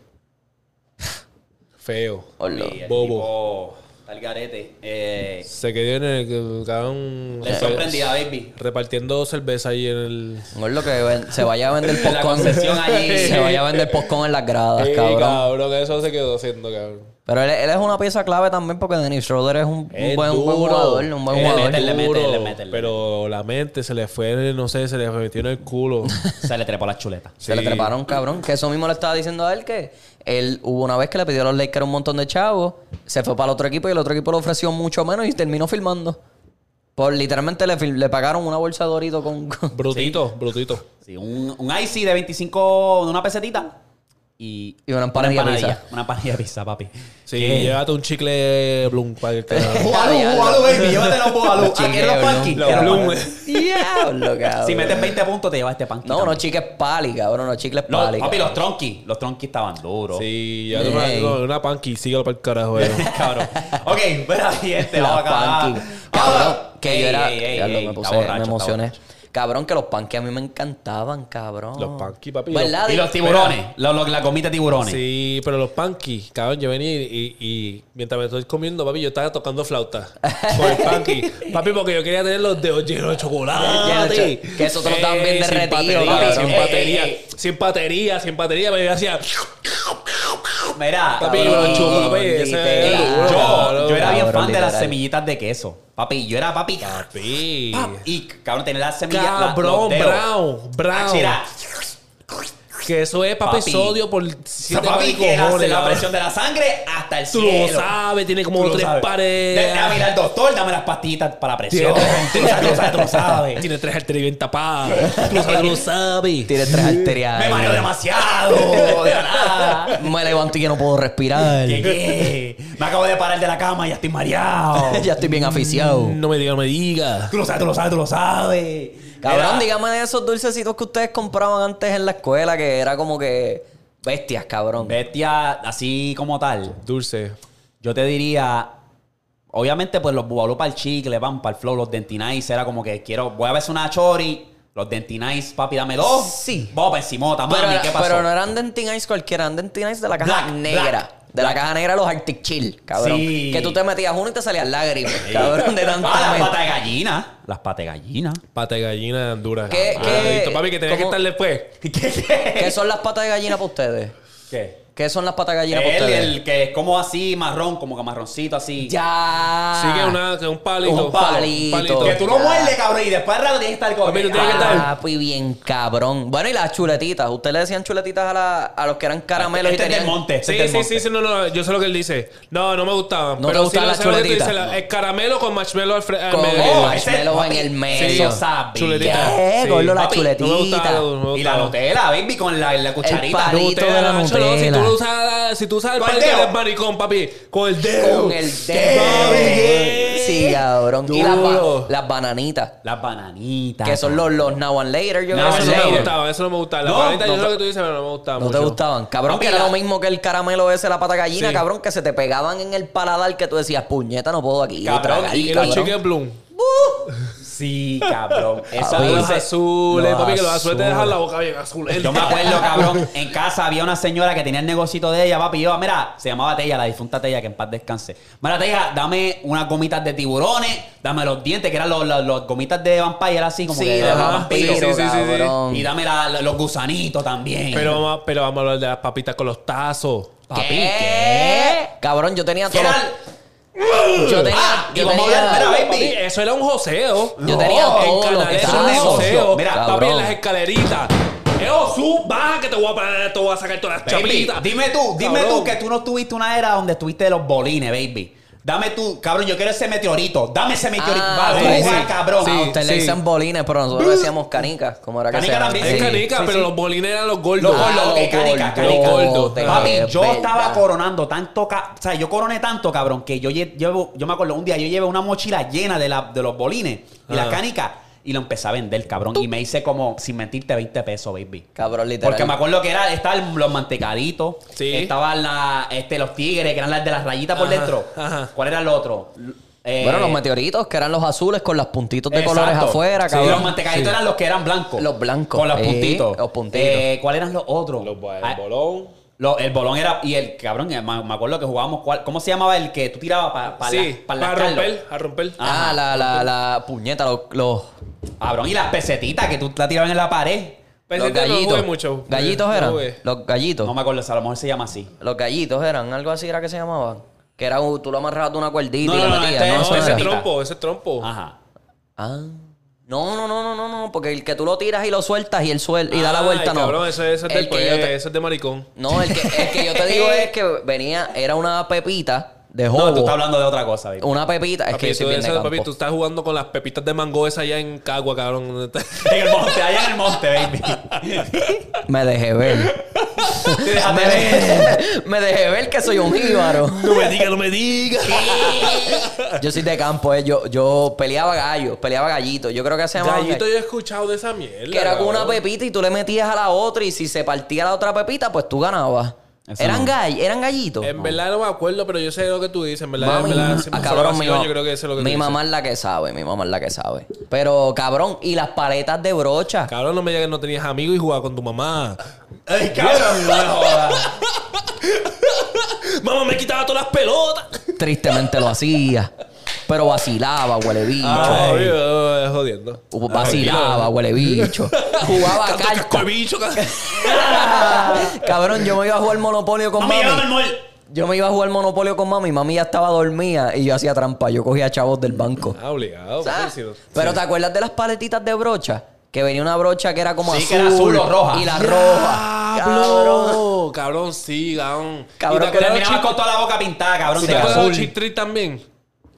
Feo.
Hola.
Y el
Bobo.
tipo, Tal garete. Eh,
Se quedó en el cabrón.
le sorprendía, baby.
Repartiendo cerveza ahí en el.
Gordo, que ven- se vaya a vender
En la
postcón.
concesión allí.
Se vaya a vender postcón en las gradas,
Ey,
cabrón.
cabrón, eso se quedó haciendo, cabrón.
Pero él, él es una pieza clave también porque Dennis Schroeder es un, un
Es
buen, un buen
duro.
jugador. Un buen
Es
jugador.
neta, Le mete,
Duro,
le mete, le
Pero la mente se le fue, no sé, se le metió en el culo.
Se le trepó la chuleta.
Se le
Sí.
treparon, cabrón. Que eso mismo le estaba diciendo a él que él hubo una vez que le pidió a los Lakers un montón de chavos, se fue para el otro equipo y el otro equipo le ofreció mucho menos y terminó filmando. Por literalmente le, fil- le pagaron una bolsa de dorito con. con-
brutito, brutito.
Sí, un, un IC de 25, de una pesetita. Y,
Y una empanadilla de pizza.
Una empanadilla de pizza, papi.
Sí,
¿Qué?
llévate un chicle Bloom para que te-
Bugalú, Bugalú, baby. Llévatelo, Bugalú.
Chique,
Aquí en los
Blum.
panquis.
Los
Quiero
Blum.
panquis.
Diablo, cabrón.
Si metes 20 puntos, te llevas este panqui.
No,
también.
unos chicles pali, cabrón. Unos chicles
No,
pali.
papi,
cabrón.
los tronquis. Los tronquis estaban duros.
Sí, llévate una,
Ey.
no, una panqui, síguelo para el carajo. eh.
cabrón. Ok, espera, y este,
Las
vamos acá.
panquis. Cabrón,
Ahora-
que
Ey,
yo era.
ey, ey,
Diablo,
ey,
me,
está
puse-
borracho,
me
está
emocioné.
borracho.
Cabrón, que los panquis a mí me encantaban, cabrón.
Los panquis, papi,
¿Verdad?
Y los tiburones. Lo- lo- la comita de tiburones.
Sí, pero los panquis, cabrón, yo venía y, y- y mientras me estoy comiendo, papi, yo estaba tocando flauta con el panqui. Papi, porque yo quería tener los dedos llenos de
Llenos de
chocolate.
cho- que eso te lo dan bien
Ey,
derretido,
Sin
papi.
batería, sin
Ey, ey,
batería,
ey.
sin batería, sin batería. Me hacía...
Mira,
Papi,
cabrón,
los chocos, papi, ese
ey,
literal,
duro,
yo,
cabrón.
yo era bien
Cabrón,
fan de las
literal.
semillitas de queso. Papi, yo era papi.
Papi.
pap, Y cabrón, tener las semillas. la- los
Cabrón,
dedos.
brown,
Ah,
brown.
chira.
Que eso es papi,
Papi.
sodio por
O sea,
siete
papi, que hace
cojones,
la
cabrón.
presión de la sangre hasta el
Tú
cielo.
lo sabes, tiene
Tú
como
lo
tres
sabes.
pares.
Dame dame al doctor, dame las pastillitas para la presión. Tú lo sabes, tú lo sabes, tú lo sabes.
Tiene tres arterias bien tapadas. Tú lo sabes, tú lo sabes.
Tiene tres arterias.
Me mareo demasiado. De la nada.
Me levanto y ya no puedo respirar.
Llegué. Me acabo de parar de la cama y ya estoy mareado.
ya estoy bien aficiado.
Mm.
No me digas, no me digas.
Tú lo sabes, tú lo sabes, tú lo sabes.
Cabrón,
Mira,
dígame de esos dulcecitos que ustedes compraban antes en la escuela, que era como que bestias, cabrón.
Bestia, así como tal,
Dulce.
yo te diría. Obviamente, pues los bubalú para el chicle, van para el flow, los dentinice. Era como que quiero, voy a verse una chori. Los dentinice, papi, dame dos.
Sí.
Vamos para encimota, mami,
pero, era-
¿qué pasó?
pero no eran Dentin Ice cualquiera, eran Dentin Ice de la caja
Black,
negra.
black,
de la caja negra de los Arctic Chill, cabrón.
Sí.
Que tú te metías uno y te salían lágrimas, cabrón, de tanta
Ah, las
mente.
patas de gallina. Las patas de gallina.
Pata de gallina de Honduras.
¿Qué-
Ah,
qué-
adicto, Papi, que tenía que pues.
cómo-
estar después.
¿Qué? ¿Qué?
¿Qué son las patas de gallina para ustedes?
¿Qué?
¿Qué son las patas de gallina para
El,
ustedes?
el que es como así, marrón, como que marroncito así.
Ya.
Sí, que una, que un palito.
Ah. Un palito.
Que tú lo
Ya.
muerdes, cabrón, y después al rato tienes que ah, este estar con.
Papi, tú tienes que estar-
Papi, bien cabrón. Bueno, y las chuletitas. Ustedes le decían chuletitas a, la- a los que eran caramelos
Este
y
es del
tenían...
monte. este es
Sí,
del
sí,
monte.
sí, sí, no, no, yo sé lo que él dice. No, no me gustaban.
¿No te
pero sí
gustaban
lo
las
sé lo que tú dices,
chuletitas?
la- el caramelo con marshmallow al frente.
Con el
Oh, ese-
marshmallow en
papi,
el
sí,
medio.
eso sabe.
Chuletita.
¿Qué?
Sí.
Gordo, la
Papi,
chuletita.
no me gustaba, no me
Y la
gustaba.
Nutella, baby, con la, la cucharita.
palito. Palito de la
macho, no, si
Nutella.
tú lo usas, si tú usas el
Con el
palito
dedo.
del maricón, papi, con el dedo.
Con el
¿Qué?
dedo. Sí, cabrón. Y las, ba-
Duro.
las bananitas.
Las bananitas.
Que son los, los now and later. Yo
Now
creo
and
que se
Eso no me
later.
llaman.
gustaba, eso no me gustaba. La
No,
paleta,
no
yo sé
te-
lo que tú dices, pero no me gustaba
No te
mucho.
gustaban, cabrón,
Papi,
que era
la-
lo mismo que el caramelo ese, la pata gallina,
Sí.
cabrón, que se te pegaban en el paladar que tú decías, puñeta, no puedo aquí.
Cabrón,
tragar,
Y los
cabrón.
chicken bloom.
Sí, cabrón. Esa
Papi,
Los
Dulce.
azules,
Los
papi, que los azules te
azules.
dejan la boca bien azul.
Yo me acuerdo, cabrón, en casa había una señora que tenía el negocito de ella, papi. Yo, mira, se llamaba Tella, la difunta Tella, que en paz descanse. Mira, Tella, dame unas gomitas de tiburones, dame los dientes, que eran los, los- los gomitas de vampire, así como
Sí,
que
de
de
Ajá,
vampiro,
sí, sí, sí, sí, sí.
cabrón.
Y dame la- la- los gusanitos también.
Pero vamos, a- pero vamos a hablar de las papitas con los tazos.
papi,
¿Qué? Cabrón, yo tenía
¿qué
todo.
era?
Yo tenía.
Ah, y
yo
vamos a
tenía-
hablar, mira, baby.
Papi, eso era un joseo.
Yo tenía
en
todos los
Canales eso era un
tazos.
joseo.
Mira,
papi,
cabrón.
en las escaleritas. Eo, sub, baja que te voy a parar, te voy a sacar todas las
Baby,
chapitas.
dime tú, dime
Cabrón.
tú que tú no tuviste una era donde estuviste de los bolines, baby. Dame tú, cabrón, yo quiero ese meteorito. Dame ese meteorito.
Ah,
Va,
sí,
coja,
sí.
cabrón. Uh.
Ah, usted le
sí.
dicen bolines, pero nosotros le decíamos canicas, como era que
Canica
se llama.
también,
Es
sí.
canica,
sí,
pero
sí.
los bolines eran los
Los
gordos.
gordos,
Ah,
ok, canica,
gordos,
canica.
gordos,
Papi, yo
verdad.
estaba coronando tanto, ca- o sea, yo coroné tanto, cabrón, que yo lle- llevo, yo me acuerdo, un día yo llevé una mochila llena de, la- de los bolines y las
Ah.
canicas y lo empecé a vender, cabrón, y me hice como, sin mentirte, 20 pesos, baby.
Cabrón, literal.
Porque me acuerdo que era, estaban los mantecaditos,
Sí.
estaban la, este, los tigres, que eran las de las rayitas por
Ajá,
dentro.
ajá.
¿Cuál era el otro? Eh,
Bueno, los meteoritos, que eran los azules con los puntitos de
exacto.
colores afuera,
Sí,
cabrón.
los mantecaditos
Sí.
eran los que eran blancos.
Los blancos,
Con los
eh,
puntitos.
los puntitos.
Eh, ¿Cuáles eran los otros?
Los bo-
Ah,
el bolón.
Lo- el bolón era. Y el cabrón, eh, me, me acuerdo que jugábamos. cuál- ¿Cómo se llamaba el que tú tirabas para pa
sí,
la- pa
para
lascarlo?
romper, a romper.
Ah, la, la, la puñeta, los, los,
Cabrón, y las pesetitas que tú la tirabas en la pared.
Pensé
los
que no
gallitos.
jugué mucho.
gallitos
No
eran.
jugué.
los gallitos.
No me acuerdo, o sea, a lo mejor se llama así.
Los gallitos eran, algo así era que se llamaban. Que era un- tú lo amarrabas de una cuerdita
No,
y
no,
lo
no,
metías.
este
No,
es-
eso
No,
no
ese
era.
tiro.
trompo, ese trompo.
Ajá.
Ah. No, no, no, no, no, no, porque el que tú lo tiras y lo sueltas y él suel y da la
Ay,
vuelta, no.
Cabrón, eso, eso es del
El que yo
pues,
te-
este.
eso es de maricón.
No, el que, el que yo te digo es que venía, era una pepita de
No, tú
jobo.
estás hablando de otra cosa, baby.
una pepita, es que
Papi,
yo soy
tú,
bien de
esa-
campo.
papi, tú estás jugando con las pepitas de mango esa allá en Cagua, cabrón. Te
En el monte, allá en el monte, baby.
Me dejé ver.
Déjate
me,
ver.
dejé, me dejé ver que soy un jíbaro.
No me digas, no me digas.
Yo soy de campo, eh. yo, yo peleaba gallo, peleaba gallito. Yo creo que se llamaba.
Gallito yo he escuchado de esa mierda.
Que era con una
cabrón.
pepita y tú le metías a la otra y si se partía la otra pepita, pues tú ganabas.
Eso
Eran,
no.
gall- eran gallitos.
En verdad no me acuerdo, pero yo sé lo que tú dices. En verdad,
Mami,
en verdad,
ah,
siempre fue
cabrón, mi,
vacilón,
ma-
yo creo que eso es lo que
mi
tú dices.
mamá es la que sabe, mi mamá es la que sabe. Pero cabrón, y las paletas de brocha.
Cabrón, no me digas que no tenías amigos y jugabas con tu mamá.
Ay, cabrón, no me jodas.
mamá me quitaba todas las pelotas.
Tristemente lo hacía. Pero vacilaba, huele bicho. Uh,
Ah, obvio, eh, jodiendo.
vacilaba, huele bicho. Jugaba
Tanto casco de
cartas.
bicho, ca-
cabrón, yo me iba a jugar monopolio con
Mami, llévame al
mami.
mall.
Yo me iba a jugar monopolio con mami. Mami ya estaba dormida y yo hacía trampa. Yo cogía chavos del banco.
Ah, obligado.
Ah,
papi, si no-
Pero ¿te acuerdas de las paletitas de brocha? Que venía una brocha que era como
Sí,
azul,
que era azul o roja.
y la roja. Cabrón.
Cabrón, cabrón, sí, cabrón.
Cabrón,
¿Y te acuerdas de los
Terminabas con
chip-
toda la boca pintada, cabrón,
¿Sí
de
te acuerdas de los
azul.
chip trick también?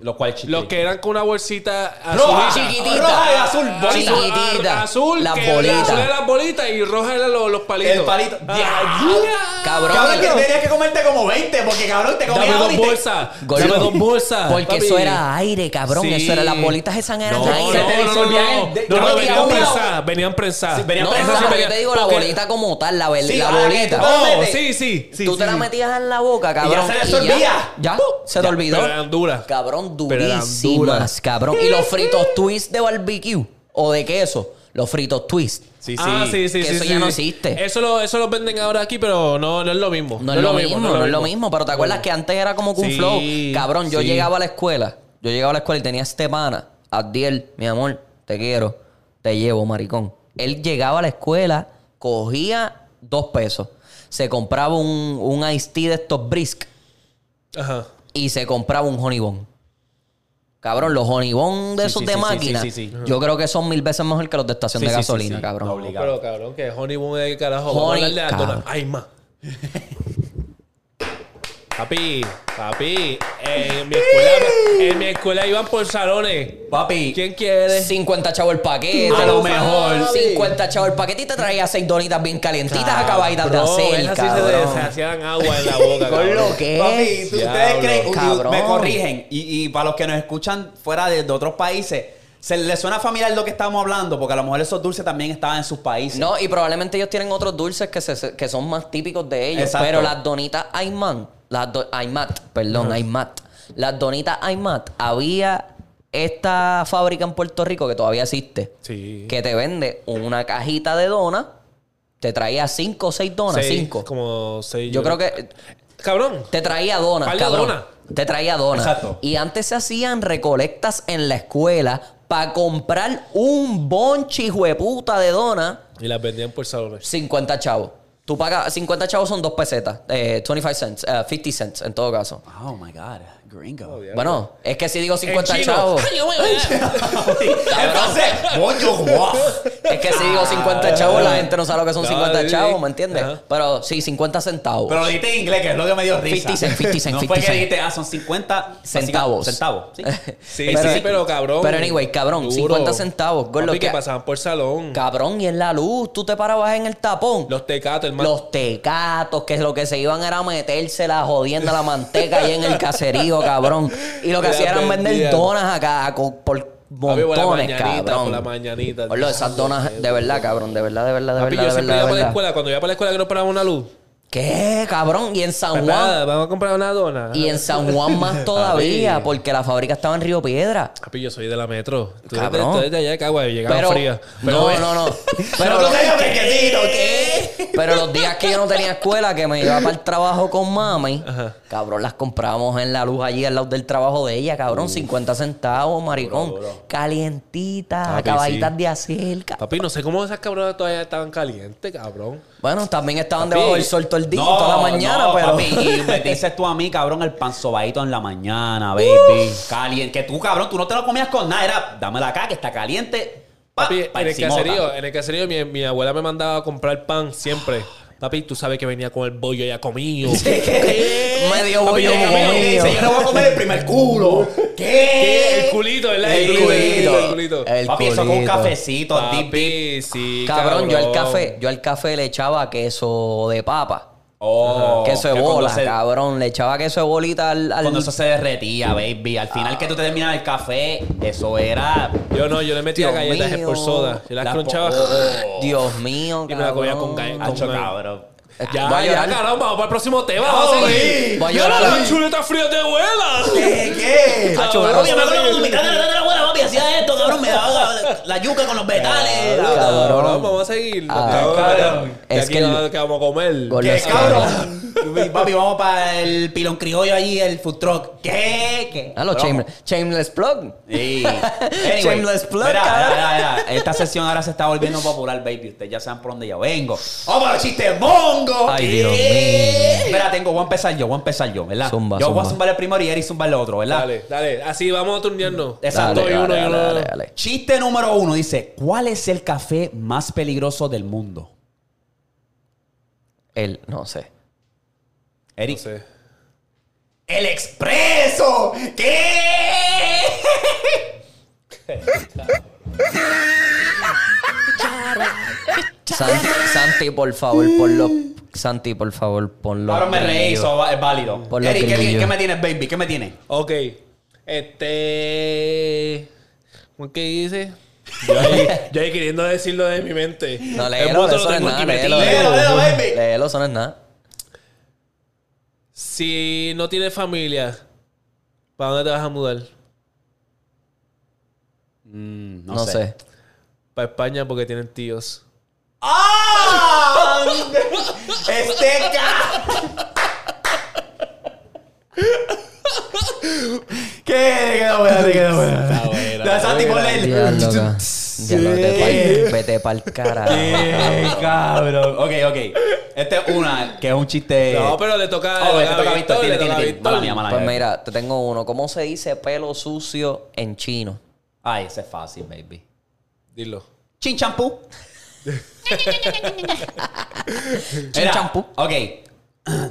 Lo cual chiste.
Los que eran con una bolsita
Roja,
azulita.
chiquitita. Roja y azul, bonita.
Azul,
Chiquitita.
Azul,
Las
que era-
bolitas.
Azul eran las bolitas y roja eran los, los palitos.
El palito.
Ah,
Ya.
Cabrón.
Cabrón, que tenías que comerte como 20, porque cabrón, te comías
Dame dos
ahorita y-
bolsas.
Gordo.
Dame dos bolsas.
Porque
papi.
eso era aire, cabrón.
Sí.
Eso era, las bolitas esas eran
No,
aire.
Se te
no, no, no,
disolvían
no.
el- de-
No, no,
cabrón,
venían
mira,
prensadas, venían prensadas.
Sí, venían
No,
prensadas,
no,
sí,
no,
venían-
yo te digo la
porque-
bolita como tal, la, bel-
Sí,
la
ah, que
bolita.
tú-
Oh,
Oh,
Vete.
sí, sí, sí.
tú te
sí,
la
sí.
metías en la boca, cabrón.
se
y
resolvía.
Ya, ya, se te olvidó.
Uh, Pero eran duras.
Cabrón,
Pero eran
durísimas,
duras.
cabrón. Y los fritos twist de barbecue o de queso. Los fritos twist.
Sí, sí.
Ah, sí, sí,
Que
sí,
eso
sí,
ya no
sí.
existe.
Eso lo, eso lo venden ahora aquí, pero no, no es lo mismo.
No, es lo mismo, no es lo mismo. Pero ¿te acuerdas que antes era como que un
Sí,
flow? Cabrón, yo
sí.
llegaba a la escuela. Yo llegaba a la escuela y tenía este pana. Adiel, mi amor, te quiero. Te llevo, maricón. Él llegaba a la escuela, cogía dos pesos. Se compraba un, un iced tea de estos brisk
Ajá.
y se compraba un honibón. Cabrón, los honibón de
Sí,
esos
sí,
de
sí, sí,
máquina,
sí, sí, sí.
yo creo que son mil veces mejor que los de estación
Sí,
de
sí, sí,
gasolina,
sí.
cabrón.
Obligado.
Pero cabrón, que Honey Boom es el carajo.
Honey,
Vamos a hablarle a
cabrón.
Donald. Ay, ma. papi, papi. En mi escuela, en mi escuela iban por salones.
Papi.
¿Quién quiere?
50 chavos el paquete.
A lo mejor.
50 chavos el paquete y te traía seis donitas bien calientitas acabaditas de
Bro, él
hacer,
así se, des- se
cabrón.
hacían agua en la boca.
Con
cabrón.
lo que
Papi,
es.
¿tú- ustedes
Diablo.
creen, u-
Cabrón.
me corrigen, y, y para los que nos escuchan fuera de, de otros países, se les suena familiar lo que estamos hablando, porque a lo mejor esos dulces también estaban en sus países.
No, y probablemente ellos tienen otros dulces que, se- que son más típicos de ellos.
Exacto.
Pero las donitas Ayman, las do- Aymat, perdón, Aymat. Las donitas Aymat, había esta fábrica en Puerto Rico que todavía existe.
Sí.
Que te vende una cajita de donas, te traía cinco o seis donas,
Seis,
cinco.
Como seis.
Yo creo que
Cabrón.
te traía donas,
Par de
cabrón.
donas.
Te traía donas.
Exacto.
Y antes se hacían recolectas en la escuela para comprar un bonchi jueputa de donas
Y las vendían por salones.
50 chavos. Tú pagas 50 chavos son dos pesetas, eh, 25 cents, eh, 50 cents en todo caso.
Oh my God, gringo.
Bueno, es que si digo 50
En chino.
chavos,
Ay, yo voy allá.
Entonces, coño, guau.
es que si digo 50 chavos, la gente no sabe lo que son
No,
50
sí,
chavos,
sí.
¿me entiendes?
Ah. Ajá.
Pero sí, 50 centavos.
Pero lo dijiste en inglés, que es lo que me dio risa.
50 cent, 50 cent,
no fue
50
que
cent.
dijiste, ah, son 50
Centavos.
Centavos, sí.
Sí, sí, sí, pero cabrón.
Pero anyway, cabrón,
Duro.
50 centavos, gordo,
Papi, que
que-
pasaban por salón.
Cabrón, y en la luz, tú te parabas en el tapón.
Los tecatos, hermano.
Los tecatos, que lo que se iban era meterse la jodienda, la manteca ahí en el caserío, cabrón. Y lo que
Ya
hacían eran vender
vendían.
donas acá a co- por
Papi, por la
montones,
mañanita,
cabrón.
por la mañanita.
Gordo, esas donas, de verdad, cabrón, de verdad, de verdad, de
Papi,
verdad,
yo
de verdad. de
siempre iba para la
verdad.
escuela. Cuando iba para la escuela que no paraba una luz.
¿Qué, cabrón? Y en San
Pues Nada,
Juan.
vamos a comprar una dona.
Y en San Juan más todavía, porque la fábrica estaba en Río Piedra.
Papi, yo soy de la metro. Tú eres de-
Cabrón.
tú eres de allá de Cagua y llegaba
Pero,
fría. Pero
no,
ve-
no, no. Pero,
No, no, no, fresquecito, ¿qué?
Pero los días que yo no tenía escuela, que me iba para el trabajo con mami,
Ajá.
cabrón, las comprábamos en la luz allí al lado del trabajo de ella, cabrón, 50 centavos, maricón. Calientita,
Papi,
acabaditas
sí.
de hacer. ca-
Papi, no sé cómo esas cabronas todavía estaban calientes, cabrón.
Bueno, también estaban debajo del sol todo el día,
No,
toda la mañana,
no,
pero.
papi, y me dices tú a mí, cabrón, el pan sobadito en la mañana, baby. Caliente. Que tú, cabrón, tú no te lo comías con nada. Era, dámela acá, que está caliente. Pa,
Papi,
pa
en el
encimota.
caserío, en el caserío mi, mi abuela me mandaba a comprar pan siempre.
Ah.
Papi, tú sabes que venía con el bollo ya comido.
Medio
Papi,
bollo
llega mi mamá y
comido.
dice, yo no voy a comer el primer culo. ¿Qué?
El culito, ¿verdad?
El culito.
El culito.
El
Papi, eso con un
culito.
cafecito, deep, deep.
Papi, sí,
Cabrón, yo al café, yo al café le echaba queso de papa.
Oh,
queso de
que cuando
bola,
se-
cabrón. Le echaba queso de bolita al. al-
Cuando eso se derretía, baby. Al final que tú te terminas el café, eso era...
Yo no, yo le metía
Dios
galletas
mío.
por soda. Yo las
La-
cronchaba.
Oh,
Dios mío,
Y
cabrón.
me la comía con galletas.
Hacho, cabrón.
Ya,
Voy a
ya,
llorar.
cabrón, vamos para el próximo tema. Vamos a
Ay,
seguir.
voy a
Mira
llorar.
las chuletas frías de abuela.
¿Qué? ¿Qué?
Hacho,
Cabrón,
cabrón,
yo me acuerdo
sí.
cuando mi tata, tata, tata, abuela, papi, hacía esto, cabrón. Me daba la, la yuca con los vegetales.
Ah, Cabrón.
la-
Cabrón, vamos a seguir.
Ah,
Cabrón.
Es
Es
que
que
el-
vamos a comer.
Con
¿Qué,
los-
cabrón? papi, vamos para el pilón criollo allí, el food truck. ¿Qué? ¿Qué?
Ah, los
Pero
shameless, shameless plug.
Sí. Anyway,
Shameless plug,
mira,
cabrón.
mira, mira, Esta sesión ahora se está volviendo popular, baby. Ustedes ya saben por dónde yo vengo. ¡Vamos a los chistes mongo!
Ay, Dios mío.
Espera, tengo, voy a empezar yo, voy a empezar yo, ¿verdad?
Zumba,
yo voy
zumba.
a zumbar el primero y Eri zumba el otro, ¿verdad?
Dale, dale. Así vamos a turnarnos.
Exacto.
Dos y uno,
dale,
y uno.
dale, dale.
Chiste número uno dice: ¿Cuál es el café más peligroso del mundo?
El, no sé.
Eric.
No sé.
¡El expreso! ¿Qué?
Santi, Santi, por favor, ponlo. Santi, por favor, ponlo.
Ahora me reí,
brillo.
eso va- es válido.
Por los
Eric, ¿qué- ¿qué,
grillos.
qué me tienes, baby? ¿Qué me tienes?
Ok. Este. ¿Cómo es que dice? Yo ahí, yo ahí queriendo decirlo de mi mente.
No,
El
léelo,
punto lo
eso no es
tengo
nada.
aquí
Léelo,
metido.
Léelo, léelo, baby.
Léelo, eso no es nada.
Si no tienes familia, ¿para dónde te vas a mudar?
Mm,
No, sé.
Para España porque tienen tíos.
¡Ah! este ca... ¿Qué? Quedó buena, te quedó buena. Está buena. No, Santi, ponle el-
Diablo, ca- Diablo, vete pa'l- vete pa'l carajo.
¡Qué cabrón! Ok, ok. Esta es una que es un
Eh,
chiste...
No, pero le toca
oh,
Ah,
le
te toca a Víctor,
le
tiene,
toca a
tiene, tiene.
Víctor.
Mala mía, mala
Pues
mía.
mira, te tengo uno. ¿Cómo se dice pelo sucio en chino?
Ay, ese es fácil, baby.
Dilo.
Chin champú.
Chin champú.
Ok,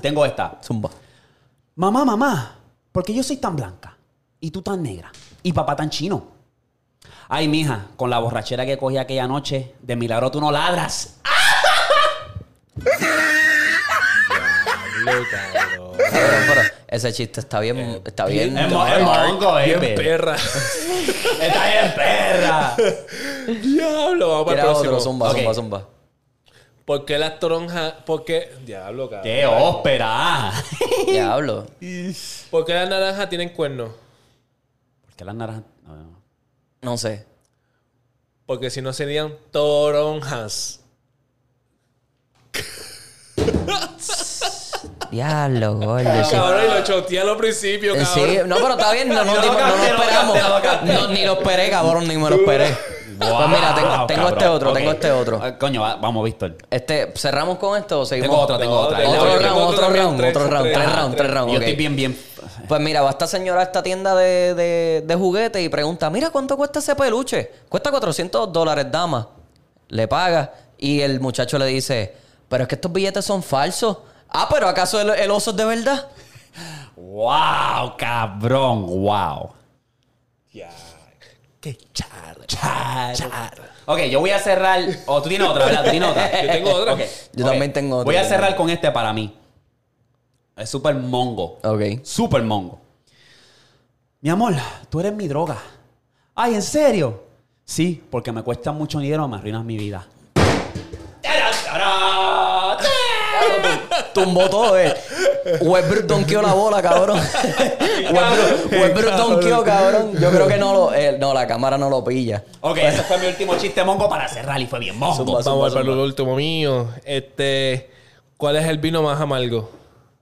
tengo esta.
Zumba.
Mamá, mamá, ¿por qué yo soy tan blanca? Y tú tan negra. Y papá tan chino. Ay, mija, con la borrachera que cogí aquella noche, de milagro tú no ladras.
Cabrón, pero ese chiste está bien. está bien.
Es mo- es mongo, eh,
Bien
baby.
Oh, perra.
Está bien, perra.
Diablo, vamos para el
Tira
próximo.
otro, zumba,
pues, Ok.
zumba, zumba.
¿Por qué las toronjas? ¿Por qué? Diablo, cabrón.
¡Qué ópera!
Diablo.
¿Por qué las naranjas tienen cuernos?
¿Por qué las naranjas? no, no, no.
No sé.
Porque si no serían toronjas.
Diablo, gordo. sí.
Cabrón, y lo choteé a los principios,
Eh,
cabrón.
Sí, no, pero está bien, no, nos
Te lo
dimos- no nos
tocaste, lo
esperamos.
tocaste, lo tocaste.
No, ni lo esperé, cabrón, ni me lo esperé. pues mira, tengo,
Wow,
tengo este
cabrón.
otro,
Ok.
tengo este otro.
Ah, Coño, va- vamos, Víctor.
Este, ¿cerramos con esto o seguimos?
Tengo otra, tengo
No,
otra.
tengo
Dale,
Otro
dale.
Tengo
round,
otro
otro
también,
round,
tres,
otro round,
tres,
tres
ah,
rounds, tres
tres.
rounds.
Yo
ok.
estoy bien, bien.
Pues mira, va esta señora a esta tienda de, de, de juguetes y pregunta, mira, ¿cuánto cuesta ese peluche? Cuesta 400 dólares, dama. Le paga y el muchacho le dice, pero es que estos billetes son falsos. Ah, pero ¿acaso el, el oso es de verdad?
¡Wow, cabrón! ¡Wow!
Ya.
¡Qué charro! Ok, yo voy a cerrar. O tú tienes otra, ¿verdad? Tú tienes otra.
Yo tengo otra.
Ok,
Yo
ok.
también tengo otra.
Voy a cerrar con este para mí. Es súper mongo.
Ok.
Súper mongo. Mi amor, tú eres mi droga. Ay, ¿en serio? Sí, porque me cuesta mucho dinero, me arruinas mi vida.
Tumbó todo eh. él. Westbrook donkeó la bola, cabrón. Westbrook, Westbrook donkeó, cabrón. Yo creo que no lo... eh, no, la cámara no lo pilla.
Ok, ese fue mi último chiste mongo para cerrar y fue bien mongo.
Zumba, zumba,
Vamos para el
zumba.
último mío. Este, ¿cuál es el vino más amargo?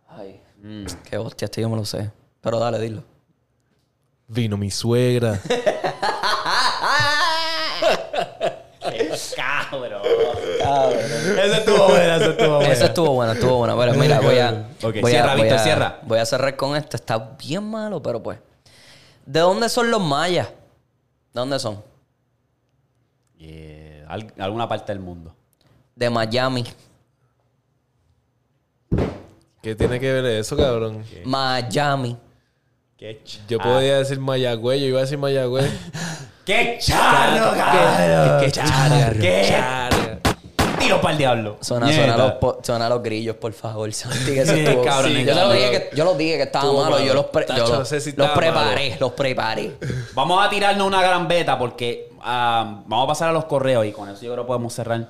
Ay, mm, qué hostia, este yo me lo sé. Pero dale, dilo.
Vino mi suegra.
Ah. Cabrón.
Cabrón.
Ese estuvo bueno, ese estuvo bueno.
Esa estuvo buena, estuvo buena. Pero mira, voy a.
Ok,
voy a-
cierra,
voy
Víctor,
a-
cierra.
Voy a cerrar con esto. Está bien malo, pero pues. ¿De dónde son los mayas? ¿De dónde son?
Eh, al- alguna parte del mundo.
De Miami.
¿Qué tiene que ver eso, cabrón?
Miami.
Qué ch- Ah,
Yo podía decir Mayagüez, yo iba a decir Mayagüez.
¡Qué charro, cabrón! ¡Qué charro! ¡Qué
Charga.
tiro para el diablo!
Suena,
Nieta.
suena, los, po- suena los grillos, por favor. Santi, que eso
Sí,
estuvo-
cabrón,
Sí,
es
yo, te lo
cabrón.
dije que, yo los dije que estaba
Estuvo
malo. Yo
malo.
los, pre-
Tacho,
yo
no sé si
los
estaba
preparé, los preparé.
Vamos a tirarnos una gran beta porque ah, vamos a pasar a los correos y con eso yo creo que podemos cerrar.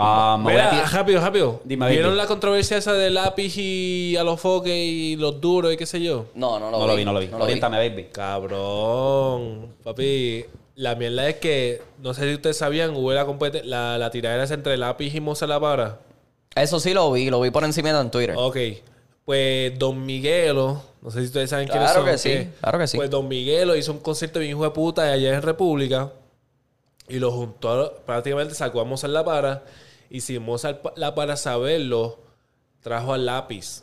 Ah, me voy a
Mira,
tirar-
rápido, rápido.
Dime,
¿Vieron
baby.
la controversia esa de lápiz y a los foques y los duros y qué sé yo?
No, no lo
no
vi.
lo vi, no lo vi. Oriéntame, baby.
Cabrón, papi. La mierda es que, no sé si ustedes sabían, hubo la, compet- la, la tiradera esa entre lápiz y Moza La Para.
Eso sí lo vi, lo vi por encima en Twitter.
Ok. Pues Don Miguelo, no sé si ustedes saben quiénes
Claro
son.
que sí, claro que sí.
Pues Don Miguelo hizo un concierto bien hijo de puta allá en República y lo juntó, a- prácticamente sacó a Mozart La Para y sin Mozart Pa- La Para saberlo, trajo al lápiz.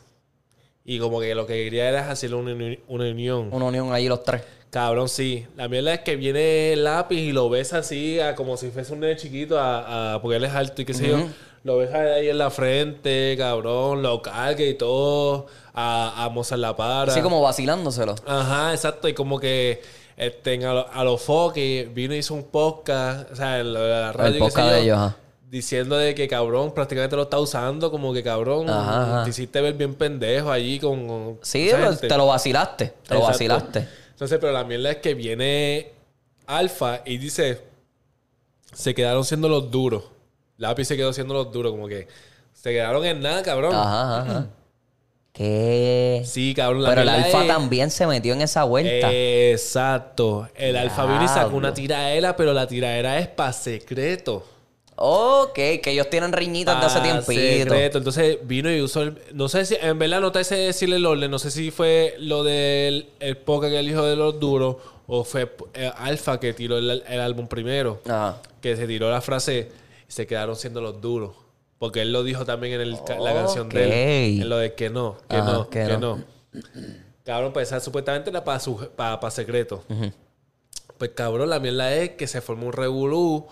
Y como que lo que quería era hacer una, uni- una unión.
Una unión ahí los tres.
Cabrón, sí. La mierda es que viene el lápiz y lo besa así, a- como si fuese un nene chiquito, a, a- porque él es alto y qué sé yo. Lo besa ahí en la frente, cabrón, lo carga y todo, a, a Mozart la para.
Así como vacilándoselo.
Ajá, exacto. Y como que este, en a, lo- a los foques vino y hizo un podcast, o sea, en la, la radio. y qué sé
podcast de
yo,
ellos, ajá.
Diciendo de que cabrón, prácticamente lo está usando, como que cabrón,
Ajá, ajá.
te hiciste ver bien pendejo allí con. con
Sí,
esa
pero
gente.
te lo vacilaste. Te lo
Exacto.
vacilaste.
Entonces, pero la mierda es que viene Alfa y dice: Se quedaron siendo los duros. Lápiz se quedó siendo los duros, como que se quedaron en nada, cabrón.
Ajá, ajá. ajá. ¿Qué?
Sí, cabrón.
pero el
mierda
alfa
es- Eh.
también se metió en esa vuelta.
Exacto. El Alfa vino y sacó
Diablo.
una tiraera, pero la tiraera es para secreto.
ok, que ellos tienen riñitas de hace
Pa'
tiempito.
Ah, secreto. Entonces vino y usó el. No sé si. En verdad no te sé decirle el orden. No sé si fue lo del el poca que el hijo de los duros o fue eh, Alfa que tiró el, el álbum primero.
Ajá.
que se tiró la frase y se quedaron siendo los duros. Porque él lo dijo también en el ca- la canción de
Ok.
él. En lo de que no, que
Ajá,
no,
que no.
que, no. Cabrón, pues esa supuestamente era para secreto. Pues cabrón, la mierda es que se formó un revolú.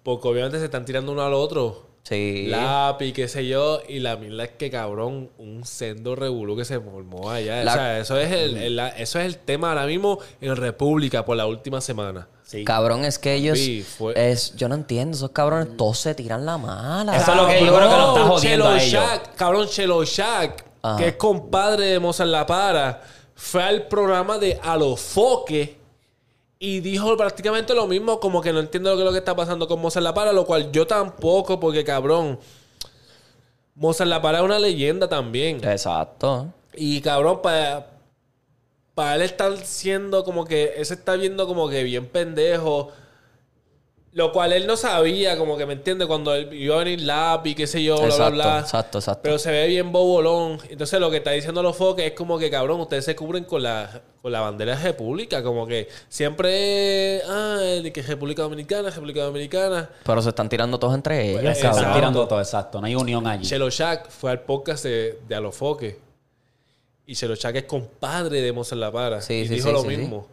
Porque obviamente se están tirando uno al otro.
Sí. La,
Lápiz, qué sé yo. Y la mierda es que cabrón, un sendo revolú que se formó allá.
La-
O sea, eso es el, el- la- eso es el tema ahora mismo en República por la última semana.
Sí.
Cabrón, es que ellos.
Sí, fue-
es, yo no entiendo, esos cabrones todos se tiran la mala.
Eso es lo que yo creo que lo está jodiendo
Chelo
a ellos.
Shack, cabrón, Chelo Shack,
Ajá.
que es compadre de Mozart La Para, fue al programa de Alofoque y dijo prácticamente lo mismo, como que no entiendo lo que es lo que está pasando con Mozart La Para, lo cual yo tampoco, porque cabrón, Mozart La Para es una leyenda también.
Exacto.
Y cabrón, para para él estar siendo como que él se está viendo como que bien pendejo. Lo cual él no sabía, como que me entiende, cuando él iba a venir lápiz, qué sé yo, bla,
exacto,
bla, bla.
exacto, exacto.
Pero se ve bien bobolón. Entonces lo que está diciendo los foques es como que, cabrón, ustedes se cubren con la, con la bandera de República. Como que siempre, ah, de que República Dominicana, República Dominicana.
Pero se están tirando todos entre ellos,
Pues,
Se están
Exacto.
cabrón.
tirando todo, exacto. No hay unión allí.
Chelo Shack fue al podcast de, de Alofoque. Y Chelo Shack es compadre de Mozart La Para.
Sí,
y
sí,
dijo
sí,
lo
sí,
mismo.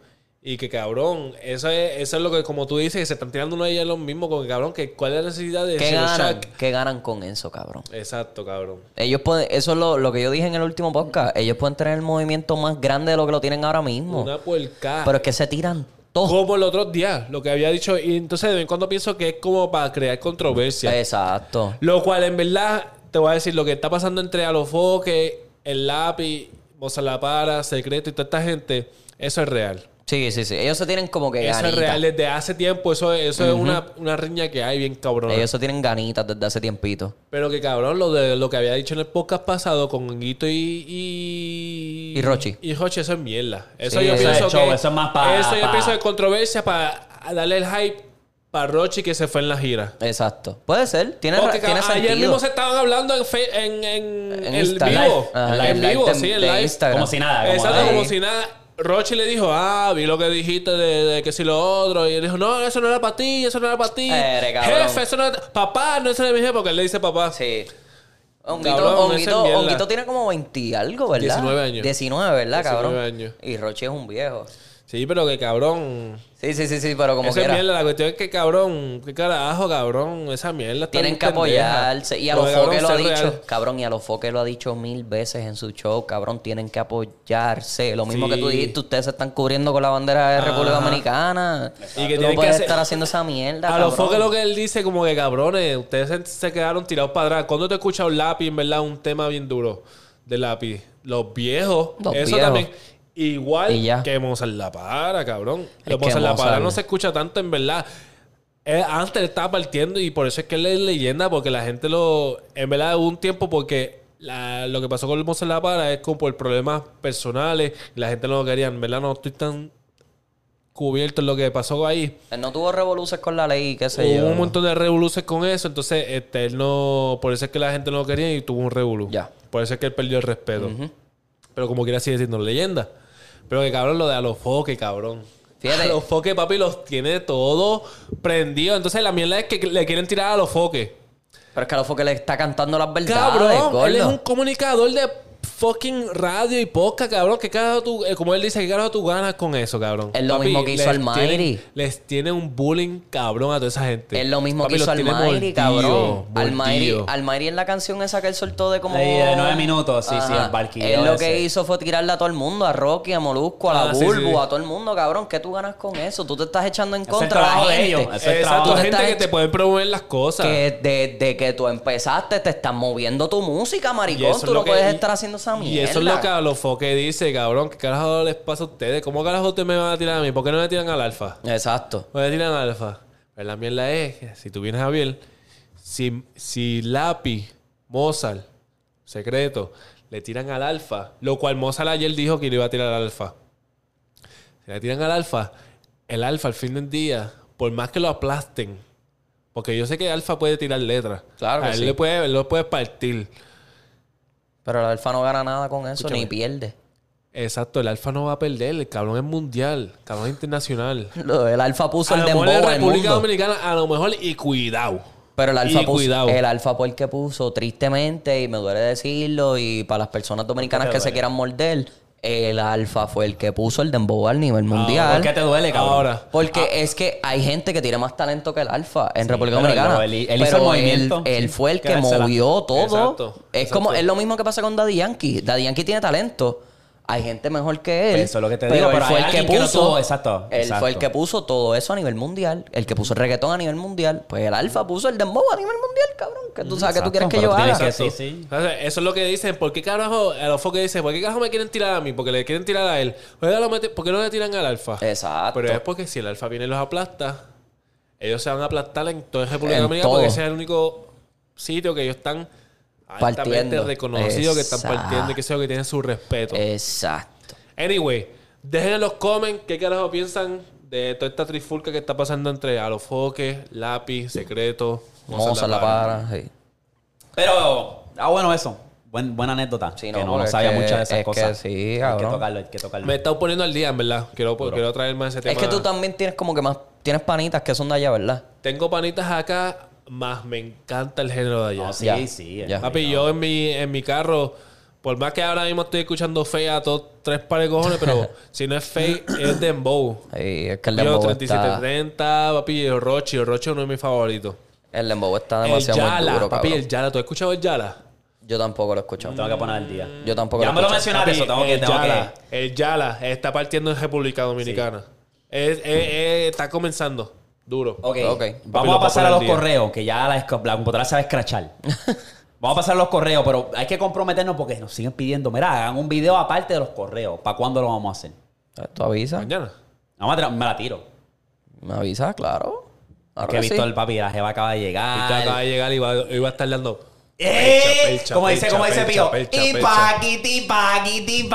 Y que cabrón, eso es, eso es lo que, como tú dices, que se están tirando uno a ellos lo mismo. Con que, cabrón, que cuál es la necesidad de
¿Qué
Chelo
ganan?
Shack.
¿Qué ganan con eso, cabrón?
Exacto, cabrón.
Ellos pueden, eso es lo, lo que yo dije en el último podcast. Ellos pueden tener el movimiento más grande de lo que lo tienen ahora mismo.
Una puerca.
Pero es que se tiran todos.
Como el otro día, lo que había dicho. Y entonces de vez en cuando pienso que es como para crear controversia.
Pues. Exacto.
Lo cual, en verdad, te voy a decir lo que está pasando entre Alofoque, el lápiz, Mozart La Para, Secreto y toda esta gente, eso es real.
Sí, sí, sí. Ellos se tienen como que
Eso es
ganitas.
real desde hace tiempo. Eso, eso es una, una riña que hay bien cabrón.
Ellos se tienen ganitas desde hace tiempito.
Pero que cabrón, lo de lo que había dicho en el podcast pasado con Guito y. Y,
Y Rochi.
Y Rochi, eso es mierda. Eso
Sí,
yo
eso es
pienso
show,
que.
eso es más pa-
Eso yo
pa-
pienso de controversia para darle el hype para Rochi que se fue en la gira.
Exacto. Puede ser. Tiene, ra-
Porque
tiene
cabrón, ayer
sentido.
mismo se estaban hablando en, fe- en, en,
En
el
Instagram.
vivo.
Ajá, en
en
el live
vivo,
de-
sí, en
de
live.
Instagram.
Como si nada. Como
Exacto,
ahí.
como si nada. Rochi le dijo, ah, vi lo que dijiste de, de que si lo otro. Y él dijo, no, eso no era para ti, eso no era para ti.
Eres cabrón.
Jefe, eso no era... Papá, no es de mi jefe, porque él le dice papá.
Sí.
Cabrón,
Honguito,
ese
Honguito-
mierda.
Honguito tiene como 20 y algo, ¿verdad?
19 años.
19, ¿verdad, cabrón?
19 años.
Y Rochi es un viejo.
Sí, pero que cabrón.
Sí, sí, sí, sí, pero como
Esa
quiera.
mierda, la cuestión es que cabrón, qué carajo, cabrón, esa mierda está
Tienen
bien
que
pendeja.
apoyarse. Y a los
Porque, cabrón,
foques lo ha
ser
dicho.
real.
Cabrón, y a los foques lo ha dicho mil veces en su show. Cabrón, tienen que apoyarse. Lo mismo
Sí.
que tú dijiste, ustedes se están cubriendo con la bandera de República Dominicana.
Y que
tú no
tienen que
puedes
hacer-
estar haciendo esa mierda.
A los
cabrón.
foques lo que él dice, como que cabrones, ustedes se, se quedaron tirados para atrás. ¿Cuándo te escucha un lápiz, en verdad, un tema bien duro de lápiz? Los viejos.
Los
eso
viejos.
también.
Y ya.
Igual que Mozart La Para, cabrón.
Es que
Los Mozart La Para
Mozart-
no se escucha tanto, en verdad. Eh, antes le estaba partiendo y por eso es que él es leyenda, porque la gente lo. En verdad, hubo un tiempo porque. la- lo que pasó con Mozart La Para es como por problemas personales y la gente no lo quería. En verdad, no estoy tan cubierto en lo que pasó ahí.
Él no tuvo revoluciones con la ley, qué sé yo.
Hubo un montón de revoluciones con eso, entonces este, él no. Por eso es que la gente no lo quería y tuvo un revolú.
Ya.
Por eso es que él perdió el respeto. Pero como quiera sigue siendo leyenda. Pero que cabrón, lo de a los foques, cabrón.
Fíjate.
A los foques, papi, los tiene todo prendido. Entonces la mierda es que le quieren tirar a los foques.
Pero es que a los foques le está cantando las verdades,
Cabrón,
gordo.
él es un comunicador de fucking radio y podcast, cabrón. ¿Qué carajo tú, eh, como él dice, qué carajo tú ganas con eso, cabrón?
Es lo mismo que hizo
les
Almighty.
tienen- Les tiene un bullying cabrón a toda esa gente.
Es lo mismo
Papi,
que hizo
los tiene
Almighty,
mordido,
cabrón.
mordido.
Almighty, Almighty en la canción esa que él soltó de como...
Sí, de nueve minutos, sí, sí, el barquillo
Él lo que
ese.
hizo fue tirarle a todo el mundo, a Rocky, a Molusco, a la
Ah, sí,
Bulbu,
sí, sí.
a todo el mundo, cabrón. ¿Qué tú ganas con eso? Tú te estás echando en
es el
contra a
trabajo
la
de ellos,
gente.
ese es el
Exacto,
trabajo.
gente que
Estás-
te pueden promover las cosas.
Que desde que tú empezaste te están moviendo tu música,
Y
maricón.
eso
Tú
es
no
lo que-
puedes
y-
estar haciendo esa mierda.
Y eso es lo que a los foques dice, cabrón. ¿Qué carajo les pasa a ustedes? ¿Cómo carajo ustedes me van a tirar a mí? ¿Por qué no me tiran al alfa?
Exacto.
Voy a tirar al alfa. Pero la mierda es que si tú vienes a ver, si, si Lapi, Mozart, secreto, le tiran al alfa, lo cual Mozart ayer dijo que le iba a tirar al alfa. Si le tiran al alfa, el alfa al fin del día, por más que lo aplasten, porque yo sé que alfa puede tirar letras.
Claro que
a él
sí.
le puede, él lo puede partir.
Pero la alfa no gana nada con eso, ni
Escúchame.
pierde.
Exacto, el alfa no va a perder, el cabrón es mundial, el cabrón es internacional.
Lo- El alfa puso
A
el
lo mejor en
dembow al
República
mundo.
Dominicana, a lo mejor y cuidado.
Pero el alfa
Y
puso,
cuidado.
el alfa por que puso, tristemente, y me duele decirlo, y para las personas dominicanas
¿Por
que
qué te
se
duele?
quieran morder, el alfa fue el que puso el dembow al nivel
Ah, ¿Por
mundial.
Ah,
qué te duele, cabrón?
Ahora,
porque es que hay gente que tiene más talento que el alfa en República
Ah. pero él
Dominicana.
lo- él- él hizo el movimiento.
Él, él fue el que
Quedársela.
movió todo.
Exacto,
es
exacto.
como es lo mismo que pasa con Daddy Yankee. Daddy Yankee tiene talento. Hay gente mejor que él.
Pues eso es lo que te digo, pero hay alguien que no tuvo- exacto,
Él fue el
exacto.
que puso todo eso a nivel mundial, el que puso el reggaetón a nivel mundial, pues el alfa puso el dembow a nivel mundial, cabrón. Que tú sabes que tú
Exacto,
quieres que
pero
yo
tú tienes
haga.
que- sí, sí.
O sea, Eso es lo que dicen. ¿Por qué carajo? A los focos dicen, ¿por qué carajo me quieren tirar a mí? Porque le quieren tirar a él. ¿Por qué, lo mete- por qué no le tiran al alfa?
Exacto.
Pero es porque si el alfa viene y los aplasta, ellos se van a aplastar en toda República
En
Dominicana
todo.
porque ese es el único sitio que ellos están altamente
Partiendo.
reconocidos, que están
Exacto. Eh.
partiendo y que sea que tienen su respeto.
Exacto.
Anyway, dejen en los comments qué carajo piensan de toda esta trifulca que está pasando entre Alofoque, Lápiz, Secreto,
Moza la para. sí.
Pero, ah, bueno, eso. Buen- buena anécdota.
Sí, no,
que no,
porque
no
es
sabía
que-
muchas de esas
es que
cosas.
sí,
hay que
cabrón.
tocarlo, hay que tocarlo.
Me he estado poniendo al día, en verdad. Quiero, quiero traer más ese tema.
Es que tú también tienes como que más, tienes panitas que son de allá, ¿verdad?
Tengo panitas acá, más me encanta el género de allá.
No, sí,
Ya,
sí.
ya.
es-
Papi, yo en mi, en mi carro, por más que ahora mismo estoy escuchando fea a todos tres pares de cojones, pero si no es fea, es dembow.
Sí, es que el
Yo
dembow
3730,
está...
papi, y Orochi. Orochi es uno de mis favoritos.
El dembow está
El
demasiado muy
Yala,
duro,
papi,
cabrón.
el Yala. ¿Tú has escuchado el Yala?
Yo tampoco lo he escuchado.
Tengo que poner al día.
Yo tampoco
Ya
lo
me lo
escucho.
mencionaste,
Papi,
eso tengo que...
el,
Tengo que
eh, Yala, el Yala está partiendo en República Dominicana. Es- es- es- está comenzando. Duro.
Ok,
Ok.
vamos
lo
a pasar
puedo
a los
poner al día.
correos, que ya la, esca- la computadora sabe escrachar. vamos a pasar a los correos, pero hay que comprometernos porque nos siguen pidiendo. Mira, hagan un video aparte de los correos. ¿Para cuándo lo vamos a hacer?
¿Tú avisas?
Mañana.
No, me la- me la tiro.
Me avisa, claro. Claro
que
que sí.
Víctor, papi, la jeva acaba de
Viste, acaba
llegar.
de llegar y va, y va a estar dando.
¡Eh!
Pecha, pecha,
como dice,
pecha,
como dice
pecha,
Pío.
pecha,
Y
pecha.
paquiti, paquiti,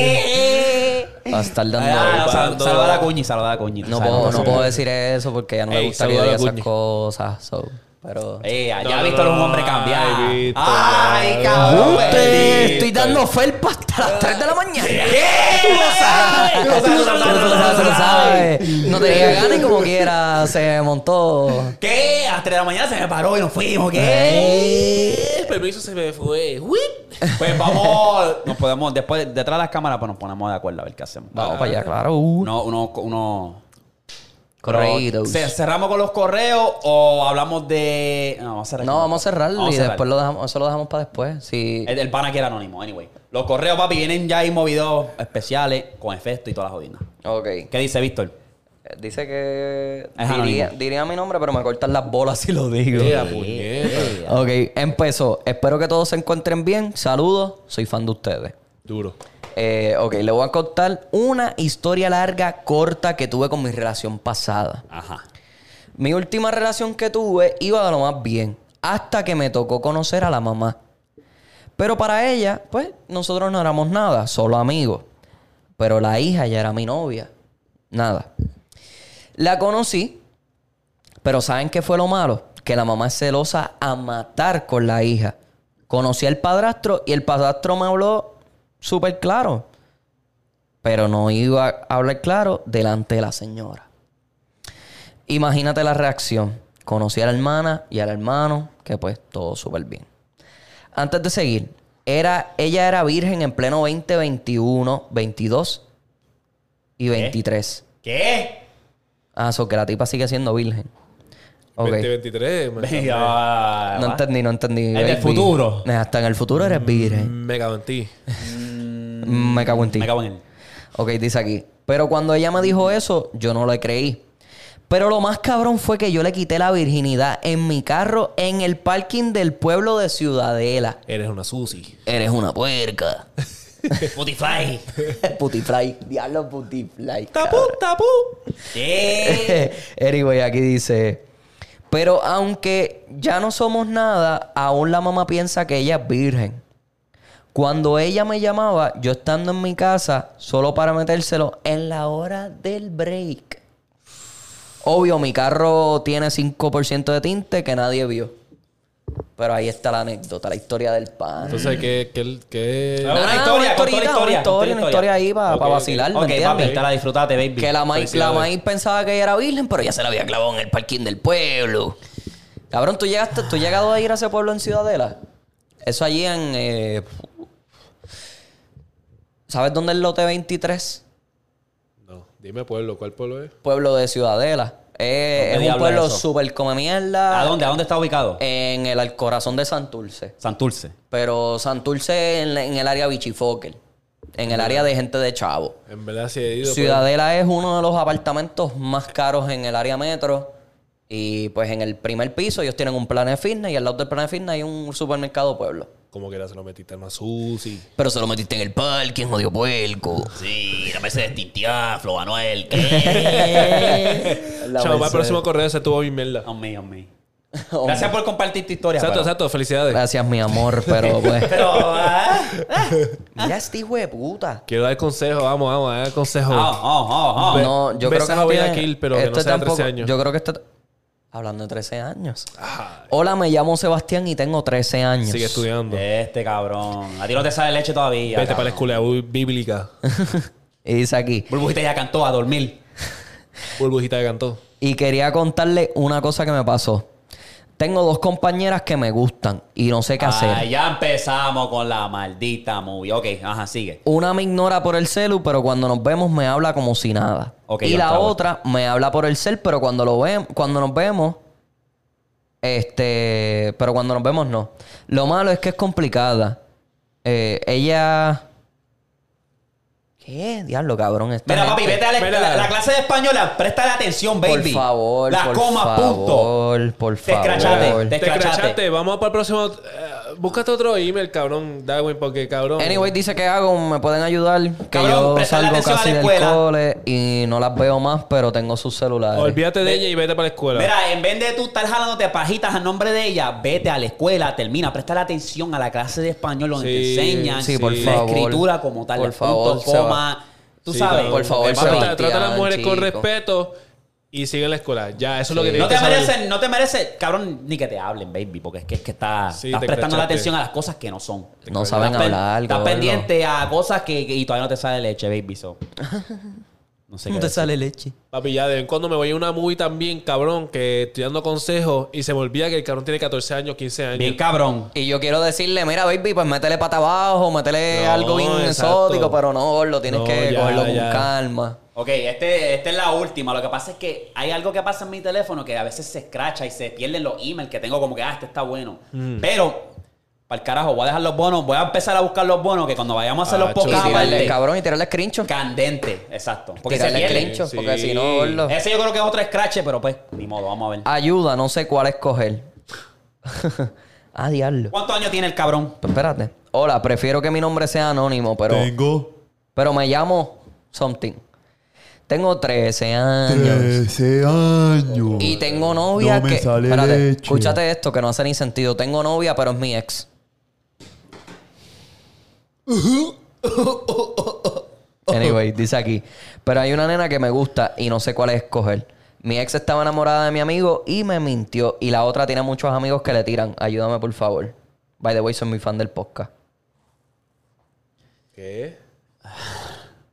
paquiti.
Va a estar dando.
Ah,
Dando-
sal- Saluda a la cuñi, saluda a la cuñi.
no
Saluda a
puedo,
la
no
cuñi.
puedo decir eso porque ya no me
Ey,
gusta que
saluda a
diga
la
esas
Whitney.
cosas. so, pero.
Eh, ya
No, no,
Víctor es un
no,
hombre cambiado.
ay,
Ay,
Víctor, ya.
cabrón.
Usted-
bendito.
estoy dando felpa hasta las 3 de la mañana.
¿Qué? Tú lo sabes.
Tú lo sabes, tú lo sabes, tú lo sabes, tú lo sabes. No tenía ganas y como quiera se montó.
¿Qué? A las 3 de la mañana se me paró y nos fuimos. ¿Qué?
El permiso se me fue.
Pues vamos. Nos podemos, después, detrás de las cámaras, pues nos ponemos de acuerdo a ver qué hacemos.
Vamos para allá, claro. Uh,
Uno, uno, uno.
Correitos.
¿Ce- ¿Cerramos con los correos o hablamos de. No, vamos a cerrar.
No, vamos a cerrarlo
Vamos
y
a cerrar.
después lo dejamos, eso lo dejamos para después. Sí.
El, el pana que era anónimo, anyway. Los correos, papi, vienen ya ahí movidos especiales con efecto y todas las jodinas.
Ok.
¿Qué dice Víctor?
Dice que
Es
diría,
anónimo.
diría mi nombre, pero me cortan las bolas si lo digo.
puñeta.
Ok, empezó. Espero que todos se encuentren bien. Saludos, soy fan de ustedes.
Duro.
Eh, ok, le voy a contar una historia larga, corta que tuve con mi relación pasada.
Ajá.
Mi última relación que tuve iba de lo más bien, hasta que me tocó conocer a la mamá. Pero para ella, pues nosotros no éramos nada, solo amigos. Pero la hija ya era mi novia. Nada. La conocí, pero ¿saben qué fue lo malo? Que la mamá es celosa a matar con la hija. Conocí al padrastro y el padrastro me habló súper claro. Pero no iba a hablar claro delante de la señora. Imagínate la reacción. Conocí a la hermana y al hermano, que pues todo súper bien. Antes de seguir, era, ella era virgen en pleno 20, 21, 22 y 23.
¿Qué?
Ah, so que la tipa sigue siendo virgen. Ok.
2023. me-
Venga,
No
va.
entendí, no entendí.
En el
Eres
futuro.
virgen. Hasta en el futuro eres virgen.
Me cago en ti.
Mm, Me cago en ti.
Me cago en él.
Ok, dice aquí. Pero cuando ella me dijo eso, yo no le creí. Pero lo más cabrón fue que yo le quité la virginidad en mi carro en el parking del pueblo de Ciudadela.
Eres una Susi.
Eres una puerca.
Spotify.
putifly. Diablo putifly.
Tapú, tapú. ¿Qué?
anyway, aquí dice. Pero aunque ya no somos nada, aún la mamá piensa que ella es virgen. Cuando ella me llamaba, yo estando en mi casa, solo para metérselo en la hora del break. Obvio, mi carro tiene 5% de tinte que nadie vio. Pero ahí está la anécdota, la historia del pan.
Entonces, ¿qué? qué, qué...
Ah, una historia, contó la historia,
una
contó la
historia, una historia ahí Ah, para
Ok, ok.
vacilar. ¿me
Ok, papi,
entiendes?
te la disfrutaste, baby.
Que la maíz, la
Felicidades.
maíz pensaba que ella era virgen, pero ya se la había clavado en el parking del pueblo. Cabrón, tú llegaste, tú llegado a ir a ese pueblo en Ciudadela. Eso allí en. eh, ¿Sabes dónde es el lote 23?
No, dime pueblo. ¿Cuál pueblo es?
Pueblo de Ciudadela. Eh,
¿Dónde
es un
diablo
pueblo
es eso?
súper come mierda.
¿A dónde? ¿A dónde está ubicado?
En el al corazón de Santurce.
Santurce.
Pero Santurce en, la- en el área Bichifokel. En el área de gente de Chavo.
En verdad sí he ido.
Ciudadela es uno de los apartamentos más caros en el área metro. Y pues en el primer piso ellos tienen un plan de fitness y al lado del plan de fitness hay un supermercado pueblo.
pero Como que era se lo metiste en una Susi.
Pero se lo metiste en el parque, jodido puerco.
Sí, la Mercedes Tintia, Flo Manuel.
Eh,
Chao,
pues,
para el próximo correo se tuvo mi mierda.
Hombre, hombre. Gracias por compartir tu historia.
Exacto,
pero-
exacto. Felicidades.
Gracias, mi amor, pero pues.
Pero, ah,
Mira este hijo de puta.
Quiero dar consejo. Vamos, vamos. Dar consejo.
oh, oh, oh, oh.
No, yo
Besa
creo que
a
no
Bella
tiene-
Kill, pero que no sea de 13 años.
Yo creo que este... Hablando de 13 años. Hola, me llamo Sebastián y tengo 13 años.
Sigue estudiando.
Este cabrón. A ti no te sale leche todavía.
Vete para la
cabrón.
escuela bíblica.
Y dice aquí.
Burbujita ya cantó a dormir.
Burbujita de cantó.
Y quería contarle una cosa que me pasó. Tengo dos compañeras que me gustan y no sé qué
Ah,
hacer.
ya empezamos con la maldita movie. Ok, ajá, sigue.
Una me ignora por el celu, pero cuando nos vemos me habla como si nada.
Ok,
y
ya
la
está, bueno.
otra me habla por el cel, pero cuando lo ven, cuando nos vemos, este, pero cuando nos vemos no. Lo malo es que es complicada. Eh, ella, ¿qué diablo cabrón? esta
Mira,
gente.
papi, vete a la,
Mira.
la- la clase de española. Préstale atención,
Por
baby.
favor,
Las
por
comas, punto.
favor, por
Te escrachaste,
favor.
te
Te
escrachaste.
crachaste. Vamos para el próximo. eh, búscate otro email, cabrón, Darwin, porque cabrón.
Anyway, dice que hago, me pueden ayudar. Que
Cabrón,
yo
presta
salgo
atención a
casi
la
del
escuela.
cole y no las veo más, pero tengo sus celulares.
Olvídate de ella y vete para la escuela.
Mira, en vez de tú estar jalándote pajitas a nombre de ella, vete a la escuela, termina, presta atención a la clase de español donde
Sí,
te enseñan
sí, por
la
favor.
escritura como tal,
Por
el
favor,
punto,
Seba.
coma. Tú
Sí,
sabes,
cabrón.
por favor,
Eh,
Trata-
papi,
Sebastián,
Trata a las mujeres con
chico.
respeto y sigue en la escuela. Ya, eso es lo que
Sí.
No
tienes
te
que saber.
mereces, no te mereces, cabrón, ni que te hablen, baby, porque es que, es que está-
Sí,
estás
te
prestando la
enganchaste.
atención a las cosas que no son.
No saben
Estás pen-
hablar,
Estás
gordo.
pendiente a cosas que, que- y todavía no te sale leche, baby, so. No sé qué.
No te
decir.
sale leche.
Papi, ya de vez en cuando me voy a una movie también, cabrón, que estoy dando consejos y se me olvida que el cabrón tiene 14 años, 15 años.
Bien cabrón.
Y yo quiero decirle, mira, baby, pues métele pata abajo, métele
No,
algo bien
exacto.
exótico, pero no, lo tienes
No,
que
ya,
cogerlo
ya.
con calma.
Ok, este, esta es la última. Lo que pasa es que hay algo que pasa en mi teléfono que a veces se escracha y se pierden los emails que tengo como que, ah, este está bueno.
Mm.
Pero, para el carajo, voy a dejar los bonos, voy a empezar a buscar los bonos que cuando vayamos a hacer
Ah,
los
Y
chulo.
podcasts
tirarle,
aparte,
cabrón, y tirarle screenshot.
candente. Exacto. Porque se
tirarle
pierden.
screenshot,
Sí.
porque si no, gordo.
Ese yo creo que es otro escrache, pero pues, ni modo, vamos a ver.
Ayuda, no sé cuál escoger. ah, diablo.
¿Cuántos años tiene el cabrón?
Pues espérate. Hola, prefiero que mi nombre sea anónimo, pero.
Tengo
Pero me llamo something. Tengo 13 años.
13 años.
Y tengo novia
No me
que.
sale
espérate,
leche.
escúchate esto que no hace ni sentido. Tengo novia, pero es mi ex. Anyway, dice aquí. Pero hay una nena que me gusta y no sé cuál es escoger. Mi ex estaba enamorada de mi amigo y me mintió. Y la otra tiene muchos amigos que le tiran. Ayúdame, por favor. By the way, soy muy fan del podcast.
¿Qué?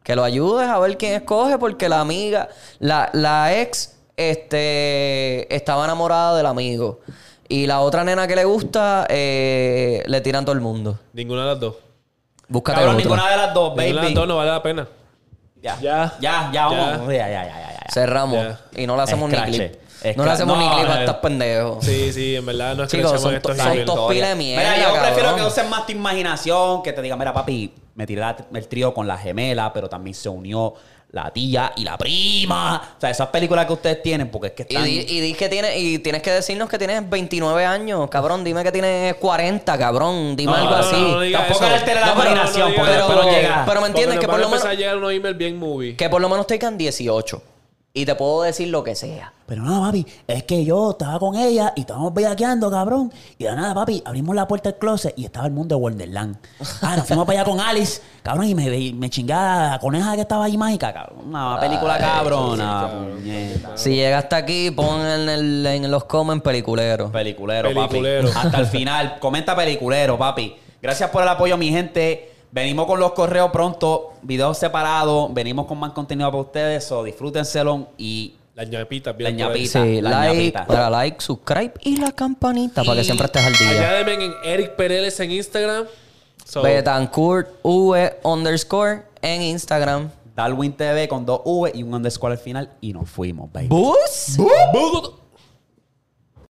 Que lo ayudes a ver quién escoge, porque la amiga, la, la ex, este, estaba enamorada del amigo. Y la otra nena que le gusta, eh, le tiran todo el mundo.
Ninguna de las dos.
Búscate
Cabrón,
otra.
ninguna de las dos,
Ninguna de las dos
baby.
no vale la pena.
Ya, ya,
Ya.
ya, vamos. Ya, ya, ya, ya, ya.
Cerramos. Y no le hacemos
Escrache.
ni clip. No
Escra-
le hacemos
No,
ni clip
eh.
a estos pendejos.
Sí, sí, en verdad no es que
Chicos,
le echamos
son
estos
to- son
emails.
to- Dos pilas de
Mira, yo
mierda,
prefiero
cabrón.
que usen más tu imaginación, que te digan, mira, papi, me tiré la- el trío con la gemela, pero también se unió la tía y la prima. O sea, esas películas que ustedes tienen, porque es que
Y,
están...
di- y di que tiene, y tienes que decirnos que tienes 29 años, cabrón. Dime que tienes 40, cabrón. Dime
No,
algo
no,
así.
no, no digas
Tampoco
eso.
alteres la
No, pero no, no
imaginación,
digas
porque
eso.
después no
Pero-
llega.
pero me entiendes que por lo menos-
a llegar unos emails bien movie.
Que por lo menos tengan 18. Y te puedo decir lo que sea.
Pero nada, papi, es que yo estaba con ella y estábamos bellaqueando, cabrón. Y de nada, papi, abrimos la puerta del closet y estaba el mundo de Wonderland. Ah, nos fuimos para allá con Alice, cabrón, y me, me chingaba la coneja que estaba ahí mágica, cabrón.
Una película cabrona, puñeta.
Si llega hasta aquí, pon en, el- en los comments peliculeros.
Peliculero,
Peliculero.
papi. Hasta el final. Comenta peliculero, papi. Gracias por el apoyo, mi gente. Venimos con los correos pronto, videos separados. Venimos con más contenido para ustedes. So, disfrútenselo y
Las ñapitas
la
bien. por ahí.
ñapita.
Sí,
la
like,
ñapita.
dale like, subscribe y la campanita para que
Y-
siempre estés al día.
Añádeme en Eric Pereles en Instagram. So,
Betancourt V underscore en Instagram.
Darwin TV con dos V y un underscore al final. Y nos fuimos, baby.
Bus.
Bugut.